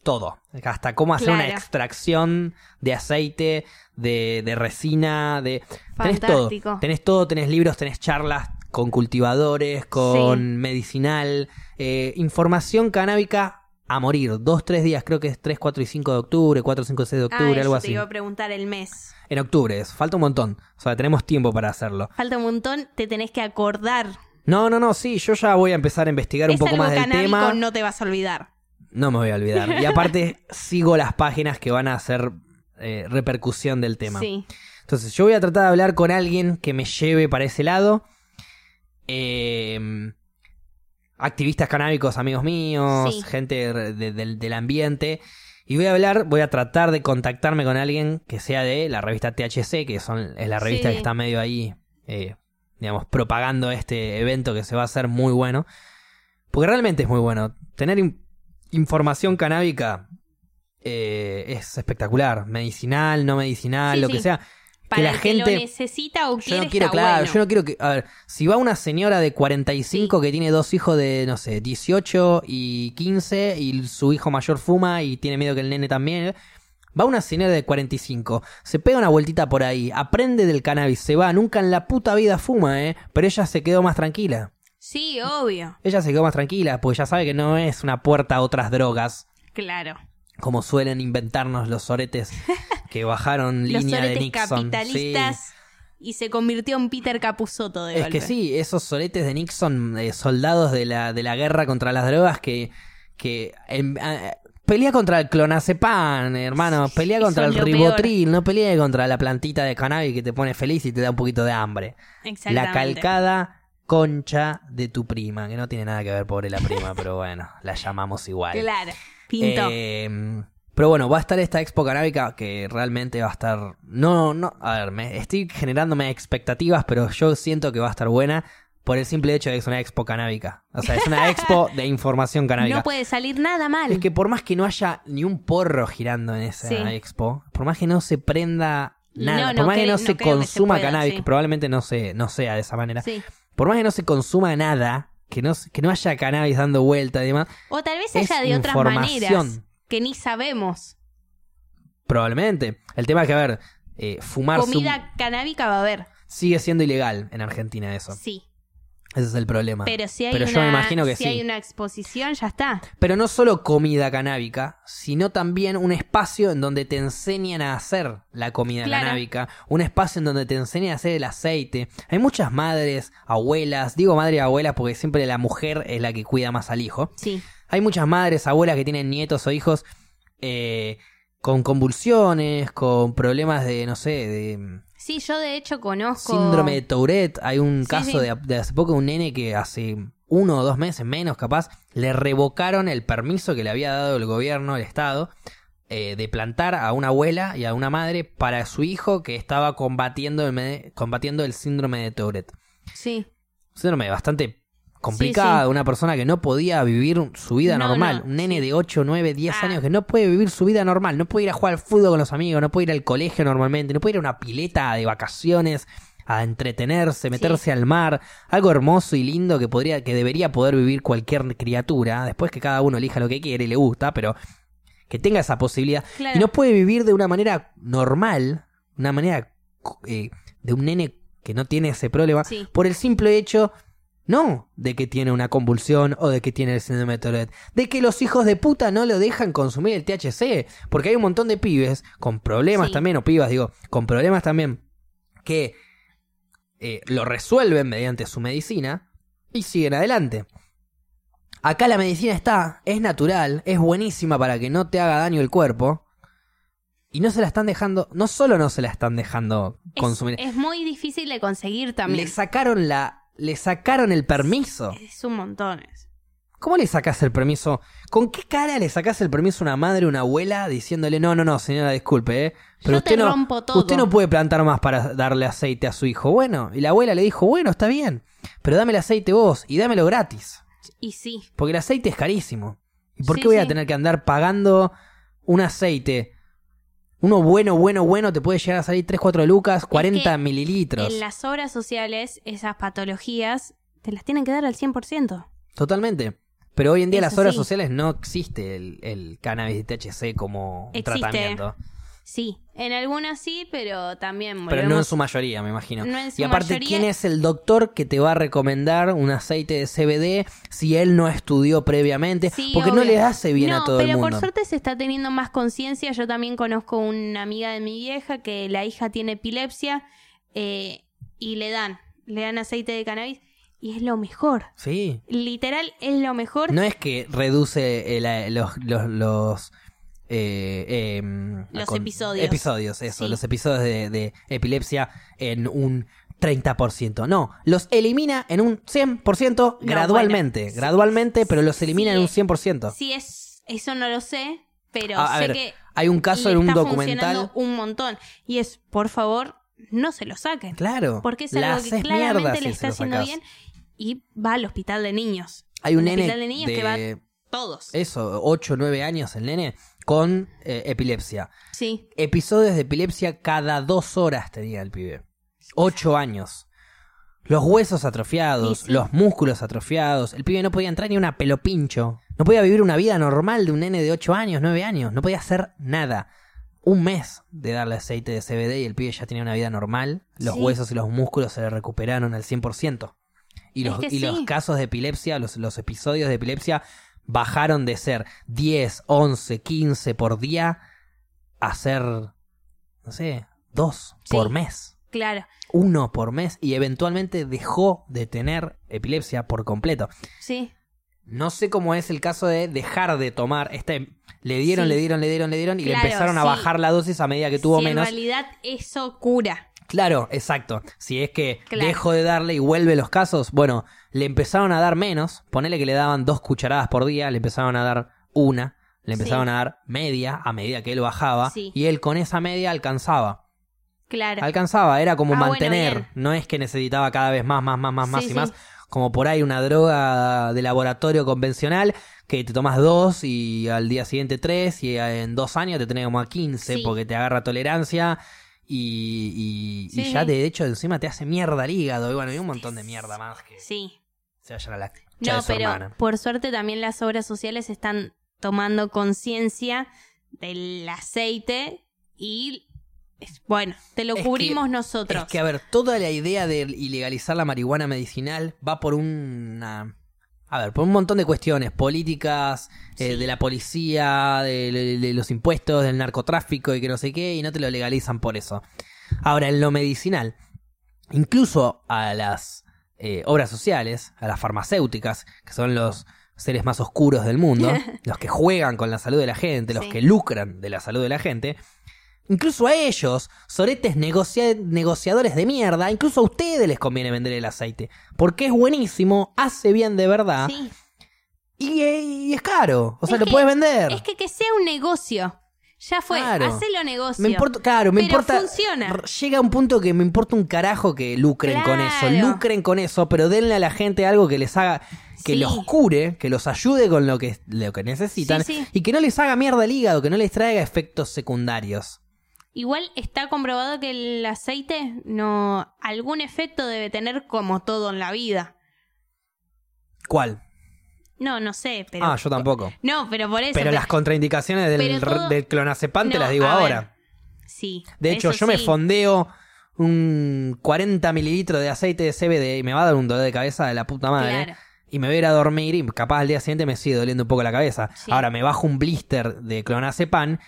Speaker 1: todo. Hasta cómo hacer una
Speaker 2: Claro.
Speaker 1: extracción de aceite, de, de resina, de... Tenés todo.
Speaker 2: Fantástico.
Speaker 1: Tenés todo, tenés libros, tenés charlas con cultivadores, con
Speaker 2: Sí.
Speaker 1: medicinal, eh, información canábica a morir. Dos, tres días, creo que es 3, 4 y 5 de octubre, 4, 5, 6 de
Speaker 2: Ah,
Speaker 1: octubre,
Speaker 2: eso
Speaker 1: algo
Speaker 2: Te
Speaker 1: así.
Speaker 2: iba a preguntar el mes.
Speaker 1: En octubre es, falta un montón. O sea, tenemos tiempo para hacerlo.
Speaker 2: Falta un montón, te tenés que acordar.
Speaker 1: No, no, no, sí, yo ya voy a empezar a investigar un
Speaker 2: es
Speaker 1: poco
Speaker 2: algo
Speaker 1: más del
Speaker 2: canábico,
Speaker 1: tema.
Speaker 2: no te vas a olvidar.
Speaker 1: No me voy a olvidar. Y aparte, sigo las páginas que van a hacer eh, repercusión del tema.
Speaker 2: Sí.
Speaker 1: Entonces, yo voy a tratar de hablar con alguien que me lleve para ese lado. Eh, activistas canábicos, amigos míos,
Speaker 2: Sí.
Speaker 1: gente de- de- del- del ambiente. Y voy a hablar, voy a tratar de contactarme con alguien que sea de la revista THC, que son, es la revista
Speaker 2: Sí.
Speaker 1: que está medio ahí, eh, digamos, propagando este evento que se va a hacer muy bueno. Porque realmente es muy bueno. Tener in- información canábica eh, es espectacular. Medicinal, no medicinal,
Speaker 2: Sí,
Speaker 1: lo
Speaker 2: sí.
Speaker 1: que sea.
Speaker 2: Para
Speaker 1: la
Speaker 2: el que
Speaker 1: gente-
Speaker 2: lo necesita o
Speaker 1: Yo
Speaker 2: quiere,
Speaker 1: no quiero,
Speaker 2: está
Speaker 1: claro,
Speaker 2: bueno.
Speaker 1: yo no quiero que. A ver, si va una señora de 45 que tiene dos hijos de, no sé, 18 y 15 y su hijo mayor fuma y tiene miedo que el nene también. Va una señora de 45, se pega una vueltita por ahí, aprende del cannabis, se va, nunca en la puta vida fuma, ¿eh? Pero ella se quedó más tranquila.
Speaker 2: Sí, obvio.
Speaker 1: Ella se quedó más tranquila, porque ya sabe que no es una puerta a otras drogas,
Speaker 2: Claro.
Speaker 1: como suelen inventarnos los soretes que bajaron
Speaker 2: Los
Speaker 1: línea de
Speaker 2: soletes
Speaker 1: Nixon. Sí.
Speaker 2: capitalistas y se convirtió en Peter Capusotto de
Speaker 1: Es
Speaker 2: golpe.
Speaker 1: que sí, esos soletes de Nixon, eh, soldados de la, de la guerra contra las drogas que... que em, ah, eh, pelea contra el clonazepam, hermano. Pelea
Speaker 2: Eso
Speaker 1: contra el
Speaker 2: es lo
Speaker 1: ribotril. No pelea contra la plantita de cannabis que te pone feliz y te da un poquito de hambre. La
Speaker 2: Exactamente.
Speaker 1: calcada concha de tu prima. Que no tiene nada que ver, pobre la prima, pero bueno, la llamamos igual.
Speaker 2: Claro. Pintó.
Speaker 1: Eh, pero bueno, va a estar esta expo canábica que realmente va a estar. No, no. A ver, me estoy generándome expectativas, pero yo siento que va a estar buena por el simple hecho de que es una expo canábica. O sea, es una expo de información canábica.
Speaker 2: no puede salir nada mal.
Speaker 1: es que por más que no haya ni un porro girando en esa
Speaker 2: Sí.
Speaker 1: expo, por más que no se prenda nada,
Speaker 2: No, no
Speaker 1: por más que
Speaker 2: creo-
Speaker 1: no
Speaker 2: no
Speaker 1: se
Speaker 2: creo que se
Speaker 1: consuma
Speaker 2: pueda,
Speaker 1: cannabis,
Speaker 2: sí.
Speaker 1: que probablemente no, se, no sea de esa manera,
Speaker 2: Sí.
Speaker 1: por más que no se consuma nada, que no, se- que no haya cannabis dando vuelta y demás,
Speaker 2: O tal vez
Speaker 1: Es
Speaker 2: haya de otras
Speaker 1: información.
Speaker 2: maneras que ni sabemos.
Speaker 1: Probablemente. El tema es que, a ver, eh, fumarse un-
Speaker 2: Comida canábica va a haber.
Speaker 1: sigue siendo ilegal en Argentina eso.
Speaker 2: Sí.
Speaker 1: Ese es el problema.
Speaker 2: Pero si hay
Speaker 1: Pero
Speaker 2: una,
Speaker 1: yo me imagino que
Speaker 2: si
Speaker 1: sí.
Speaker 2: hay una exposición, ya está.
Speaker 1: Pero no solo comida canábica, sino también un espacio en donde te enseñan a hacer la comida
Speaker 2: Claro.
Speaker 1: canábica, un espacio en donde te enseñan a hacer el aceite. Hay muchas madres, abuelas, digo madre y abuela porque siempre la mujer es la que cuida más al hijo.
Speaker 2: Sí.
Speaker 1: Hay muchas madres, abuelas que tienen nietos o hijos eh, con convulsiones, con problemas de, no sé, de
Speaker 2: Sí, yo de hecho conozco.
Speaker 1: síndrome de Tourette. Hay un
Speaker 2: Sí,
Speaker 1: caso
Speaker 2: sí.
Speaker 1: De, de hace poco, un nene que hace uno o dos meses menos, capaz, le revocaron el permiso que le había dado el gobierno, el Estado, eh, de plantar a una abuela y a una madre para su hijo que estaba combatiendo el, me- combatiendo el síndrome de Tourette.
Speaker 2: Sí.
Speaker 1: Síndrome bastante complicado, una persona que no podía vivir su vida
Speaker 2: No,
Speaker 1: normal,
Speaker 2: no,
Speaker 1: un nene de 8, 9, 10
Speaker 2: Ah.
Speaker 1: años que no puede vivir su vida normal, no puede ir a jugar al fútbol con los amigos, no puede ir al colegio normalmente, no puede ir a una pileta de vacaciones a entretenerse, meterse al mar, algo hermoso y lindo que podría que debería poder vivir cualquier criatura, ¿eh? después que cada uno elija lo que quiere y le gusta, pero que tenga esa posibilidad
Speaker 2: Claro.
Speaker 1: y no puede vivir de una manera normal, una manera eh, de un nene que no tiene ese problema,
Speaker 2: Sí.
Speaker 1: por el simple hecho No de que tiene una convulsión o de que tiene el síndrome de Tourette. De que los hijos de puta no lo dejan consumir el THC. Porque hay un montón de pibes con problemas
Speaker 2: Sí.
Speaker 1: también, o pibas, digo, con problemas también, que eh, lo resuelven mediante su medicina y siguen adelante. Acá la medicina está, es natural, es buenísima para que no te haga daño el cuerpo. Y no se la están dejando, no solo no se la están dejando
Speaker 2: Es-
Speaker 1: consumir,
Speaker 2: Es, muy difícil de conseguir también.
Speaker 1: le sacaron la, le sacaron el permiso.
Speaker 2: Es un montón.
Speaker 1: ¿Cómo le sacas el permiso? ¿Con qué cara le sacas el permiso a una madre, a una abuela, diciéndole, no, no, no, señora, disculpe, ¿eh? Pero
Speaker 2: Yo
Speaker 1: usted,
Speaker 2: te
Speaker 1: no,
Speaker 2: rompo todo".
Speaker 1: usted no puede plantar más para darle aceite a su hijo. Bueno, y la abuela le dijo, bueno, está bien, pero dame el aceite vos y dámelo gratis,
Speaker 2: Y sí,
Speaker 1: porque el aceite es carísimo. ¿Y por
Speaker 2: Sí,
Speaker 1: qué voy a
Speaker 2: sí.
Speaker 1: tener que andar pagando un aceite? Uno bueno, bueno, bueno, te puede llegar a salir 3, 4 lucas, 40
Speaker 2: que
Speaker 1: mililitros.
Speaker 2: en las obras sociales esas patologías te las tienen que dar al 100%.
Speaker 1: Totalmente. Pero hoy en día en
Speaker 2: Es
Speaker 1: las obras
Speaker 2: así.
Speaker 1: sociales no existe el, el cannabis de THC como un
Speaker 2: Existe.
Speaker 1: tratamiento.
Speaker 2: Sí, en algunas sí, pero también
Speaker 1: Pero no en
Speaker 2: volvemos-
Speaker 1: su mayoría, me imagino.
Speaker 2: No en su
Speaker 1: y aparte,
Speaker 2: mayoría.
Speaker 1: ¿quién es el doctor que te va a recomendar un aceite de CBD si él no estudió previamente?
Speaker 2: Sí,
Speaker 1: Porque no
Speaker 2: obvio.
Speaker 1: le hace bien a
Speaker 2: No,
Speaker 1: todo el
Speaker 2: pero
Speaker 1: mundo.
Speaker 2: por suerte se está teniendo más conciencia. Yo también conozco una amiga de mi vieja que la hija tiene epilepsia eh, y le dan, le dan aceite de cannabis y es lo mejor.
Speaker 1: Sí.
Speaker 2: Literal es lo mejor.
Speaker 1: No es que reduce eh, la- los... los, los eh, eh,
Speaker 2: Los episodios.
Speaker 1: Episodios, eso.
Speaker 2: Sí.
Speaker 1: Los episodios de, de epilepsia en un 30%. No, los elimina en un 100%
Speaker 2: bueno.
Speaker 1: gradualmente.
Speaker 2: Sí,
Speaker 1: gradualmente, pero los elimina en un
Speaker 2: sí.
Speaker 1: 100%.
Speaker 2: Si es eso no lo sé, pero
Speaker 1: Ah, a
Speaker 2: sé
Speaker 1: ver,
Speaker 2: que
Speaker 1: Hay un caso
Speaker 2: le
Speaker 1: en un
Speaker 2: está
Speaker 1: documental.
Speaker 2: funcionando un montón y es por favor no se lo saquen
Speaker 1: Claro.
Speaker 2: porque es
Speaker 1: la
Speaker 2: algo
Speaker 1: haces
Speaker 2: que claramente
Speaker 1: mierda
Speaker 2: le
Speaker 1: si se
Speaker 2: está
Speaker 1: lo
Speaker 2: haciendo
Speaker 1: sacás.
Speaker 2: bien y va al hospital de niños.
Speaker 1: Hay un
Speaker 2: Al
Speaker 1: nene
Speaker 2: hospital de niños que
Speaker 1: de
Speaker 2: Todos.
Speaker 1: eso, 8 9 años el nene con eh, epilepsia.
Speaker 2: Sí.
Speaker 1: Episodios de epilepsia cada dos horas tenía el pibe. 8 años. Los huesos atrofiados,
Speaker 2: Sí, sí.
Speaker 1: los músculos atrofiados. El pibe no podía entrar ni una pelopincho. No podía vivir una vida normal de un nene de 8 años, 9 años. No podía hacer nada. Un mes de darle aceite de CBD y el pibe ya tenía una vida normal. Los
Speaker 2: Sí.
Speaker 1: huesos y los músculos se le recuperaron al 100%. Y
Speaker 2: Es
Speaker 1: los,
Speaker 2: que
Speaker 1: y los
Speaker 2: sí.
Speaker 1: casos de epilepsia, los, los episodios de epilepsia bajaron de ser 10, 11, 15 por día a ser, no sé, 2
Speaker 2: Sí.
Speaker 1: por mes,
Speaker 2: Claro.
Speaker 1: uno por mes y eventualmente dejó de tener epilepsia por completo.
Speaker 2: Sí.
Speaker 1: No sé cómo es el caso de dejar de tomar este le dieron,
Speaker 2: Sí.
Speaker 1: le dieron, le dieron, le dieron y
Speaker 2: Claro,
Speaker 1: le empezaron a
Speaker 2: sí.
Speaker 1: bajar la dosis a medida que tuvo
Speaker 2: si
Speaker 1: menos.
Speaker 2: En realidad eso cura.
Speaker 1: Claro, exacto. Si es que
Speaker 2: Claro.
Speaker 1: dejo de darle y vuelve los casos, bueno, le empezaron a dar menos, ponele que le daban dos cucharadas por día, le empezaron a dar una, le
Speaker 2: Sí.
Speaker 1: empezaron a dar media a medida que él bajaba
Speaker 2: Sí.
Speaker 1: y él con esa media alcanzaba.
Speaker 2: Claro.
Speaker 1: Alcanzaba, era como
Speaker 2: Ah, bueno,
Speaker 1: mantener,
Speaker 2: bien.
Speaker 1: no es que necesitaba cada vez más, más, más, más,
Speaker 2: Sí,
Speaker 1: más y
Speaker 2: sí.
Speaker 1: más, como por ahí una droga de laboratorio convencional que te tomas dos y al día siguiente tres y en dos años te tenés como a 15
Speaker 2: Sí.
Speaker 1: porque te agarra tolerancia y, y- y
Speaker 2: Sí,
Speaker 1: ya
Speaker 2: sí.
Speaker 1: de hecho encima te hace mierda el hígado y bueno, hay un montón de mierda más que
Speaker 2: Sí.
Speaker 1: se vayan a la concha
Speaker 2: No,
Speaker 1: de su
Speaker 2: pero
Speaker 1: hermana.
Speaker 2: por suerte también las obras sociales están tomando conciencia del aceite y es- bueno, te lo
Speaker 1: Es que-
Speaker 2: cubrimos
Speaker 1: Es
Speaker 2: nosotros.
Speaker 1: que a ver, toda la idea de ilegalizar la marihuana medicinal va por una... A ver, por un montón de cuestiones políticas, eh, de la policía, de, de- de los impuestos, del narcotráfico y que no sé qué, y no te lo legalizan por eso. Ahora, en lo medicinal, incluso a las eh, obras sociales, a las farmacéuticas, que son los seres más oscuros del mundo, los que juegan con la salud de la gente, los
Speaker 2: Sí.
Speaker 1: que lucran de la salud de la gente, incluso a ellos, soretes negocia- negociadores de mierda, incluso a ustedes les conviene vender el aceite, porque es buenísimo, hace bien de verdad
Speaker 2: Sí.
Speaker 1: y, eh, y es caro, o sea,
Speaker 2: Es
Speaker 1: lo
Speaker 2: que-
Speaker 1: puedes vender.
Speaker 2: Es que que sea un negocio. Ya fue,
Speaker 1: Claro.
Speaker 2: hacelo negocio.
Speaker 1: me importa, claro, me
Speaker 2: Pero
Speaker 1: importa.
Speaker 2: funciona.
Speaker 1: r- Llega un punto que me importa un carajo que lucren con eso,
Speaker 2: Claro.
Speaker 1: lucren con eso, pero denle a la gente algo que les haga que
Speaker 2: Sí.
Speaker 1: los cure, que los ayude con lo que lo que necesitan
Speaker 2: Sí, sí.
Speaker 1: y que no les haga mierda el hígado, que no les traiga efectos secundarios.
Speaker 2: Igual está comprobado que el aceite no algún efecto debe tener como todo en la vida.
Speaker 1: ¿Cuál?
Speaker 2: No, no sé, pero
Speaker 1: ah, yo tampoco.
Speaker 2: no, pero por eso.
Speaker 1: Pero las contraindicaciones del,
Speaker 2: pero todo-
Speaker 1: del clonazepam te
Speaker 2: No,
Speaker 1: las digo
Speaker 2: a ver,
Speaker 1: ahora.
Speaker 2: sí.
Speaker 1: De hecho,
Speaker 2: eso
Speaker 1: yo me
Speaker 2: sí.
Speaker 1: fondeo un 40 mililitros de aceite de CBD y me va a dar un dolor de cabeza de la puta madre.
Speaker 2: Claro.
Speaker 1: Y me voy a ir a dormir y capaz al día siguiente me sigue doliendo un poco la cabeza.
Speaker 2: Sí.
Speaker 1: Ahora me bajo un blister de clonazepam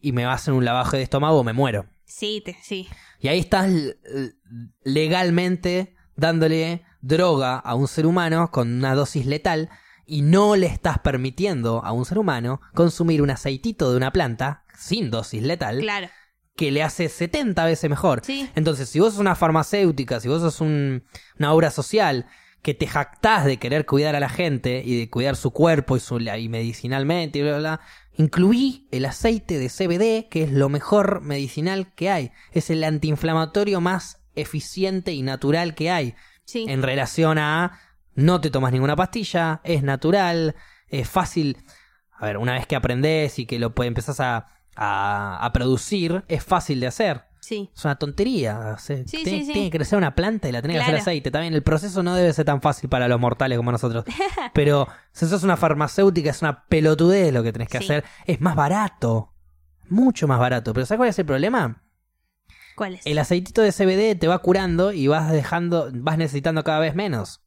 Speaker 1: y me va a hacer un lavaje de estómago, me muero.
Speaker 2: Sí, te- sí.
Speaker 1: Y ahí estás l- l- legalmente dándole droga a un ser humano con una dosis letal y no le estás permitiendo a un ser humano consumir un aceitito de una planta sin dosis letal
Speaker 2: Claro.
Speaker 1: que le hace 70 veces mejor.
Speaker 2: Sí.
Speaker 1: Entonces, si vos sos una farmacéutica, si vos sos un- una obra social que te jactás de querer cuidar a la gente y de cuidar su cuerpo y, su, y medicinalmente y bla, bla, bla, incluí el aceite de CBD, que es lo mejor medicinal que hay. Es el antiinflamatorio más eficiente y natural que hay
Speaker 2: Sí.
Speaker 1: en relación a no te tomas ninguna pastilla, es natural, es fácil. A ver, una vez que aprendés y que lo puedes, empezás a, a- a producir, es fácil de hacer.
Speaker 2: Sí.
Speaker 1: Es una tontería. se-
Speaker 2: Sí,
Speaker 1: tiene,
Speaker 2: sí, sí.
Speaker 1: tiene que crecer una planta y la tenés que
Speaker 2: Claro.
Speaker 1: hacer aceite. También el proceso no debe ser tan fácil para los mortales como nosotros. Pero si sos una farmacéutica, es una pelotudez lo que tenés que
Speaker 2: Sí.
Speaker 1: hacer. Es más barato. Mucho más barato. Pero ¿sabes cuál es el problema?
Speaker 2: ¿Cuál es?
Speaker 1: El aceitito de CBD te va curando y vas dejando, vas necesitando cada vez menos.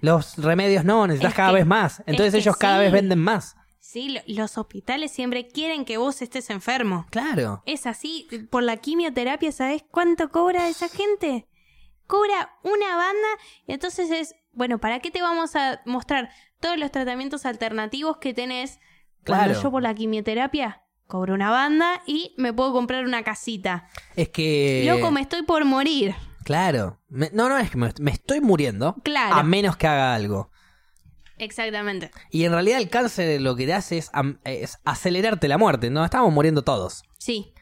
Speaker 1: Los remedios no, necesitas
Speaker 2: Es
Speaker 1: cada
Speaker 2: que-
Speaker 1: vez más. Entonces
Speaker 2: que
Speaker 1: ellos cada
Speaker 2: sí.
Speaker 1: vez venden más.
Speaker 2: Sí, lo- los hospitales siempre quieren que vos estés enfermo.
Speaker 1: Claro.
Speaker 2: Es así, por la quimioterapia, ¿sabes cuánto cobra esa gente? Cobra una banda, y entonces es, bueno, ¿para qué te vamos a mostrar todos los tratamientos alternativos que tenés
Speaker 1: Claro.
Speaker 2: cuando yo por la quimioterapia cobro una banda y me puedo comprar una casita?
Speaker 1: Es que.
Speaker 2: Loco, me estoy por morir.
Speaker 1: Claro. Me- no, no, es que me, me estoy muriendo.
Speaker 2: Claro.
Speaker 1: A menos que haga algo.
Speaker 2: Exactamente.
Speaker 1: Y en realidad el cáncer lo que te hace es, am- es acelerarte la muerte. No estamos muriendo todos.
Speaker 2: Sí,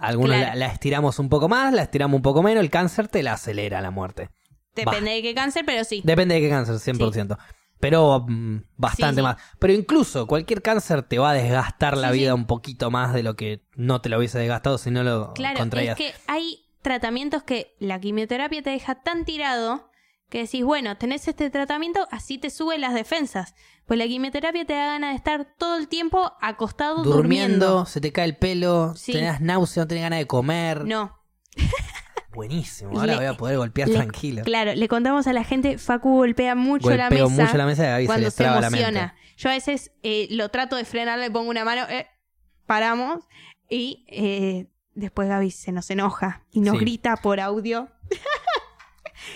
Speaker 1: Algunos
Speaker 2: Claro.
Speaker 1: la, la estiramos un poco más, la estiramos un poco menos. El cáncer te la acelera la muerte.
Speaker 2: depende de qué cáncer, pero sí.
Speaker 1: Depende de qué cáncer, 100%. Pero mm, bastante
Speaker 2: Sí, sí.
Speaker 1: más. Pero incluso cualquier cáncer te va a desgastar la
Speaker 2: Sí, sí.
Speaker 1: vida un poquito más de lo que no te lo hubiese desgastado si no lo
Speaker 2: Claro,
Speaker 1: contraías.
Speaker 2: es que hay tratamientos que la quimioterapia te deja tan tirado que decís, bueno, tenés este tratamiento, así te suben las defensas. Pues la quimioterapia te da ganas de estar todo el tiempo acostado
Speaker 1: Durmiendo,
Speaker 2: durmiendo.
Speaker 1: se te cae el pelo,
Speaker 2: Sí.
Speaker 1: tenés náusea, no tenés ganas de comer.
Speaker 2: No,
Speaker 1: Buenísimo, ahora
Speaker 2: Le-
Speaker 1: voy a poder golpear
Speaker 2: le-
Speaker 1: tranquilo.
Speaker 2: claro, le contamos a la gente, Facu golpea mucho la mesa
Speaker 1: Golpeo mucho la mesa y a Gaby se
Speaker 2: cuando
Speaker 1: le
Speaker 2: se
Speaker 1: traba la
Speaker 2: emociona.
Speaker 1: mente.
Speaker 2: Yo a veces eh, lo trato de frenar, le pongo una mano, eh, paramos y eh, después Gaby se nos enoja y nos
Speaker 1: Sí.
Speaker 2: grita por audio.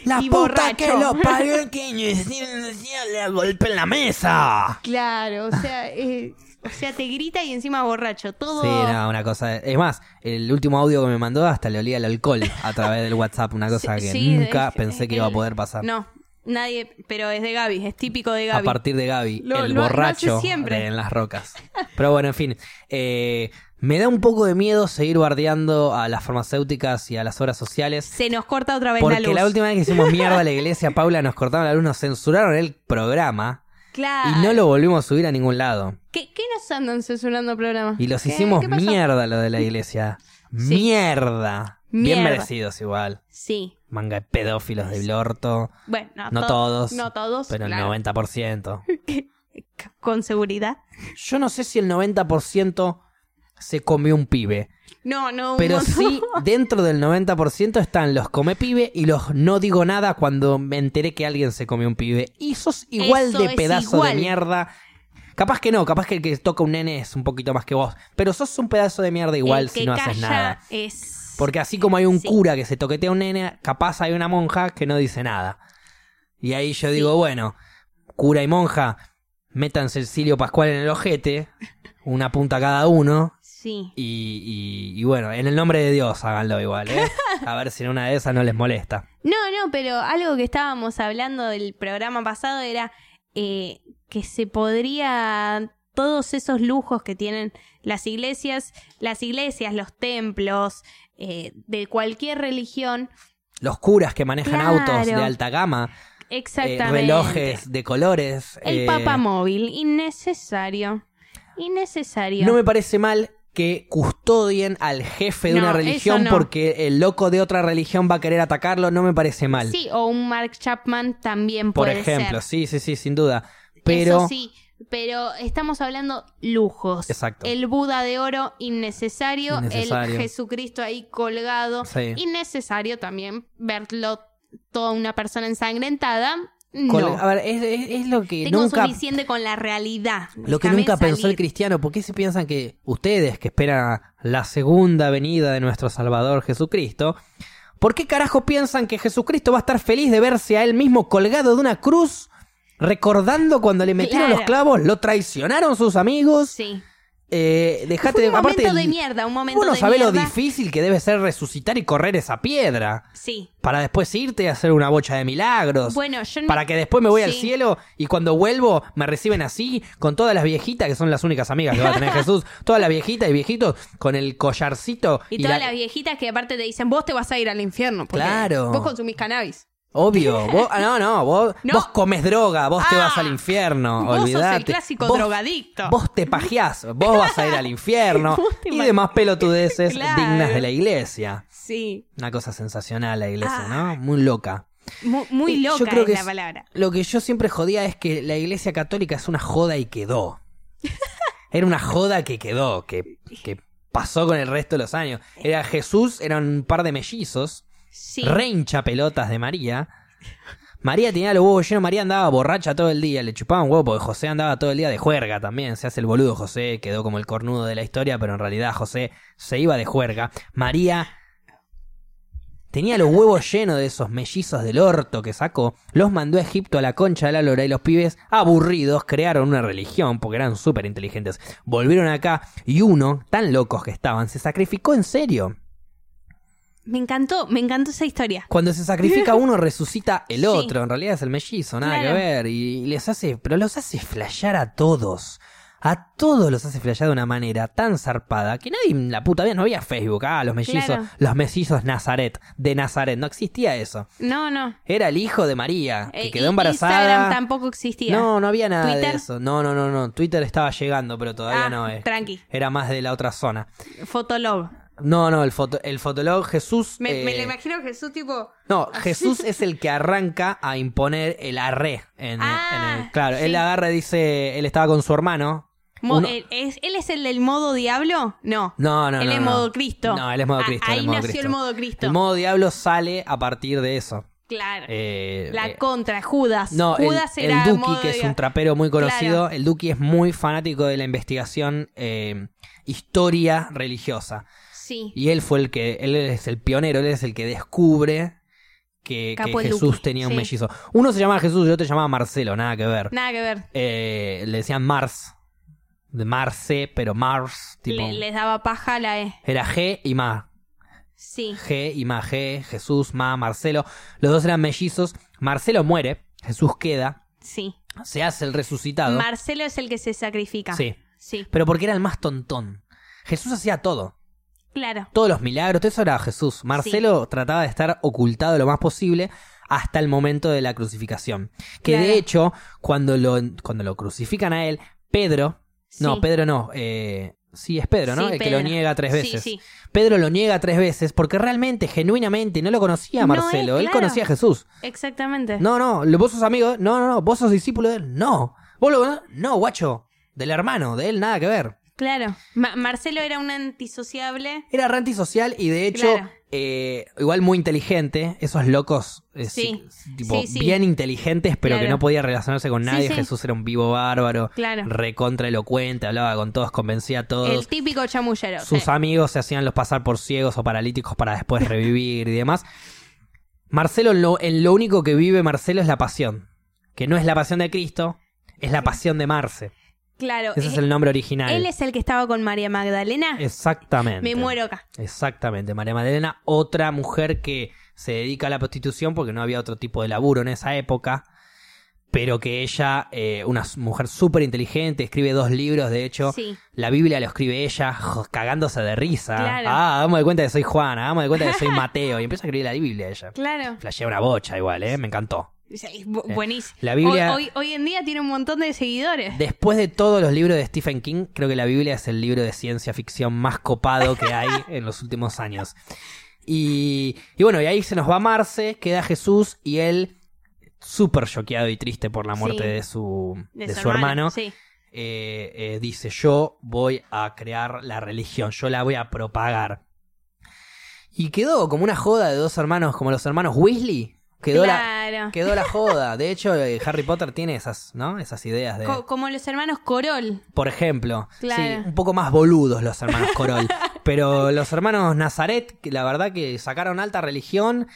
Speaker 1: ¡La
Speaker 2: Y
Speaker 1: puta
Speaker 2: borracho.
Speaker 1: que lo parió el que le golpe en la mesa!
Speaker 2: Claro, o sea, eh, o sea, te grita y encima borracho, todo.
Speaker 1: Sí, era una cosa. Es más, el último audio que me mandó hasta le olía el alcohol a través del WhatsApp, una cosa
Speaker 2: Sí,
Speaker 1: que
Speaker 2: sí,
Speaker 1: nunca
Speaker 2: es-
Speaker 1: pensé que
Speaker 2: el-
Speaker 1: iba a poder pasar.
Speaker 2: No, nadie, pero es de Gaby, es típico de
Speaker 1: a
Speaker 2: Gaby.
Speaker 1: partir de Gaby,
Speaker 2: Lo-
Speaker 1: el
Speaker 2: lo- lo hace
Speaker 1: borracho
Speaker 2: siempre.
Speaker 1: de en las rocas. Pero bueno, en fin. eh, me da un poco de miedo seguir bardeando a las farmacéuticas y a las obras sociales.
Speaker 2: Se nos corta otra vez la
Speaker 1: Porque
Speaker 2: luz.
Speaker 1: la última vez que hicimos mierda a la iglesia, Paula, nos cortaron la luz, nos censuraron el programa
Speaker 2: Claro.
Speaker 1: y no lo volvimos a subir a ningún lado.
Speaker 2: ¿Qué, qué nos andan censurando programas?
Speaker 1: Y los
Speaker 2: ¿Qué-
Speaker 1: hicimos
Speaker 2: qué pasó?
Speaker 1: mierda lo de la iglesia. Mierda. Bien
Speaker 2: Mierda.
Speaker 1: merecidos igual.
Speaker 2: Sí.
Speaker 1: Manga de pedófilos del orto.
Speaker 2: Bueno, no,
Speaker 1: No
Speaker 2: to-
Speaker 1: todos,
Speaker 2: No todos.
Speaker 1: Pero el
Speaker 2: claro.
Speaker 1: 90%.
Speaker 2: C- Con seguridad.
Speaker 1: Yo no sé si el 90% se comió un pibe.
Speaker 2: No, no. un
Speaker 1: Pero
Speaker 2: montón.
Speaker 1: sí, dentro del 90% están los come pibe y los no digo nada cuando me enteré que alguien se comió un pibe. Y sos igual
Speaker 2: Eso
Speaker 1: de
Speaker 2: es
Speaker 1: pedazo de
Speaker 2: igual.
Speaker 1: mierda. Capaz que no, capaz que el que toca un nene es un poquito más que vos. Pero sos un pedazo de mierda igual
Speaker 2: El
Speaker 1: si
Speaker 2: que
Speaker 1: no haces
Speaker 2: calla
Speaker 1: nada.
Speaker 2: Es...
Speaker 1: Porque así como hay un
Speaker 2: Sí.
Speaker 1: cura que se toquetea a un nene, capaz hay una monja que no dice nada. Y ahí yo digo, bueno, cura y monja, métanse el Silio Pascual en el ojete, una punta cada uno,
Speaker 2: Sí.
Speaker 1: y, y- y bueno, en el nombre de Dios háganlo igual, ¿eh? A ver si en una de esas no les molesta.
Speaker 2: No, no, pero algo que estábamos hablando del programa pasado era eh, que se podría todos esos lujos que tienen las iglesias, las iglesias, los templos, eh, de cualquier religión,
Speaker 1: Los curas que manejan
Speaker 2: Claro.
Speaker 1: autos de alta gama, eh,
Speaker 2: exactamente.
Speaker 1: relojes de colores.
Speaker 2: El
Speaker 1: eh,
Speaker 2: papamóvil, innecesario. Innecesario.
Speaker 1: No me parece mal que custodien al jefe de
Speaker 2: No,
Speaker 1: una
Speaker 2: eso
Speaker 1: religión
Speaker 2: no.
Speaker 1: porque el loco de otra religión va a querer atacarlo, no me parece mal.
Speaker 2: Sí, o un Mark Chapman también
Speaker 1: Por
Speaker 2: puede
Speaker 1: ejemplo,
Speaker 2: ser.
Speaker 1: sí, sí, sí, sin duda. Pero
Speaker 2: Eso sí, Pero estamos hablando lujos.
Speaker 1: Exacto.
Speaker 2: El Buda de oro innecesario,
Speaker 1: Innecesario.
Speaker 2: el Jesucristo ahí colgado,
Speaker 1: Sí.
Speaker 2: innecesario también verlo toda una persona ensangrentada. No.
Speaker 1: Con- A ver, es, es- es lo que
Speaker 2: Tengo
Speaker 1: nunca
Speaker 2: suficiente con la realidad.
Speaker 1: Lo que
Speaker 2: Déjame
Speaker 1: nunca pensó el
Speaker 2: salir.
Speaker 1: cristiano, ¿por qué se piensan que ustedes que esperan la segunda venida de nuestro Salvador Jesucristo, ¿por qué carajo piensan que Jesucristo va a estar feliz de verse a él mismo colgado de una cruz, recordando cuando le metieron
Speaker 2: Claro.
Speaker 1: los clavos, lo traicionaron sus amigos?
Speaker 2: Sí.
Speaker 1: Eh, dejate
Speaker 2: Fue un
Speaker 1: de- aparte,
Speaker 2: momento de mierda, un momento
Speaker 1: uno
Speaker 2: de
Speaker 1: sabe lo
Speaker 2: mierda.
Speaker 1: difícil que debe ser resucitar y correr esa piedra
Speaker 2: Sí.
Speaker 1: para después irte a hacer una bocha de milagros.
Speaker 2: Bueno, yo no-
Speaker 1: Para que después me voy al
Speaker 2: Sí.
Speaker 1: cielo y cuando vuelvo me reciben así, con todas las viejitas, que son las únicas amigas que va a tener Jesús, todas las viejitas y viejitos con el collarcito.
Speaker 2: Y, todas
Speaker 1: la-
Speaker 2: las viejitas que aparte te dicen, vos te vas a ir al infierno. Porque
Speaker 1: Claro.
Speaker 2: Vos consumís cannabis.
Speaker 1: Obvio, vos, ah, no, no, vos,
Speaker 2: No.
Speaker 1: vos comes droga, vos te
Speaker 2: Ah.
Speaker 1: vas al infierno,
Speaker 2: Vos sos el
Speaker 1: olvidate.
Speaker 2: clásico
Speaker 1: Vos-
Speaker 2: drogadicto.
Speaker 1: Vos te pajeás, vos vas a ir al infierno
Speaker 2: Vos te
Speaker 1: y
Speaker 2: ma-
Speaker 1: demás pelotudeces
Speaker 2: Claro.
Speaker 1: dignas de la iglesia.
Speaker 2: Sí.
Speaker 1: Una cosa sensacional la iglesia,
Speaker 2: Ah.
Speaker 1: ¿no? Muy loca.
Speaker 2: Mu-
Speaker 1: Y
Speaker 2: Muy,
Speaker 1: Eh, yo
Speaker 2: loca
Speaker 1: creo que
Speaker 2: es la
Speaker 1: es-
Speaker 2: palabra.
Speaker 1: Lo que yo siempre jodía es que la iglesia católica es una joda y quedó. Era una joda que quedó, que, que pasó con el resto de los años. Era Jesús, eran un par de mellizos,
Speaker 2: Sí.
Speaker 1: reincha pelotas de María. María tenía los huevos llenos, María andaba borracha todo el día, le chupaban huevo porque José andaba todo el día de juerga también. Se hace el boludo José, quedó como el cornudo de la historia, pero en realidad José se iba de juerga. María Tenía los huevos llenos de esos mellizos del orto que sacó, los mandó a Egipto a la concha de la lora y los pibes, aburridos, crearon una religión porque eran súper inteligentes. Volvieron acá y uno, tan locos que estaban, se sacrificó en serio.
Speaker 2: Me encantó, me encantó esa historia.
Speaker 1: Cuando se sacrifica uno, resucita el
Speaker 2: Sí.
Speaker 1: otro. En realidad es el mellizo, nada
Speaker 2: Claro.
Speaker 1: que ver. Y les hace, pero los hace flashear a todos. A todos los hace flashear de una manera tan zarpada que nadie en la puta vida no había Facebook. Ah, los mellizos,
Speaker 2: Claro.
Speaker 1: los mellizos Nazaret, de Nazaret. No existía eso.
Speaker 2: No, no.
Speaker 1: Era el hijo de María,
Speaker 2: Eh,
Speaker 1: que
Speaker 2: y-
Speaker 1: quedó embarazada.
Speaker 2: Instagram tampoco existía.
Speaker 1: No, no había nada
Speaker 2: Twitter.
Speaker 1: de eso. No, no, no, no. Twitter estaba llegando, pero todavía
Speaker 2: Ah,
Speaker 1: no eh. es.
Speaker 2: tranqui.
Speaker 1: Era más de la otra zona.
Speaker 2: Fotolog.
Speaker 1: No, no, el foto, el fotolog Jesús.
Speaker 2: Me,
Speaker 1: eh,
Speaker 2: me lo imagino a Jesús tipo...
Speaker 1: No, Jesús es el que arranca a imponer el arre en,
Speaker 2: Ah,
Speaker 1: en el. Claro,
Speaker 2: sí.
Speaker 1: él agarra y dice, él estaba con su hermano.
Speaker 2: mo-
Speaker 1: Uno-
Speaker 2: él, es, él es el del modo diablo? No.
Speaker 1: No, no,
Speaker 2: él
Speaker 1: no,
Speaker 2: es
Speaker 1: no.
Speaker 2: modo Cristo.
Speaker 1: No, él es modo
Speaker 2: Ah,
Speaker 1: Cristo, él
Speaker 2: ahí
Speaker 1: es modo
Speaker 2: nació
Speaker 1: Cristo.
Speaker 2: el modo Cristo.
Speaker 1: El modo diablo sale a partir de eso.
Speaker 2: claro.
Speaker 1: Eh,
Speaker 2: la
Speaker 1: eh,
Speaker 2: contra, Judas.
Speaker 1: No, el,
Speaker 2: Judas
Speaker 1: el
Speaker 2: era
Speaker 1: Duki,
Speaker 2: modo
Speaker 1: que es
Speaker 2: diablo.
Speaker 1: un trapero muy conocido,
Speaker 2: Claro.
Speaker 1: el Duki es muy fanático de la investigación eh, historia religiosa.
Speaker 2: Sí.
Speaker 1: Y él fue el que, él es el pionero, él es el que descubre que, que
Speaker 2: Capo el
Speaker 1: Jesús
Speaker 2: Duki,
Speaker 1: tenía un
Speaker 2: sí.
Speaker 1: mellizo. Uno se llamaba Jesús y otro se llamaba Marcelo, nada que ver.
Speaker 2: Nada que ver.
Speaker 1: Eh, le decían Mars, de Marce, pero Mars, tipo...
Speaker 2: Le- les daba paja la E.
Speaker 1: Era G y Ma.
Speaker 2: Sí.
Speaker 1: G y Ma, G, Jesús, Ma, Marcelo. Los dos eran mellizos. Marcelo muere, Jesús queda,
Speaker 2: Sí.
Speaker 1: se hace el resucitado.
Speaker 2: Marcelo es el que se sacrifica.
Speaker 1: Ah, Sí.
Speaker 2: Sí,
Speaker 1: Pero porque era el más tontón. Jesús hacía todo.
Speaker 2: claro.
Speaker 1: Todos los milagros, todo eso era Jesús. Marcelo trataba de estar ocultado lo más posible hasta el momento de la crucificación. Que
Speaker 2: Claro.
Speaker 1: de hecho, cuando lo, cuando lo crucifican a él, Pedro. No,
Speaker 2: Sí.
Speaker 1: Pedro no. eh, sí, es Pedro, ¿no?
Speaker 2: Sí,
Speaker 1: el que
Speaker 2: Pedro.
Speaker 1: lo niega tres
Speaker 2: Sí,
Speaker 1: veces.
Speaker 2: sí.
Speaker 1: Pedro lo niega tres veces porque realmente, genuinamente, no lo conocía a
Speaker 2: No es,
Speaker 1: Marcelo. Él
Speaker 2: claro.
Speaker 1: conocía a Jesús.
Speaker 2: Exactamente.
Speaker 1: No, no, lo- vos sos amigo. de él. No, no, no. Vos sos discípulo de él. No. Vos lo No, guacho. Del hermano, de él nada que ver.
Speaker 2: Claro. Ma- Marcelo era un antisociable.
Speaker 1: Era re antisocial y de hecho,
Speaker 2: Claro.
Speaker 1: eh, igual muy inteligente. Esos locos, eh,
Speaker 2: Sí.
Speaker 1: sí, tipo,
Speaker 2: Sí, sí.
Speaker 1: bien inteligentes, pero que
Speaker 2: Claro.
Speaker 1: no podía relacionarse con
Speaker 2: Sí,
Speaker 1: nadie.
Speaker 2: sí.
Speaker 1: Jesús era un vivo bárbaro,
Speaker 2: Claro.
Speaker 1: recontra elocuente, hablaba con todos, convencía a
Speaker 2: El
Speaker 1: todos.
Speaker 2: típico chamullero.
Speaker 1: Sus
Speaker 2: sí.
Speaker 1: amigos se hacían los pasar por ciegos o paralíticos para después revivir y demás. Marcelo, en lo, en lo único que vive Marcelo es la pasión. Que no es la pasión de Cristo, es la pasión de Marce.
Speaker 2: Claro.
Speaker 1: Ese es
Speaker 2: eh,
Speaker 1: el nombre original.
Speaker 2: Él es el que estaba con María Magdalena.
Speaker 1: Exactamente.
Speaker 2: Me muero acá.
Speaker 1: Exactamente, María Magdalena, otra mujer que se dedica a la prostitución porque no había otro tipo de laburo en esa época, pero que ella, eh, una s- mujer súper inteligente, escribe dos libros, de hecho,
Speaker 2: Sí.
Speaker 1: la Biblia lo escribe ella jo, cagándose de risa.
Speaker 2: Claro.
Speaker 1: Ah, damos de cuenta que soy Juana, damos de cuenta que soy Mateo, y empieza a escribir la Biblia ella.
Speaker 2: Claro.
Speaker 1: Flashea una bocha igual, ¿eh? me encantó.
Speaker 2: Sí, bu- buenísimo.
Speaker 1: Eh, La Biblia-
Speaker 2: Hoy, hoy- hoy en día tiene un montón de seguidores.
Speaker 1: Después de todos los libros de Stephen King, creo que la Biblia es el libro de ciencia ficción más copado que hay en los últimos años. Y, y bueno, y ahí se nos va Marce, queda Jesús y él súper choqueado y triste por la muerte
Speaker 2: Sí.
Speaker 1: de su,
Speaker 2: De
Speaker 1: de su hermano.
Speaker 2: Sí.
Speaker 1: eh, eh, dice yo voy a crear la religión, yo la voy a propagar. Y quedó como una joda de dos hermanos, como los hermanos Weasley. Quedó,
Speaker 2: claro.
Speaker 1: la, quedó la joda. De hecho, eh, Harry Potter tiene esas, ¿no? Esas ideas de...
Speaker 2: Co- como los hermanos Corol.
Speaker 1: Por ejemplo,
Speaker 2: Claro.
Speaker 1: sí, un poco más boludos los hermanos Corol. pero los hermanos Nazaret, que la verdad que sacaron alta religión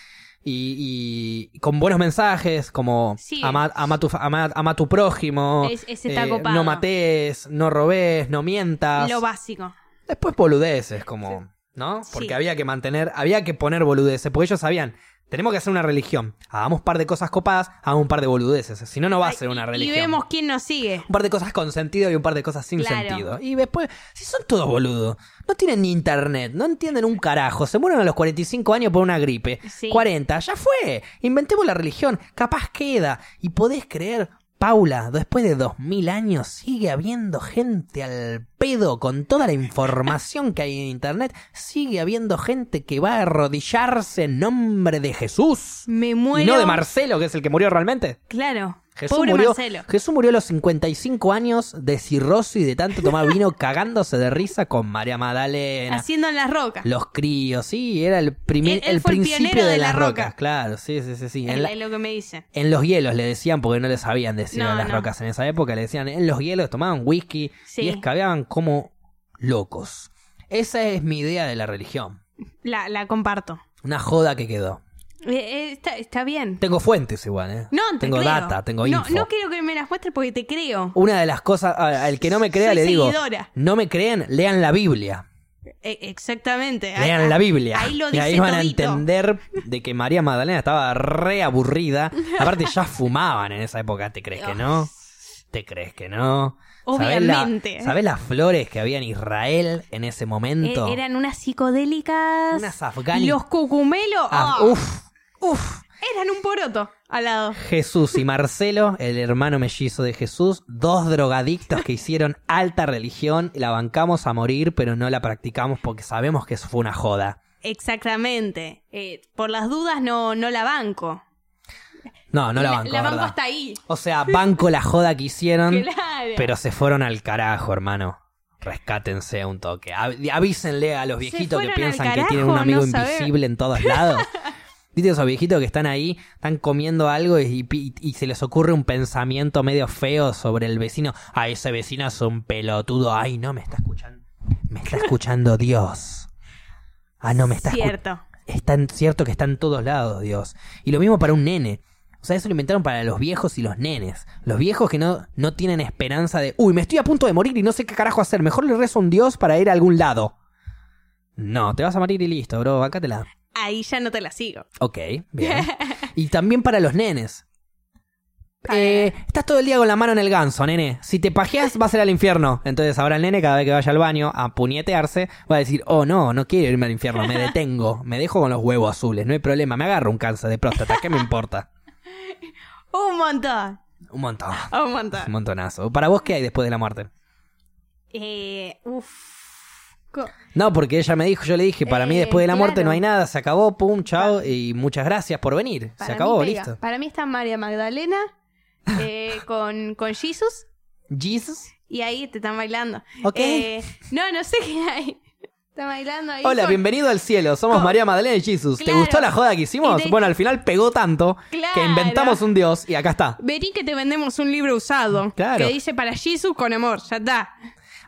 Speaker 1: y, y con buenos mensajes, como
Speaker 2: Sí.
Speaker 1: ama, ama tu, fa- ama- ama tu prójimo,
Speaker 2: Es- ese está
Speaker 1: eh,
Speaker 2: copado.
Speaker 1: no mates, no robes, no mientas.
Speaker 2: Lo básico.
Speaker 1: Después boludeces, como, ¿no?
Speaker 2: Sí.
Speaker 1: Porque había que mantener, había que poner boludeces, porque ellos sabían, tenemos que hacer una religión. Hagamos un par de cosas copadas, hagamos un par de boludeces, si no, no va a ser una
Speaker 2: Y-
Speaker 1: religión
Speaker 2: Y vemos quién nos sigue.
Speaker 1: un par de cosas con sentido y un par de cosas sin
Speaker 2: Claro.
Speaker 1: sentido. Y después, si son todos boludos, no tienen ni internet, no entienden un carajo, se mueren a los 45 años por una gripe.
Speaker 2: Sí.
Speaker 1: 40, ya fue. Inventemos la religión, capaz queda. Y podés creer, Paula, después de 2000 años sigue habiendo gente al pedo con toda la información que hay en internet, sigue habiendo gente que va a arrodillarse en nombre de Jesús.
Speaker 2: Me muero.
Speaker 1: Y no de Marcelo, que es el que murió realmente.
Speaker 2: Claro.
Speaker 1: Jesús
Speaker 2: Pobre
Speaker 1: murió,
Speaker 2: Marcelo.
Speaker 1: Jesús murió a los 55 años de cirrosis de tanto tomar vino cagándose de risa con María Magdalena.
Speaker 2: Haciendo en las rocas.
Speaker 1: Los críos, sí, era el primer
Speaker 2: Él- él
Speaker 1: el
Speaker 2: fue el
Speaker 1: principio
Speaker 2: pionero
Speaker 1: de,
Speaker 2: de
Speaker 1: las
Speaker 2: la
Speaker 1: rocas,
Speaker 2: roca.
Speaker 1: claro, sí, sí, sí, sí.
Speaker 2: Es-
Speaker 1: En, la-
Speaker 2: es lo que me dicen.
Speaker 1: en los hielos le decían porque no le sabían decir
Speaker 2: No,
Speaker 1: a las
Speaker 2: no.
Speaker 1: rocas en esa época, le decían en los hielos tomaban whisky
Speaker 2: Sí.
Speaker 1: y escabeaban como locos. Esa es mi idea de la religión,
Speaker 2: La, la comparto.
Speaker 1: una joda que quedó.
Speaker 2: Eh, eh, está, está bien.
Speaker 1: Tengo fuentes igual, eh.
Speaker 2: No, te
Speaker 1: tengo
Speaker 2: creo.
Speaker 1: data, tengo
Speaker 2: no,
Speaker 1: info.
Speaker 2: No quiero que me las muestres porque te creo.
Speaker 1: Una de las cosas, a- al que no me crea
Speaker 2: Soy
Speaker 1: le digo,
Speaker 2: seguidora.
Speaker 1: no me creen, lean la Biblia.
Speaker 2: E- exactamente. Ahí-
Speaker 1: Lean la Biblia.
Speaker 2: Ahí lo
Speaker 1: y
Speaker 2: dice
Speaker 1: ahí van
Speaker 2: todito.
Speaker 1: a entender de que María Magdalena estaba re aburrida. Aparte ya fumaban en esa época, ¿te crees que no? ¿Te crees que no? ¿Sabés la-
Speaker 2: Obviamente.
Speaker 1: ¿Sabés las flores que había en Israel en ese
Speaker 2: Eh,
Speaker 1: momento?
Speaker 2: eran unas psicodélicas.
Speaker 1: Unas afganis.
Speaker 2: Los cucumelos.
Speaker 1: Ah,
Speaker 2: ah,
Speaker 1: uf, uf.
Speaker 2: Eran un poroto al lado.
Speaker 1: Jesús y Marcelo, el hermano mellizo de Jesús, dos drogadictos que hicieron alta religión, la bancamos a morir, pero no la practicamos porque sabemos que eso fue una joda.
Speaker 2: Exactamente. Eh, por las dudas no, no la banco.
Speaker 1: No, no la banco.
Speaker 2: La, banco
Speaker 1: ¿verdad?
Speaker 2: hasta ahí.
Speaker 1: O sea, banco la joda que hicieron,
Speaker 2: Claro.
Speaker 1: pero se fueron al carajo, hermano. Rescátense un toque. Av- Avísenle a los
Speaker 2: Se
Speaker 1: viejitos que
Speaker 2: fueron
Speaker 1: piensan
Speaker 2: al
Speaker 1: que tienen
Speaker 2: carajo,
Speaker 1: un amigo
Speaker 2: no sabe-
Speaker 1: invisible en todos lados. Viste esos viejitos que están ahí, están comiendo algo y, y- y se les ocurre un pensamiento medio feo sobre el vecino. Ah, ese vecino es un pelotudo. Ay, no me está escuchando. Me está escuchando Dios. Ah, no me está escuchando
Speaker 2: Cierto.
Speaker 1: es tan cierto que está en todos lados, Dios. Y lo mismo para un nene. O sea, eso lo inventaron para los viejos y los nenes. Los viejos que no, no tienen esperanza de, uy, me estoy a punto de morir y no sé qué carajo hacer. Mejor le rezo a un Dios para ir a algún lado. No, te vas a morir y listo, bro. Bácatela.
Speaker 2: Ahí ya no te la sigo.
Speaker 1: Ok, bien. Y también para los nenes. Eh, estás todo el día con la mano en el ganso, nene. Si te pajeas, vas a ir al infierno. Entonces ahora el nene, cada vez que vaya al baño a puñetearse, va a decir, oh no, no quiero irme al infierno, me detengo, me dejo con los huevos azules, no hay problema, me agarro un cáncer de próstata, ¿qué me importa?
Speaker 2: Un montón.
Speaker 1: Un montón,
Speaker 2: Un
Speaker 1: un
Speaker 2: montón.
Speaker 1: montonazo. ¿Para vos qué hay después de la muerte?
Speaker 2: Eh, uf. Co-
Speaker 1: No, porque ella me dijo, yo le dije, para mí
Speaker 2: Eh,
Speaker 1: después de la muerte
Speaker 2: claro.
Speaker 1: no hay nada, se acabó, pum, chao, y muchas gracias por venir.
Speaker 2: Para
Speaker 1: se
Speaker 2: mí
Speaker 1: acabó,
Speaker 2: pega.
Speaker 1: listo.
Speaker 2: Para mí está María Magdalena eh, con, con Jesus
Speaker 1: Jesus.
Speaker 2: y ahí te están bailando.
Speaker 1: Ok.
Speaker 2: Eh, no, no sé qué hay. Están bailando ahí.
Speaker 1: Hola,
Speaker 2: con-
Speaker 1: bienvenido al cielo. Somos
Speaker 2: con-
Speaker 1: María Magdalena y Jesus. ¿Te
Speaker 2: Claro.
Speaker 1: gustó la joda que hicimos?
Speaker 2: Y de-
Speaker 1: Bueno, al final pegó tanto que
Speaker 2: Claro.
Speaker 1: inventamos un dios y acá está.
Speaker 2: Vení que te vendemos un libro usado.
Speaker 1: Claro.
Speaker 2: Que dice para Jesus con amor. Ya está.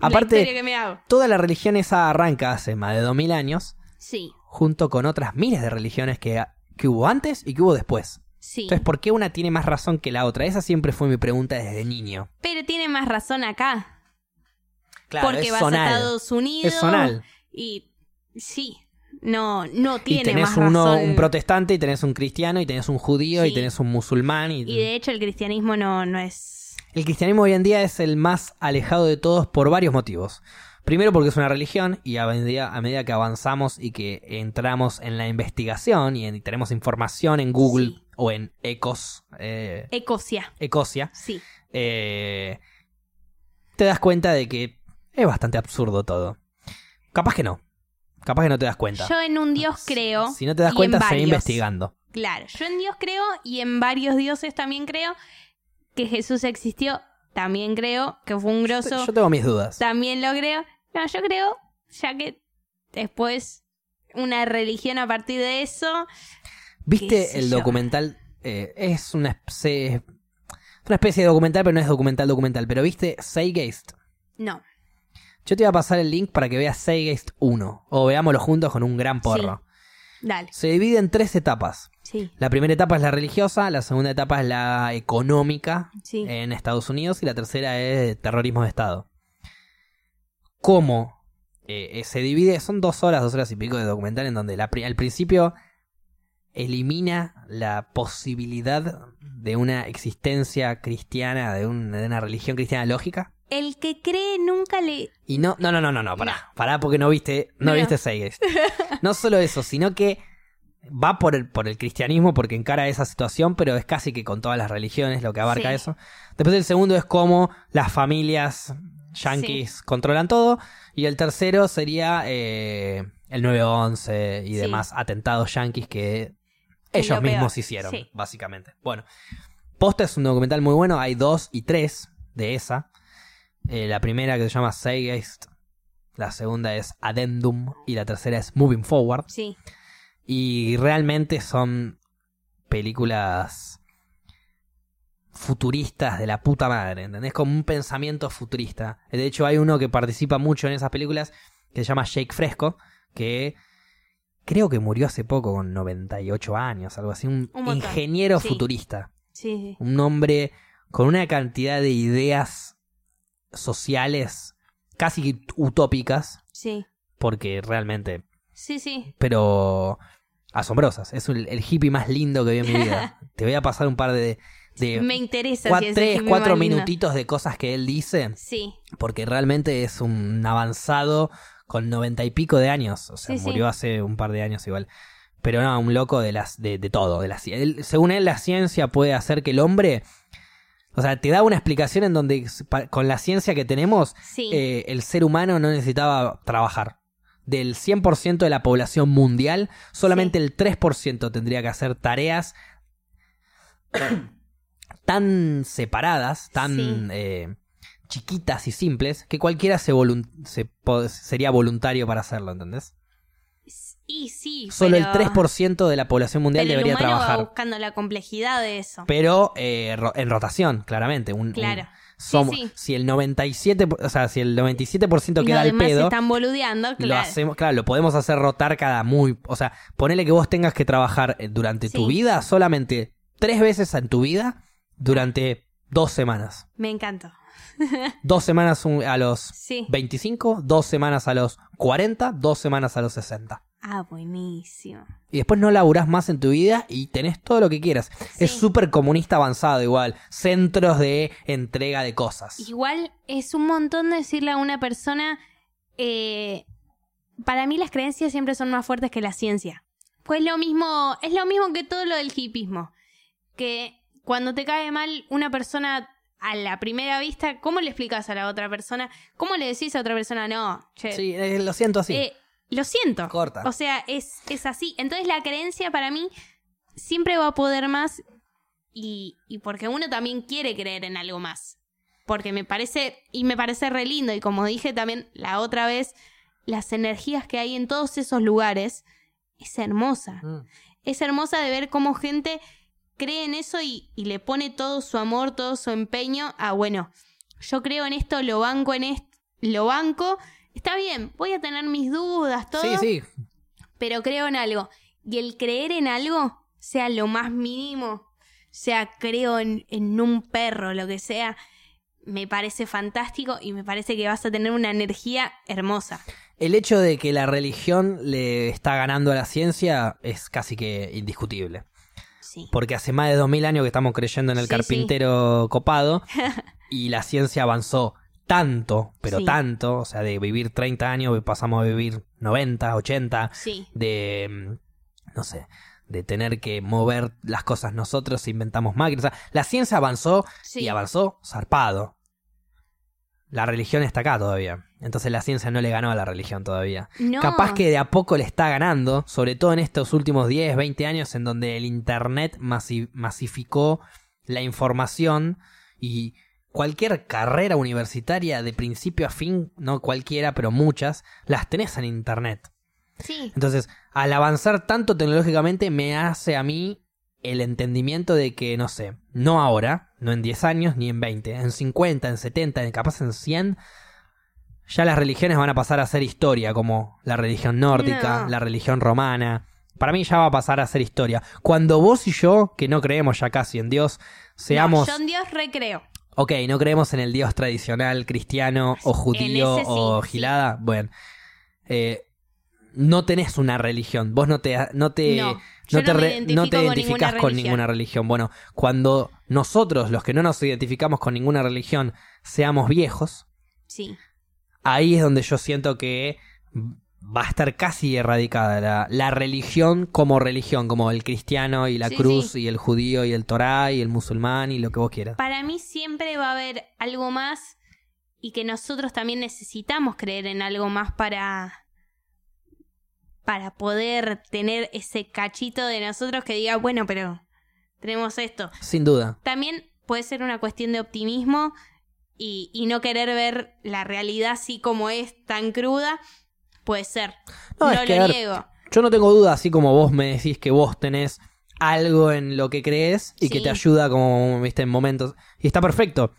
Speaker 1: Aparte-
Speaker 2: La historia que me hago.
Speaker 1: Toda la religión esa arranca hace más de 2000 años,
Speaker 2: Sí.
Speaker 1: junto con otras miles de religiones que, que hubo antes y que hubo después.
Speaker 2: Sí.
Speaker 1: Entonces, ¿por qué una tiene más razón que la otra? Esa siempre fue mi pregunta desde niño.
Speaker 2: Pero tiene más razón acá.
Speaker 1: Claro,
Speaker 2: porque
Speaker 1: es
Speaker 2: vas
Speaker 1: zonal.
Speaker 2: a Estados Unidos.
Speaker 1: Es zonal.
Speaker 2: Y sí. No, no
Speaker 1: Y
Speaker 2: tiene
Speaker 1: tenés
Speaker 2: más
Speaker 1: uno,
Speaker 2: razón.
Speaker 1: un protestante, y tenés un cristiano, y tenés un judío, y
Speaker 2: Sí.
Speaker 1: tenés un musulmán. Y,
Speaker 2: y de hecho el cristianismo no, no es...
Speaker 1: El cristianismo hoy en día es el más alejado de todos por varios motivos. Primero porque es una religión y a medida, a medida que avanzamos y que entramos en la investigación y, en- y tenemos información en Google
Speaker 2: Sí.
Speaker 1: o en Ecos, eh,
Speaker 2: Ecosia.
Speaker 1: Ecosia,
Speaker 2: Sí.
Speaker 1: eh, te das cuenta de que es bastante absurdo todo. Capaz que no. Capaz que no te das cuenta.
Speaker 2: Yo en un dios creo.
Speaker 1: si no te das
Speaker 2: y en
Speaker 1: cuenta, seguí
Speaker 2: varios.
Speaker 1: investigando.
Speaker 2: Claro, yo en Dios creo y en varios dioses también creo que Jesús existió También creo que fue un
Speaker 1: Yo
Speaker 2: grosso.
Speaker 1: te- Yo tengo mis dudas.
Speaker 2: También lo creo. No, yo creo, ya que después una religión a partir de eso. qué
Speaker 1: ¿Viste
Speaker 2: sé
Speaker 1: el
Speaker 2: yo.
Speaker 1: documental? Eh, es una especie, es una especie de documental, pero no es documental documental. Pero viste Seigeist.
Speaker 2: No.
Speaker 1: Yo te voy a pasar el link para que veas Seigeist 1. O veámoslo juntos con un gran porro.
Speaker 2: Dale.
Speaker 1: Se divide en tres etapas.
Speaker 2: Sí.
Speaker 1: La primera etapa es la religiosa, la segunda etapa es la económica
Speaker 2: Sí.
Speaker 1: en Estados Unidos y la tercera es terrorismo de Estado. ¿Cómo eh, eh, se divide? Son dos horas, dos horas y pico de documental en donde la pri- al principio elimina la posibilidad de una existencia cristiana, de, un- de una religión cristiana lógica.
Speaker 2: El que cree nunca le.
Speaker 1: Y no, no, no, no, no, no, pará, pará porque no viste, no,
Speaker 2: No.
Speaker 1: viste Seigeist. No solo eso, sino que va por el, por el cristianismo porque encara esa situación, pero es casi que con todas las religiones lo que abarca
Speaker 2: Sí.
Speaker 1: eso. Después el segundo es cómo las familias yanquis controlan todo. Y el tercero sería eh, el 9-11 y
Speaker 2: Sí.
Speaker 1: demás atentados yanquis que
Speaker 2: Que
Speaker 1: ellos
Speaker 2: lo
Speaker 1: mismos
Speaker 2: peor,
Speaker 1: hicieron,
Speaker 2: sí.
Speaker 1: básicamente. Bueno, Posta es un documental muy bueno, hay dos y tres de esa. Eh, la primera que se llama Seigeist, la segunda es Addendum y la tercera es Moving Forward.
Speaker 2: Sí.
Speaker 1: Y realmente son películas futuristas de la puta madre, ¿entendés? Como un pensamiento futurista. De hecho, hay uno que participa mucho en esas películas que se llama Jake Fresco, que creo que murió hace poco, con 98 años, algo así. Un,
Speaker 2: Un montón,
Speaker 1: ingeniero
Speaker 2: sí.
Speaker 1: futurista.
Speaker 2: Sí. sí.
Speaker 1: Un hombre con una cantidad de ideas sociales casi utópicas,
Speaker 2: Sí.
Speaker 1: porque realmente
Speaker 2: Sí, sí.
Speaker 1: pero asombrosas. Es el, el hippie más lindo que vi en mi vida. Te voy a pasar un par de, de
Speaker 2: Me interesa.
Speaker 1: cua-
Speaker 2: si es
Speaker 1: Eh, tres,
Speaker 2: Jimmy
Speaker 1: cuatro
Speaker 2: Malvina.
Speaker 1: minutitos de cosas que él dice,
Speaker 2: Sí.
Speaker 1: porque realmente es un avanzado con noventa y pico de años. O sea,
Speaker 2: Sí, sí.
Speaker 1: murió hace un par de años igual. Pero no, un loco de las de, de todo. De la, ci- él- según él, la ciencia puede hacer que el hombre... O sea, te da una explicación en donde s- pa- con la ciencia que tenemos
Speaker 2: Sí.
Speaker 1: eh, el ser humano no necesitaba trabajar. Del 100% de la población mundial, solamente el 3% tendría que hacer tareas tan separadas, tan
Speaker 2: Sí.
Speaker 1: eh, chiquitas y simples, que cualquiera se volun- se po- sería voluntario para hacerlo, ¿entendés?
Speaker 2: y sí.
Speaker 1: Solo el
Speaker 2: pero-
Speaker 1: 3% de la población mundial
Speaker 2: pero el
Speaker 1: debería
Speaker 2: humano va
Speaker 1: trabajar.
Speaker 2: buscando la complejidad de eso.
Speaker 1: Pero eh, ro- en rotación, claramente. Un, un-
Speaker 2: Claro.
Speaker 1: somos-
Speaker 2: sí.
Speaker 1: Si el 97%, por- o sea, si el 97% queda
Speaker 2: Los
Speaker 1: al
Speaker 2: demás
Speaker 1: pedo,
Speaker 2: están boludeando,
Speaker 1: lo
Speaker 2: claro.
Speaker 1: hacemos, claro, lo podemos hacer rotar cada muy, o sea, ponele que vos tengas que trabajar eh, durante tu
Speaker 2: Sí.
Speaker 1: vida solamente tres veces en tu vida durante dos semanas.
Speaker 2: Me encantó.
Speaker 1: Dos semanas un- a los
Speaker 2: Sí.
Speaker 1: 25, dos semanas a los 40, dos semanas a los 60.
Speaker 2: Ah, buenísimo.
Speaker 1: Y después no laburás más en tu vida y tenés todo lo que quieras. Es
Speaker 2: Sí.
Speaker 1: súper comunista avanzado igual. Centros de entrega de cosas.
Speaker 2: Igual es un montón decirle a una persona, eh, para mí las creencias siempre son más fuertes que la ciencia. Pues lo mismo, es lo mismo que todo lo del hipismo. Que cuando te cae mal una persona a la primera vista, ¿cómo le explicas a la otra persona? ¿Cómo le decís a otra persona, no, che,
Speaker 1: Sí, eh, lo siento así.
Speaker 2: eh, lo siento?
Speaker 1: Corta.
Speaker 2: O sea, es, es así. Entonces la creencia para mí siempre va a poder más y, y porque uno también quiere creer en algo más. Porque me parece, y me parece re lindo, y como dije también la otra vez, las energías que hay en todos esos lugares es hermosa.
Speaker 1: Mm.
Speaker 2: Es hermosa de ver cómo gente cree en eso y, y le pone todo su amor, todo su empeño a, bueno, yo creo en esto, lo banco en esto, lo banco. Está bien, voy a tener mis dudas, todo
Speaker 1: Sí, sí.
Speaker 2: pero creo en algo. Y el creer en algo, sea lo más mínimo, sea creo en, en un perro, lo que sea, me parece fantástico y me parece que vas a tener una energía hermosa.
Speaker 1: El hecho de que la religión le está ganando a la ciencia es casi que indiscutible.
Speaker 2: Sí.
Speaker 1: Porque hace más de 2000 años que estamos creyendo en el
Speaker 2: Sí,
Speaker 1: carpintero copado y la ciencia avanzó tanto, pero
Speaker 2: Sí.
Speaker 1: tanto, o sea, de vivir 30 años pasamos a vivir 90, 80,
Speaker 2: Sí,
Speaker 1: de, mm, no sé, de tener que mover las cosas nosotros, inventamos máquinas. O sea, la ciencia avanzó
Speaker 2: sí.
Speaker 1: y avanzó zarpado. La religión está acá todavía. Entonces la ciencia no le ganó a la religión todavía.
Speaker 2: No,
Speaker 1: Capaz que de a poco le está ganando, sobre todo en estos últimos 10, 20 años en donde el Internet masi- masificó la información y cualquier carrera universitaria de principio a fin, no cualquiera, pero muchas, las tenés en internet.
Speaker 2: Sí,
Speaker 1: Entonces, al avanzar tanto tecnológicamente, me hace a mí el entendimiento de que, no sé, no ahora, no en 10 años, ni en 20, en 50, en 70, en capaz en 100, ya las religiones van a pasar a ser historia, como la religión nórdica,
Speaker 2: No.
Speaker 1: la religión romana. Para mí ya va a pasar a ser historia. Cuando vos y yo, que no creemos ya casi en Dios, seamos...
Speaker 2: No, yo en Dios recreo.
Speaker 1: Ok, no creemos en el dios tradicional cristiano o judío
Speaker 2: ese sí,
Speaker 1: o
Speaker 2: sí.
Speaker 1: gilada. Bueno, eh, no tenés una religión. Vos no te, Eh, no te,
Speaker 2: No, yo
Speaker 1: te,
Speaker 2: no me
Speaker 1: re-
Speaker 2: identifico
Speaker 1: te
Speaker 2: con
Speaker 1: identificás
Speaker 2: ninguna
Speaker 1: con
Speaker 2: religión.
Speaker 1: ninguna religión. Bueno, cuando nosotros, los que no nos identificamos con ninguna religión, seamos viejos,
Speaker 2: Sí.
Speaker 1: ahí es donde yo siento que va a estar casi erradicada la, la religión como religión, como el cristiano y la
Speaker 2: Sí,
Speaker 1: cruz y el judío y el torá y el musulmán y lo que vos quieras.
Speaker 2: Para mí siempre va a haber algo más y que nosotros también necesitamos creer en algo más para para poder tener ese cachito de nosotros que diga, bueno, pero tenemos esto.
Speaker 1: Sin duda.
Speaker 2: También puede ser una cuestión de optimismo y, y no querer ver la realidad así como es, tan cruda. Puede ser.
Speaker 1: No,
Speaker 2: No,
Speaker 1: es
Speaker 2: lo
Speaker 1: que, a ver,
Speaker 2: niego.
Speaker 1: Yo no tengo duda, así como vos me decís que vos tenés algo en lo que crees y que
Speaker 2: Sí.
Speaker 1: te ayuda como, viste, en momentos. Y está perfecto,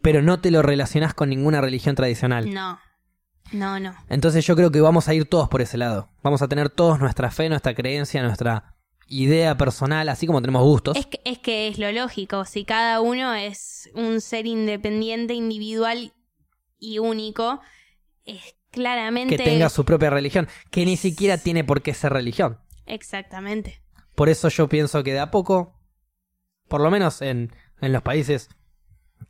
Speaker 1: pero no te lo relacionás con ninguna religión tradicional.
Speaker 2: No. No, no.
Speaker 1: Entonces yo creo que vamos a ir todos por ese lado. Vamos a tener todos nuestra fe, nuestra creencia, nuestra idea personal, así como tenemos gustos.
Speaker 2: Es que, es que es lo lógico, si cada uno es un ser independiente, individual y único, es claramente...
Speaker 1: que tenga su propia religión, que ni siquiera tiene por qué ser religión.
Speaker 2: Exactamente.
Speaker 1: Por eso yo pienso que de a poco, por lo menos en, en los países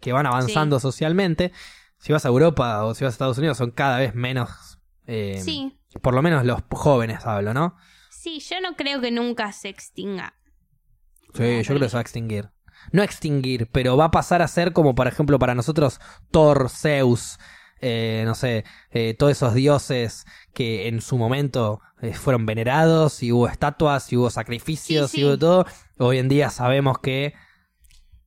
Speaker 1: que van avanzando socialmente, si vas a Europa o si vas a Estados Unidos, son cada vez menos. eh,
Speaker 2: Sí,
Speaker 1: Por lo menos los jóvenes hablo, ¿no?
Speaker 2: sí, yo no creo que nunca se extinga.
Speaker 1: Sí, Eh, yo creo que se va a extinguir. No extinguir, pero va a pasar a ser como, por ejemplo, para nosotros, Thor, Zeus, eh, no sé, eh, todos esos dioses que en su momento eh, fueron venerados y hubo estatuas y hubo sacrificios
Speaker 2: Sí, sí.
Speaker 1: y hubo todo. Hoy en día sabemos que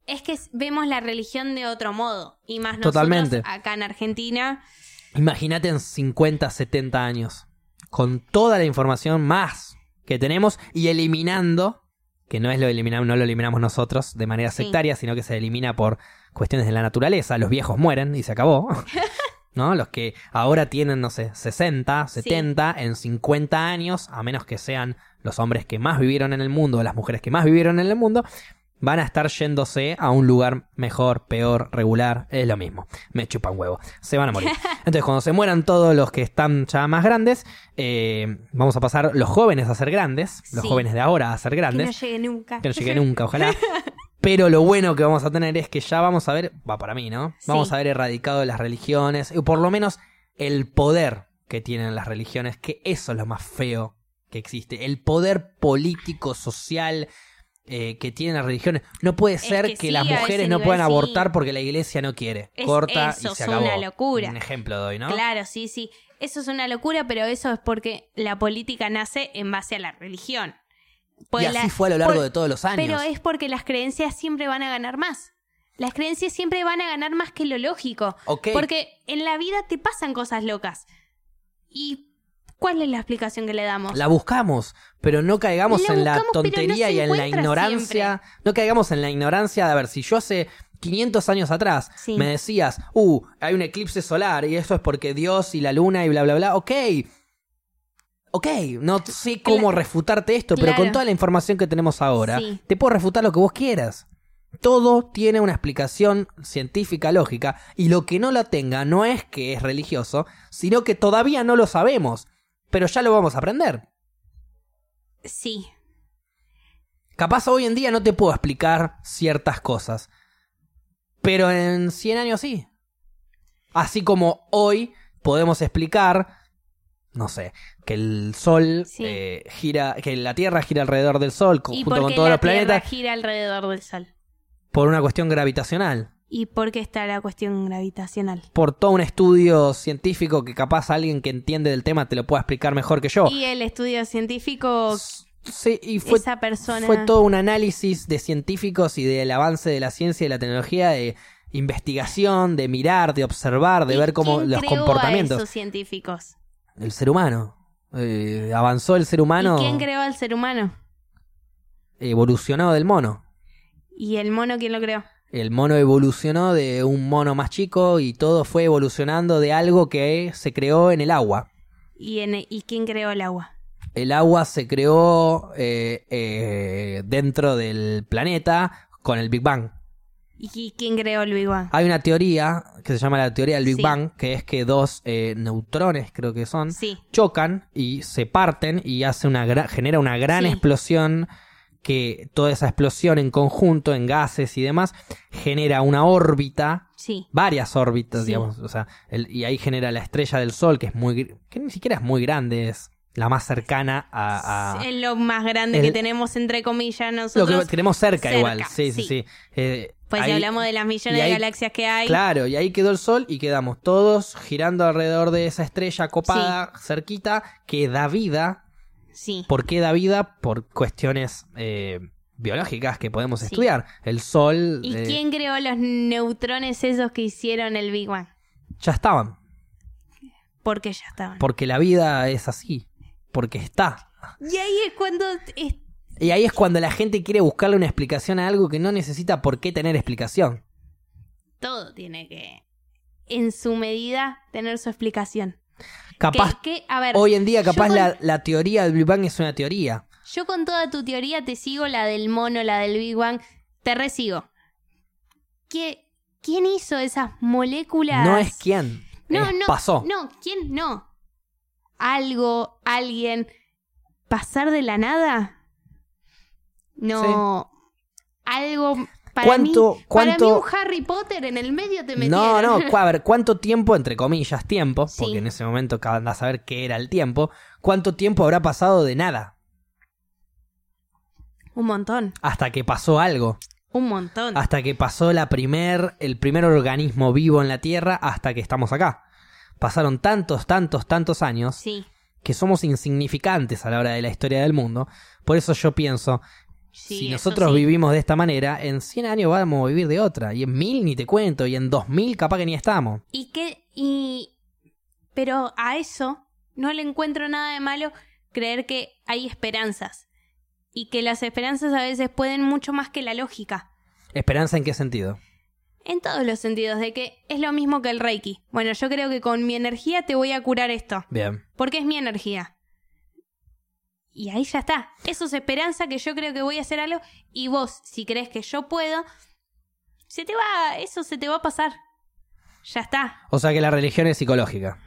Speaker 2: Es que s- vemos la religión de otro modo, y más nosotros
Speaker 1: Totalmente.
Speaker 2: acá en Argentina.
Speaker 1: Imagínate en 50, 70 años, con toda la información más que tenemos y eliminando, que no es lo eliminamos, no lo eliminamos nosotros de manera
Speaker 2: Sí.
Speaker 1: sectaria, sino que se elimina por cuestiones de la naturaleza, los viejos mueren y se acabó. ¿No? Los que ahora tienen, no sé, 60, 70, en 50 años, a menos que sean los hombres que más vivieron en el mundo, o las mujeres que más vivieron en el mundo, van a estar yéndose a un lugar mejor, peor, regular, es lo mismo. Me chupan huevo, se van a morir. Entonces, cuando se mueran todos los que están ya más grandes, eh, vamos a pasar los jóvenes a ser grandes, los
Speaker 2: Sí.
Speaker 1: jóvenes de ahora a ser
Speaker 2: Que no
Speaker 1: grandes,
Speaker 2: llegue nunca.
Speaker 1: que no llegue nunca, ojalá. Pero lo bueno que vamos a tener es que ya vamos a ver, va para mí, ¿no? Vamos
Speaker 2: Sí.
Speaker 1: a haber erradicado las religiones, o por lo menos el poder que tienen las religiones, que eso es lo más feo que existe. El poder político, social eh, que tienen las religiones. No puede ser
Speaker 2: que
Speaker 1: que,
Speaker 2: sí,
Speaker 1: las
Speaker 2: a ese
Speaker 1: mujeres no
Speaker 2: nivel
Speaker 1: puedan
Speaker 2: sí.
Speaker 1: abortar porque la iglesia no quiere.
Speaker 2: Es-
Speaker 1: Corta
Speaker 2: eso
Speaker 1: y se
Speaker 2: es
Speaker 1: acabó.
Speaker 2: una locura.
Speaker 1: Un ejemplo doy, ¿no?
Speaker 2: Claro, sí, sí. Eso es una locura, pero eso es porque la política nace en base a la religión. Pues
Speaker 1: y así
Speaker 2: la-
Speaker 1: fue a lo largo
Speaker 2: por-
Speaker 1: de todos los años.
Speaker 2: Pero es porque las creencias siempre van a ganar más. Las creencias siempre van a ganar más que lo lógico.
Speaker 1: Ok,
Speaker 2: Porque en la vida te pasan cosas locas. ¿Y cuál es la explicación que le damos?
Speaker 1: La buscamos, pero no caigamos
Speaker 2: La
Speaker 1: en la
Speaker 2: buscamos, pero no
Speaker 1: tontería
Speaker 2: se
Speaker 1: y en la
Speaker 2: encuentra
Speaker 1: ignorancia. No caigamos en la ignorancia de, a ver, si yo hace 500 años atrás
Speaker 2: Sí.
Speaker 1: me decías, uh, hay un eclipse solar y eso es porque Dios y la luna y bla, bla, bla, ok. Ok, no sé cómo
Speaker 2: Cla-
Speaker 1: refutarte esto, pero
Speaker 2: Claro.
Speaker 1: con toda la información que tenemos ahora,
Speaker 2: Sí.
Speaker 1: te puedo refutar lo que vos quieras. Todo tiene una explicación científica, lógica, y lo que no la tenga no es que es religioso, sino que todavía no lo sabemos, pero ya lo vamos a aprender.
Speaker 2: Sí,
Speaker 1: Capaz hoy en día no te puedo explicar ciertas cosas. Pero en 100 años sí. Así como hoy podemos explicar, no sé, que el Sol
Speaker 2: Sí.
Speaker 1: eh, gira, que la Tierra gira alrededor del Sol co-
Speaker 2: y
Speaker 1: junto
Speaker 2: porque
Speaker 1: con todos
Speaker 2: la
Speaker 1: los planetas
Speaker 2: Tierra gira alrededor del Sol.
Speaker 1: por una cuestión gravitacional.
Speaker 2: ¿Y por qué está la cuestión gravitacional?
Speaker 1: Por todo un estudio científico que capaz alguien que entiende del tema te lo pueda explicar mejor que yo.
Speaker 2: ¿Y el estudio científico?
Speaker 1: Sí, y Oh. fue
Speaker 2: esa persona...
Speaker 1: Fue todo un análisis de científicos y del avance de la ciencia y la tecnología de investigación, de mirar, de observar, de
Speaker 2: ¿Y
Speaker 1: ver cómo
Speaker 2: quién
Speaker 1: los
Speaker 2: creó a
Speaker 1: comportamientos.
Speaker 2: esos científicos?
Speaker 1: El ser humano. Eh, avanzó el ser humano,
Speaker 2: ¿Y quién creó al ser humano?
Speaker 1: evolucionó del mono.
Speaker 2: ¿Y el mono quién lo creó?
Speaker 1: El mono evolucionó de un mono más chico y todo fue evolucionando de algo que se creó en el agua.
Speaker 2: ¿Y, en, ¿y quién creó el agua?
Speaker 1: El agua se creó eh, eh, dentro del planeta con el Big Bang.
Speaker 2: ¿Y qui- quién creó el Big Bang?
Speaker 1: Hay una teoría que se llama la teoría del Big
Speaker 2: Sí.
Speaker 1: Bang, que es que dos eh, neutrones, creo que son,
Speaker 2: Sí.
Speaker 1: chocan y se parten y hace una gra- genera una gran
Speaker 2: Sí.
Speaker 1: explosión que toda esa explosión en conjunto, en gases y demás, genera una órbita,
Speaker 2: Sí.
Speaker 1: varias órbitas,
Speaker 2: Sí.
Speaker 1: digamos, o sea, el- y ahí genera la estrella del Sol, que es muy, gr- que ni siquiera es muy grande, es la más cercana a... a-
Speaker 2: Es lo más grande
Speaker 1: Ah. el-
Speaker 2: que tenemos, entre comillas,
Speaker 1: lo
Speaker 2: nosotros.
Speaker 1: que tenemos cerca,
Speaker 2: cerca,
Speaker 1: igual, sí, sí,
Speaker 2: sí.
Speaker 1: sí. Eh,
Speaker 2: Pues si
Speaker 1: ahí-
Speaker 2: hablamos de las millones
Speaker 1: y ahí-
Speaker 2: de galaxias que hay.
Speaker 1: Claro, y ahí quedó el sol y quedamos todos girando alrededor de esa estrella copada, cerquita, que da vida.
Speaker 2: Sí.
Speaker 1: ¿Por qué da vida? Por cuestiones eh, biológicas que podemos
Speaker 2: Sí.
Speaker 1: estudiar. El sol
Speaker 2: ¿Y
Speaker 1: eh,
Speaker 2: quién creó los neutrones esos que hicieron el Big Bang?
Speaker 1: ya estaban,
Speaker 2: Porque ya estaban.
Speaker 1: porque la vida es así, porque está.
Speaker 2: Y ahí es cuando es-
Speaker 1: Y ahí es cuando la gente quiere buscarle una explicación a algo que no necesita por qué tener explicación.
Speaker 2: todo tiene que, en su medida, tener su explicación.
Speaker 1: Capaz,
Speaker 2: Que- que, a ver,
Speaker 1: hoy en día,
Speaker 2: yo
Speaker 1: capaz
Speaker 2: con-
Speaker 1: la, la teoría del Big Bang es una teoría.
Speaker 2: Yo con toda tu teoría te sigo, la del mono, la del Big Bang, te resigo. ¿Qué, ¿Quién hizo esas moléculas?
Speaker 1: No es quién.
Speaker 2: No,
Speaker 1: es
Speaker 2: no,
Speaker 1: Eh, pasó.
Speaker 2: No, ¿quién? No. Algo, alguien. ¿Pasar de la nada? No. Algo. Para
Speaker 1: ¿Cuánto-
Speaker 2: mí,
Speaker 1: cuánto-
Speaker 2: Para mí un Harry Potter en el medio te
Speaker 1: No,
Speaker 2: metieron.
Speaker 1: no, cu- a ver, ¿cuánto tiempo, entre comillas, tiempo?
Speaker 2: Sí.
Speaker 1: Porque en ese momento andás a saber qué era el tiempo. ¿Cuánto tiempo habrá pasado de nada?
Speaker 2: Un montón,
Speaker 1: Hasta que pasó algo.
Speaker 2: un montón.
Speaker 1: Hasta que pasó la primer, el primer organismo vivo en la Tierra hasta que estamos acá. Pasaron tantos, tantos, tantos años
Speaker 2: Sí.
Speaker 1: que somos insignificantes a la hora de la historia del mundo. Por eso yo pienso,
Speaker 2: sí,
Speaker 1: si
Speaker 2: eso
Speaker 1: nosotros
Speaker 2: sí.
Speaker 1: vivimos de esta manera, en 100 años vamos a vivir de otra. Y en 1000 ni te cuento, y en 2000 capaz que ni estamos.
Speaker 2: Y que. Y. Pero a eso no le encuentro nada de malo creer que hay esperanzas. Y que las esperanzas a veces pueden mucho más que la lógica.
Speaker 1: ¿Esperanza en qué sentido?
Speaker 2: En todos los sentidos, de que es lo mismo que el Reiki. Bueno, yo creo que con mi energía te voy a curar esto,
Speaker 1: Bien.
Speaker 2: porque es mi energía. Y ahí ya está. Eso es esperanza que yo creo que voy a hacer algo y vos, si crees que yo puedo, se te va, eso se te va a pasar. Ya está.
Speaker 1: O sea que la religión es psicológica.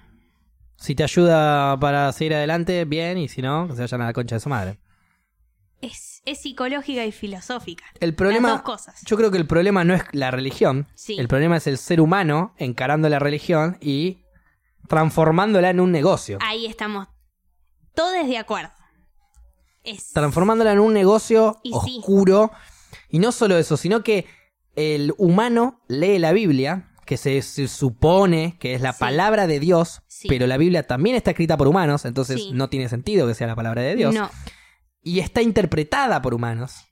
Speaker 1: Si te ayuda para seguir adelante, bien, y si no, que se vayan a la concha de su madre.
Speaker 2: Es, es psicológica y filosófica.
Speaker 1: El
Speaker 2: Las dos
Speaker 1: problema.
Speaker 2: cosas.
Speaker 1: Yo creo que el problema no es la religión.
Speaker 2: Sí.
Speaker 1: El problema es el ser humano encarando la religión y transformándola en un negocio.
Speaker 2: Ahí estamos. Todos de acuerdo. Es
Speaker 1: Transformándola en un negocio
Speaker 2: Y sí.
Speaker 1: oscuro. Y no solo eso, sino que el humano lee la Biblia, que se, se supone que es la
Speaker 2: Sí.
Speaker 1: palabra de Dios,
Speaker 2: Sí.
Speaker 1: pero la Biblia también está escrita por humanos, entonces
Speaker 2: Sí.
Speaker 1: no tiene sentido que sea la palabra de Dios.
Speaker 2: No,
Speaker 1: y está interpretada por humanos,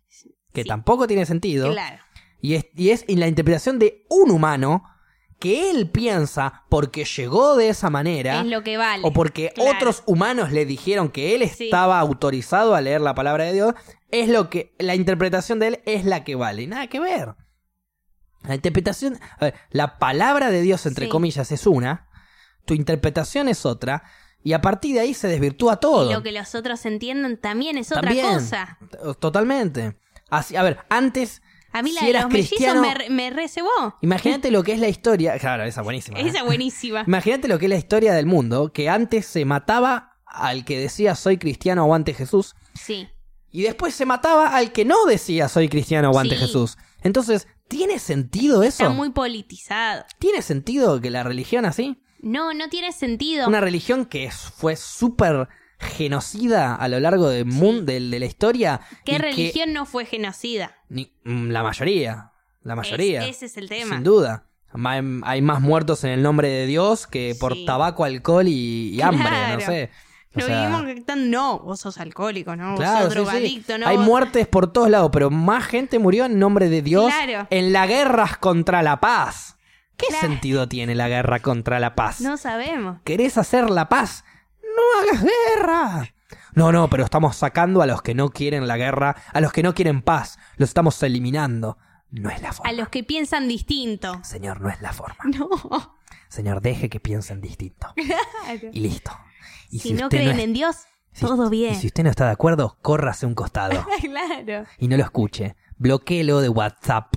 Speaker 1: que
Speaker 2: Sí.
Speaker 1: tampoco tiene sentido,
Speaker 2: claro.
Speaker 1: y es, y es en la interpretación de un humano que él piensa porque llegó de esa manera
Speaker 2: Es lo que vale.
Speaker 1: o porque
Speaker 2: claro.
Speaker 1: otros humanos le dijeron que él
Speaker 2: Sí.
Speaker 1: estaba autorizado a leer la palabra de Dios, es lo que la interpretación de él es la que vale, nada que ver. La interpretación, a ver, la palabra de Dios entre
Speaker 2: Sí.
Speaker 1: comillas es una, tu interpretación es otra y a partir de ahí se desvirtúa todo.
Speaker 2: Y lo que los otros entiendan también es otra
Speaker 1: También.
Speaker 2: cosa.
Speaker 1: T- Totalmente. Así, a ver, antes,
Speaker 2: A mí la
Speaker 1: Si
Speaker 2: de
Speaker 1: eras
Speaker 2: los mellizos
Speaker 1: cristiano-
Speaker 2: me, re- me recebó.
Speaker 1: imagínate lo que es la historia. Claro, esa buenísima. ¿eh?
Speaker 2: Esa buenísima.
Speaker 1: Imagínate lo que es la historia del mundo, que antes se mataba al que decía soy cristiano o ante Jesús,
Speaker 2: Sí.
Speaker 1: y después se mataba al que no decía soy cristiano o ante
Speaker 2: Sí.
Speaker 1: Jesús. Entonces, ¿tiene sentido eso?
Speaker 2: Está muy politizado.
Speaker 1: ¿Tiene sentido que la religión así?
Speaker 2: No, no tiene sentido.
Speaker 1: Una religión que es- fue súper genocida a lo largo del mun- del- de la historia. y
Speaker 2: ¿Qué
Speaker 1: que
Speaker 2: religión no fue genocida?
Speaker 1: ni- mm, la mayoría. La mayoría.
Speaker 2: Es- ese es el tema.
Speaker 1: Sin duda. Ma- Hay más muertos en el nombre de Dios que por
Speaker 2: Sí.
Speaker 1: tabaco, alcohol y, y hambre, no
Speaker 2: Claro.
Speaker 1: sé. O
Speaker 2: Nos
Speaker 1: sea,
Speaker 2: vivimos gritando, no, vos sos alcohólico, no,
Speaker 1: claro,
Speaker 2: vos sos
Speaker 1: sí, sí.
Speaker 2: drogadicto, no.
Speaker 1: Hay
Speaker 2: vos-
Speaker 1: muertes por todos lados, pero más gente murió en nombre de Dios
Speaker 2: Claro.
Speaker 1: en las guerras contra la paz. ¿Qué
Speaker 2: Claro.
Speaker 1: sentido tiene la guerra contra la paz?
Speaker 2: No sabemos.
Speaker 1: ¿Querés hacer la paz? ¡No hagas guerra! No, no, pero estamos sacando a los que no quieren la guerra, a los que no quieren paz, los estamos eliminando. No es la forma.
Speaker 2: A los que piensan distinto.
Speaker 1: Señor, no es la forma.
Speaker 2: No.
Speaker 1: Señor, deje que piensen distinto.
Speaker 2: Claro.
Speaker 1: Y listo. Y
Speaker 2: si, no
Speaker 1: usted
Speaker 2: creen
Speaker 1: es-
Speaker 2: en Dios,
Speaker 1: si-
Speaker 2: todo bien.
Speaker 1: Y si usted no está de acuerdo, córrase un costado
Speaker 2: claro.
Speaker 1: y no lo escuche. Bloquéelo de WhatsApp.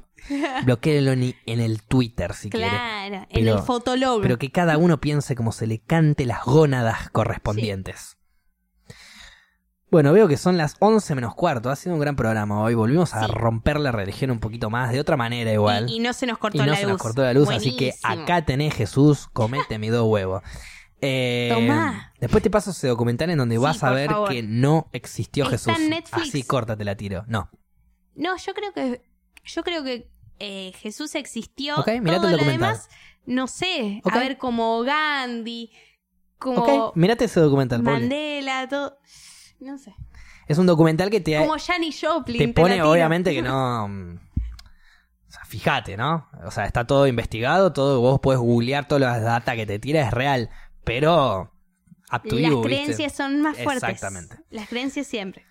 Speaker 1: Bloquéelo ni en el Twitter si quiere.
Speaker 2: Claro. en
Speaker 1: Pero-
Speaker 2: el fotolog.
Speaker 1: Pero que cada uno piense como se le cante las gónadas correspondientes. Bueno, veo que son las 11 menos cuarto. Ha sido un gran programa hoy. Volvimos a
Speaker 2: Sí.
Speaker 1: romper la religión un poquito más, de otra manera igual.
Speaker 2: y, y no se nos
Speaker 1: Y
Speaker 2: cortó
Speaker 1: no
Speaker 2: la
Speaker 1: se
Speaker 2: luz.
Speaker 1: nos cortó la luz, así que
Speaker 2: Buenísimo.
Speaker 1: acá tenés Jesús, comete mi dos huevos. Eh,
Speaker 2: Tomá.
Speaker 1: Después te paso ese documental en donde
Speaker 2: Sí,
Speaker 1: vas a
Speaker 2: por
Speaker 1: ver
Speaker 2: favor.
Speaker 1: que no existió
Speaker 2: Está
Speaker 1: Jesús.
Speaker 2: en Netflix.
Speaker 1: Así corta te la tiro. No.
Speaker 2: No, yo creo que. Yo creo que eh, Jesús existió.
Speaker 1: Ok, mirate
Speaker 2: todo
Speaker 1: el
Speaker 2: lo
Speaker 1: documental.
Speaker 2: demás, no sé.
Speaker 1: Ok.
Speaker 2: A ver, como Gandhi, como
Speaker 1: Ok, mirate ese documental, Pauli.
Speaker 2: Mandela, todo. No sé.
Speaker 1: Es un documental que te,
Speaker 2: Como Janis Joplin.
Speaker 1: Eh, te
Speaker 2: la
Speaker 1: pone,
Speaker 2: tiro.
Speaker 1: obviamente, que no. mm, O sea, fíjate, ¿no? O sea, está todo investigado, todo, vos puedes googlear todas las data que te tira, es real. Pero. Up to
Speaker 2: Las
Speaker 1: you, ¿viste?
Speaker 2: creencias son más fuertes.
Speaker 1: Exactamente.
Speaker 2: Las creencias siempre.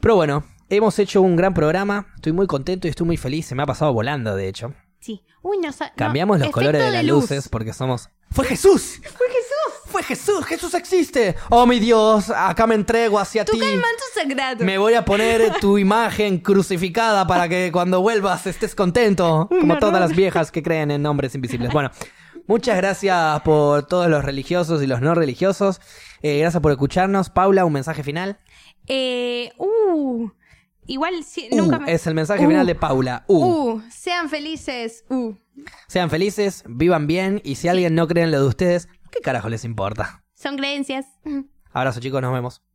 Speaker 1: Pero bueno, hemos hecho un gran programa. Estoy muy contento y estoy muy feliz. Se me ha pasado volando, de hecho.
Speaker 2: Sí. Uy, no sa- no,
Speaker 1: Cambiamos los
Speaker 2: efecto
Speaker 1: colores de las
Speaker 2: luz.
Speaker 1: luces porque somos. ¡Fue Jesús!
Speaker 2: ¡Fue Jesús!
Speaker 1: ¡Fue Jesús! ¡Jesús existe! ¡Oh, mi Dios! Acá me entrego hacia
Speaker 2: Tú
Speaker 1: ti.
Speaker 2: el manto sagrado.
Speaker 1: Me voy a poner tu imagen crucificada para que cuando vuelvas estés contento, como
Speaker 2: No,
Speaker 1: todas
Speaker 2: no,
Speaker 1: las viejas que creen en nombres invisibles. Bueno, muchas gracias por todos los religiosos y los no religiosos. Eh, gracias por escucharnos. Paula, un mensaje final.
Speaker 2: Eh, uh, igual si-
Speaker 1: Uh,
Speaker 2: nunca me...
Speaker 1: Es el mensaje
Speaker 2: Uh.
Speaker 1: final de Paula. Uh.
Speaker 2: Uh, sean felices. Uh.
Speaker 1: Sean felices, vivan bien y si alguien no cree en lo de ustedes, ¿qué carajo les importa?
Speaker 2: Son creencias.
Speaker 1: Abrazo chicos, nos vemos.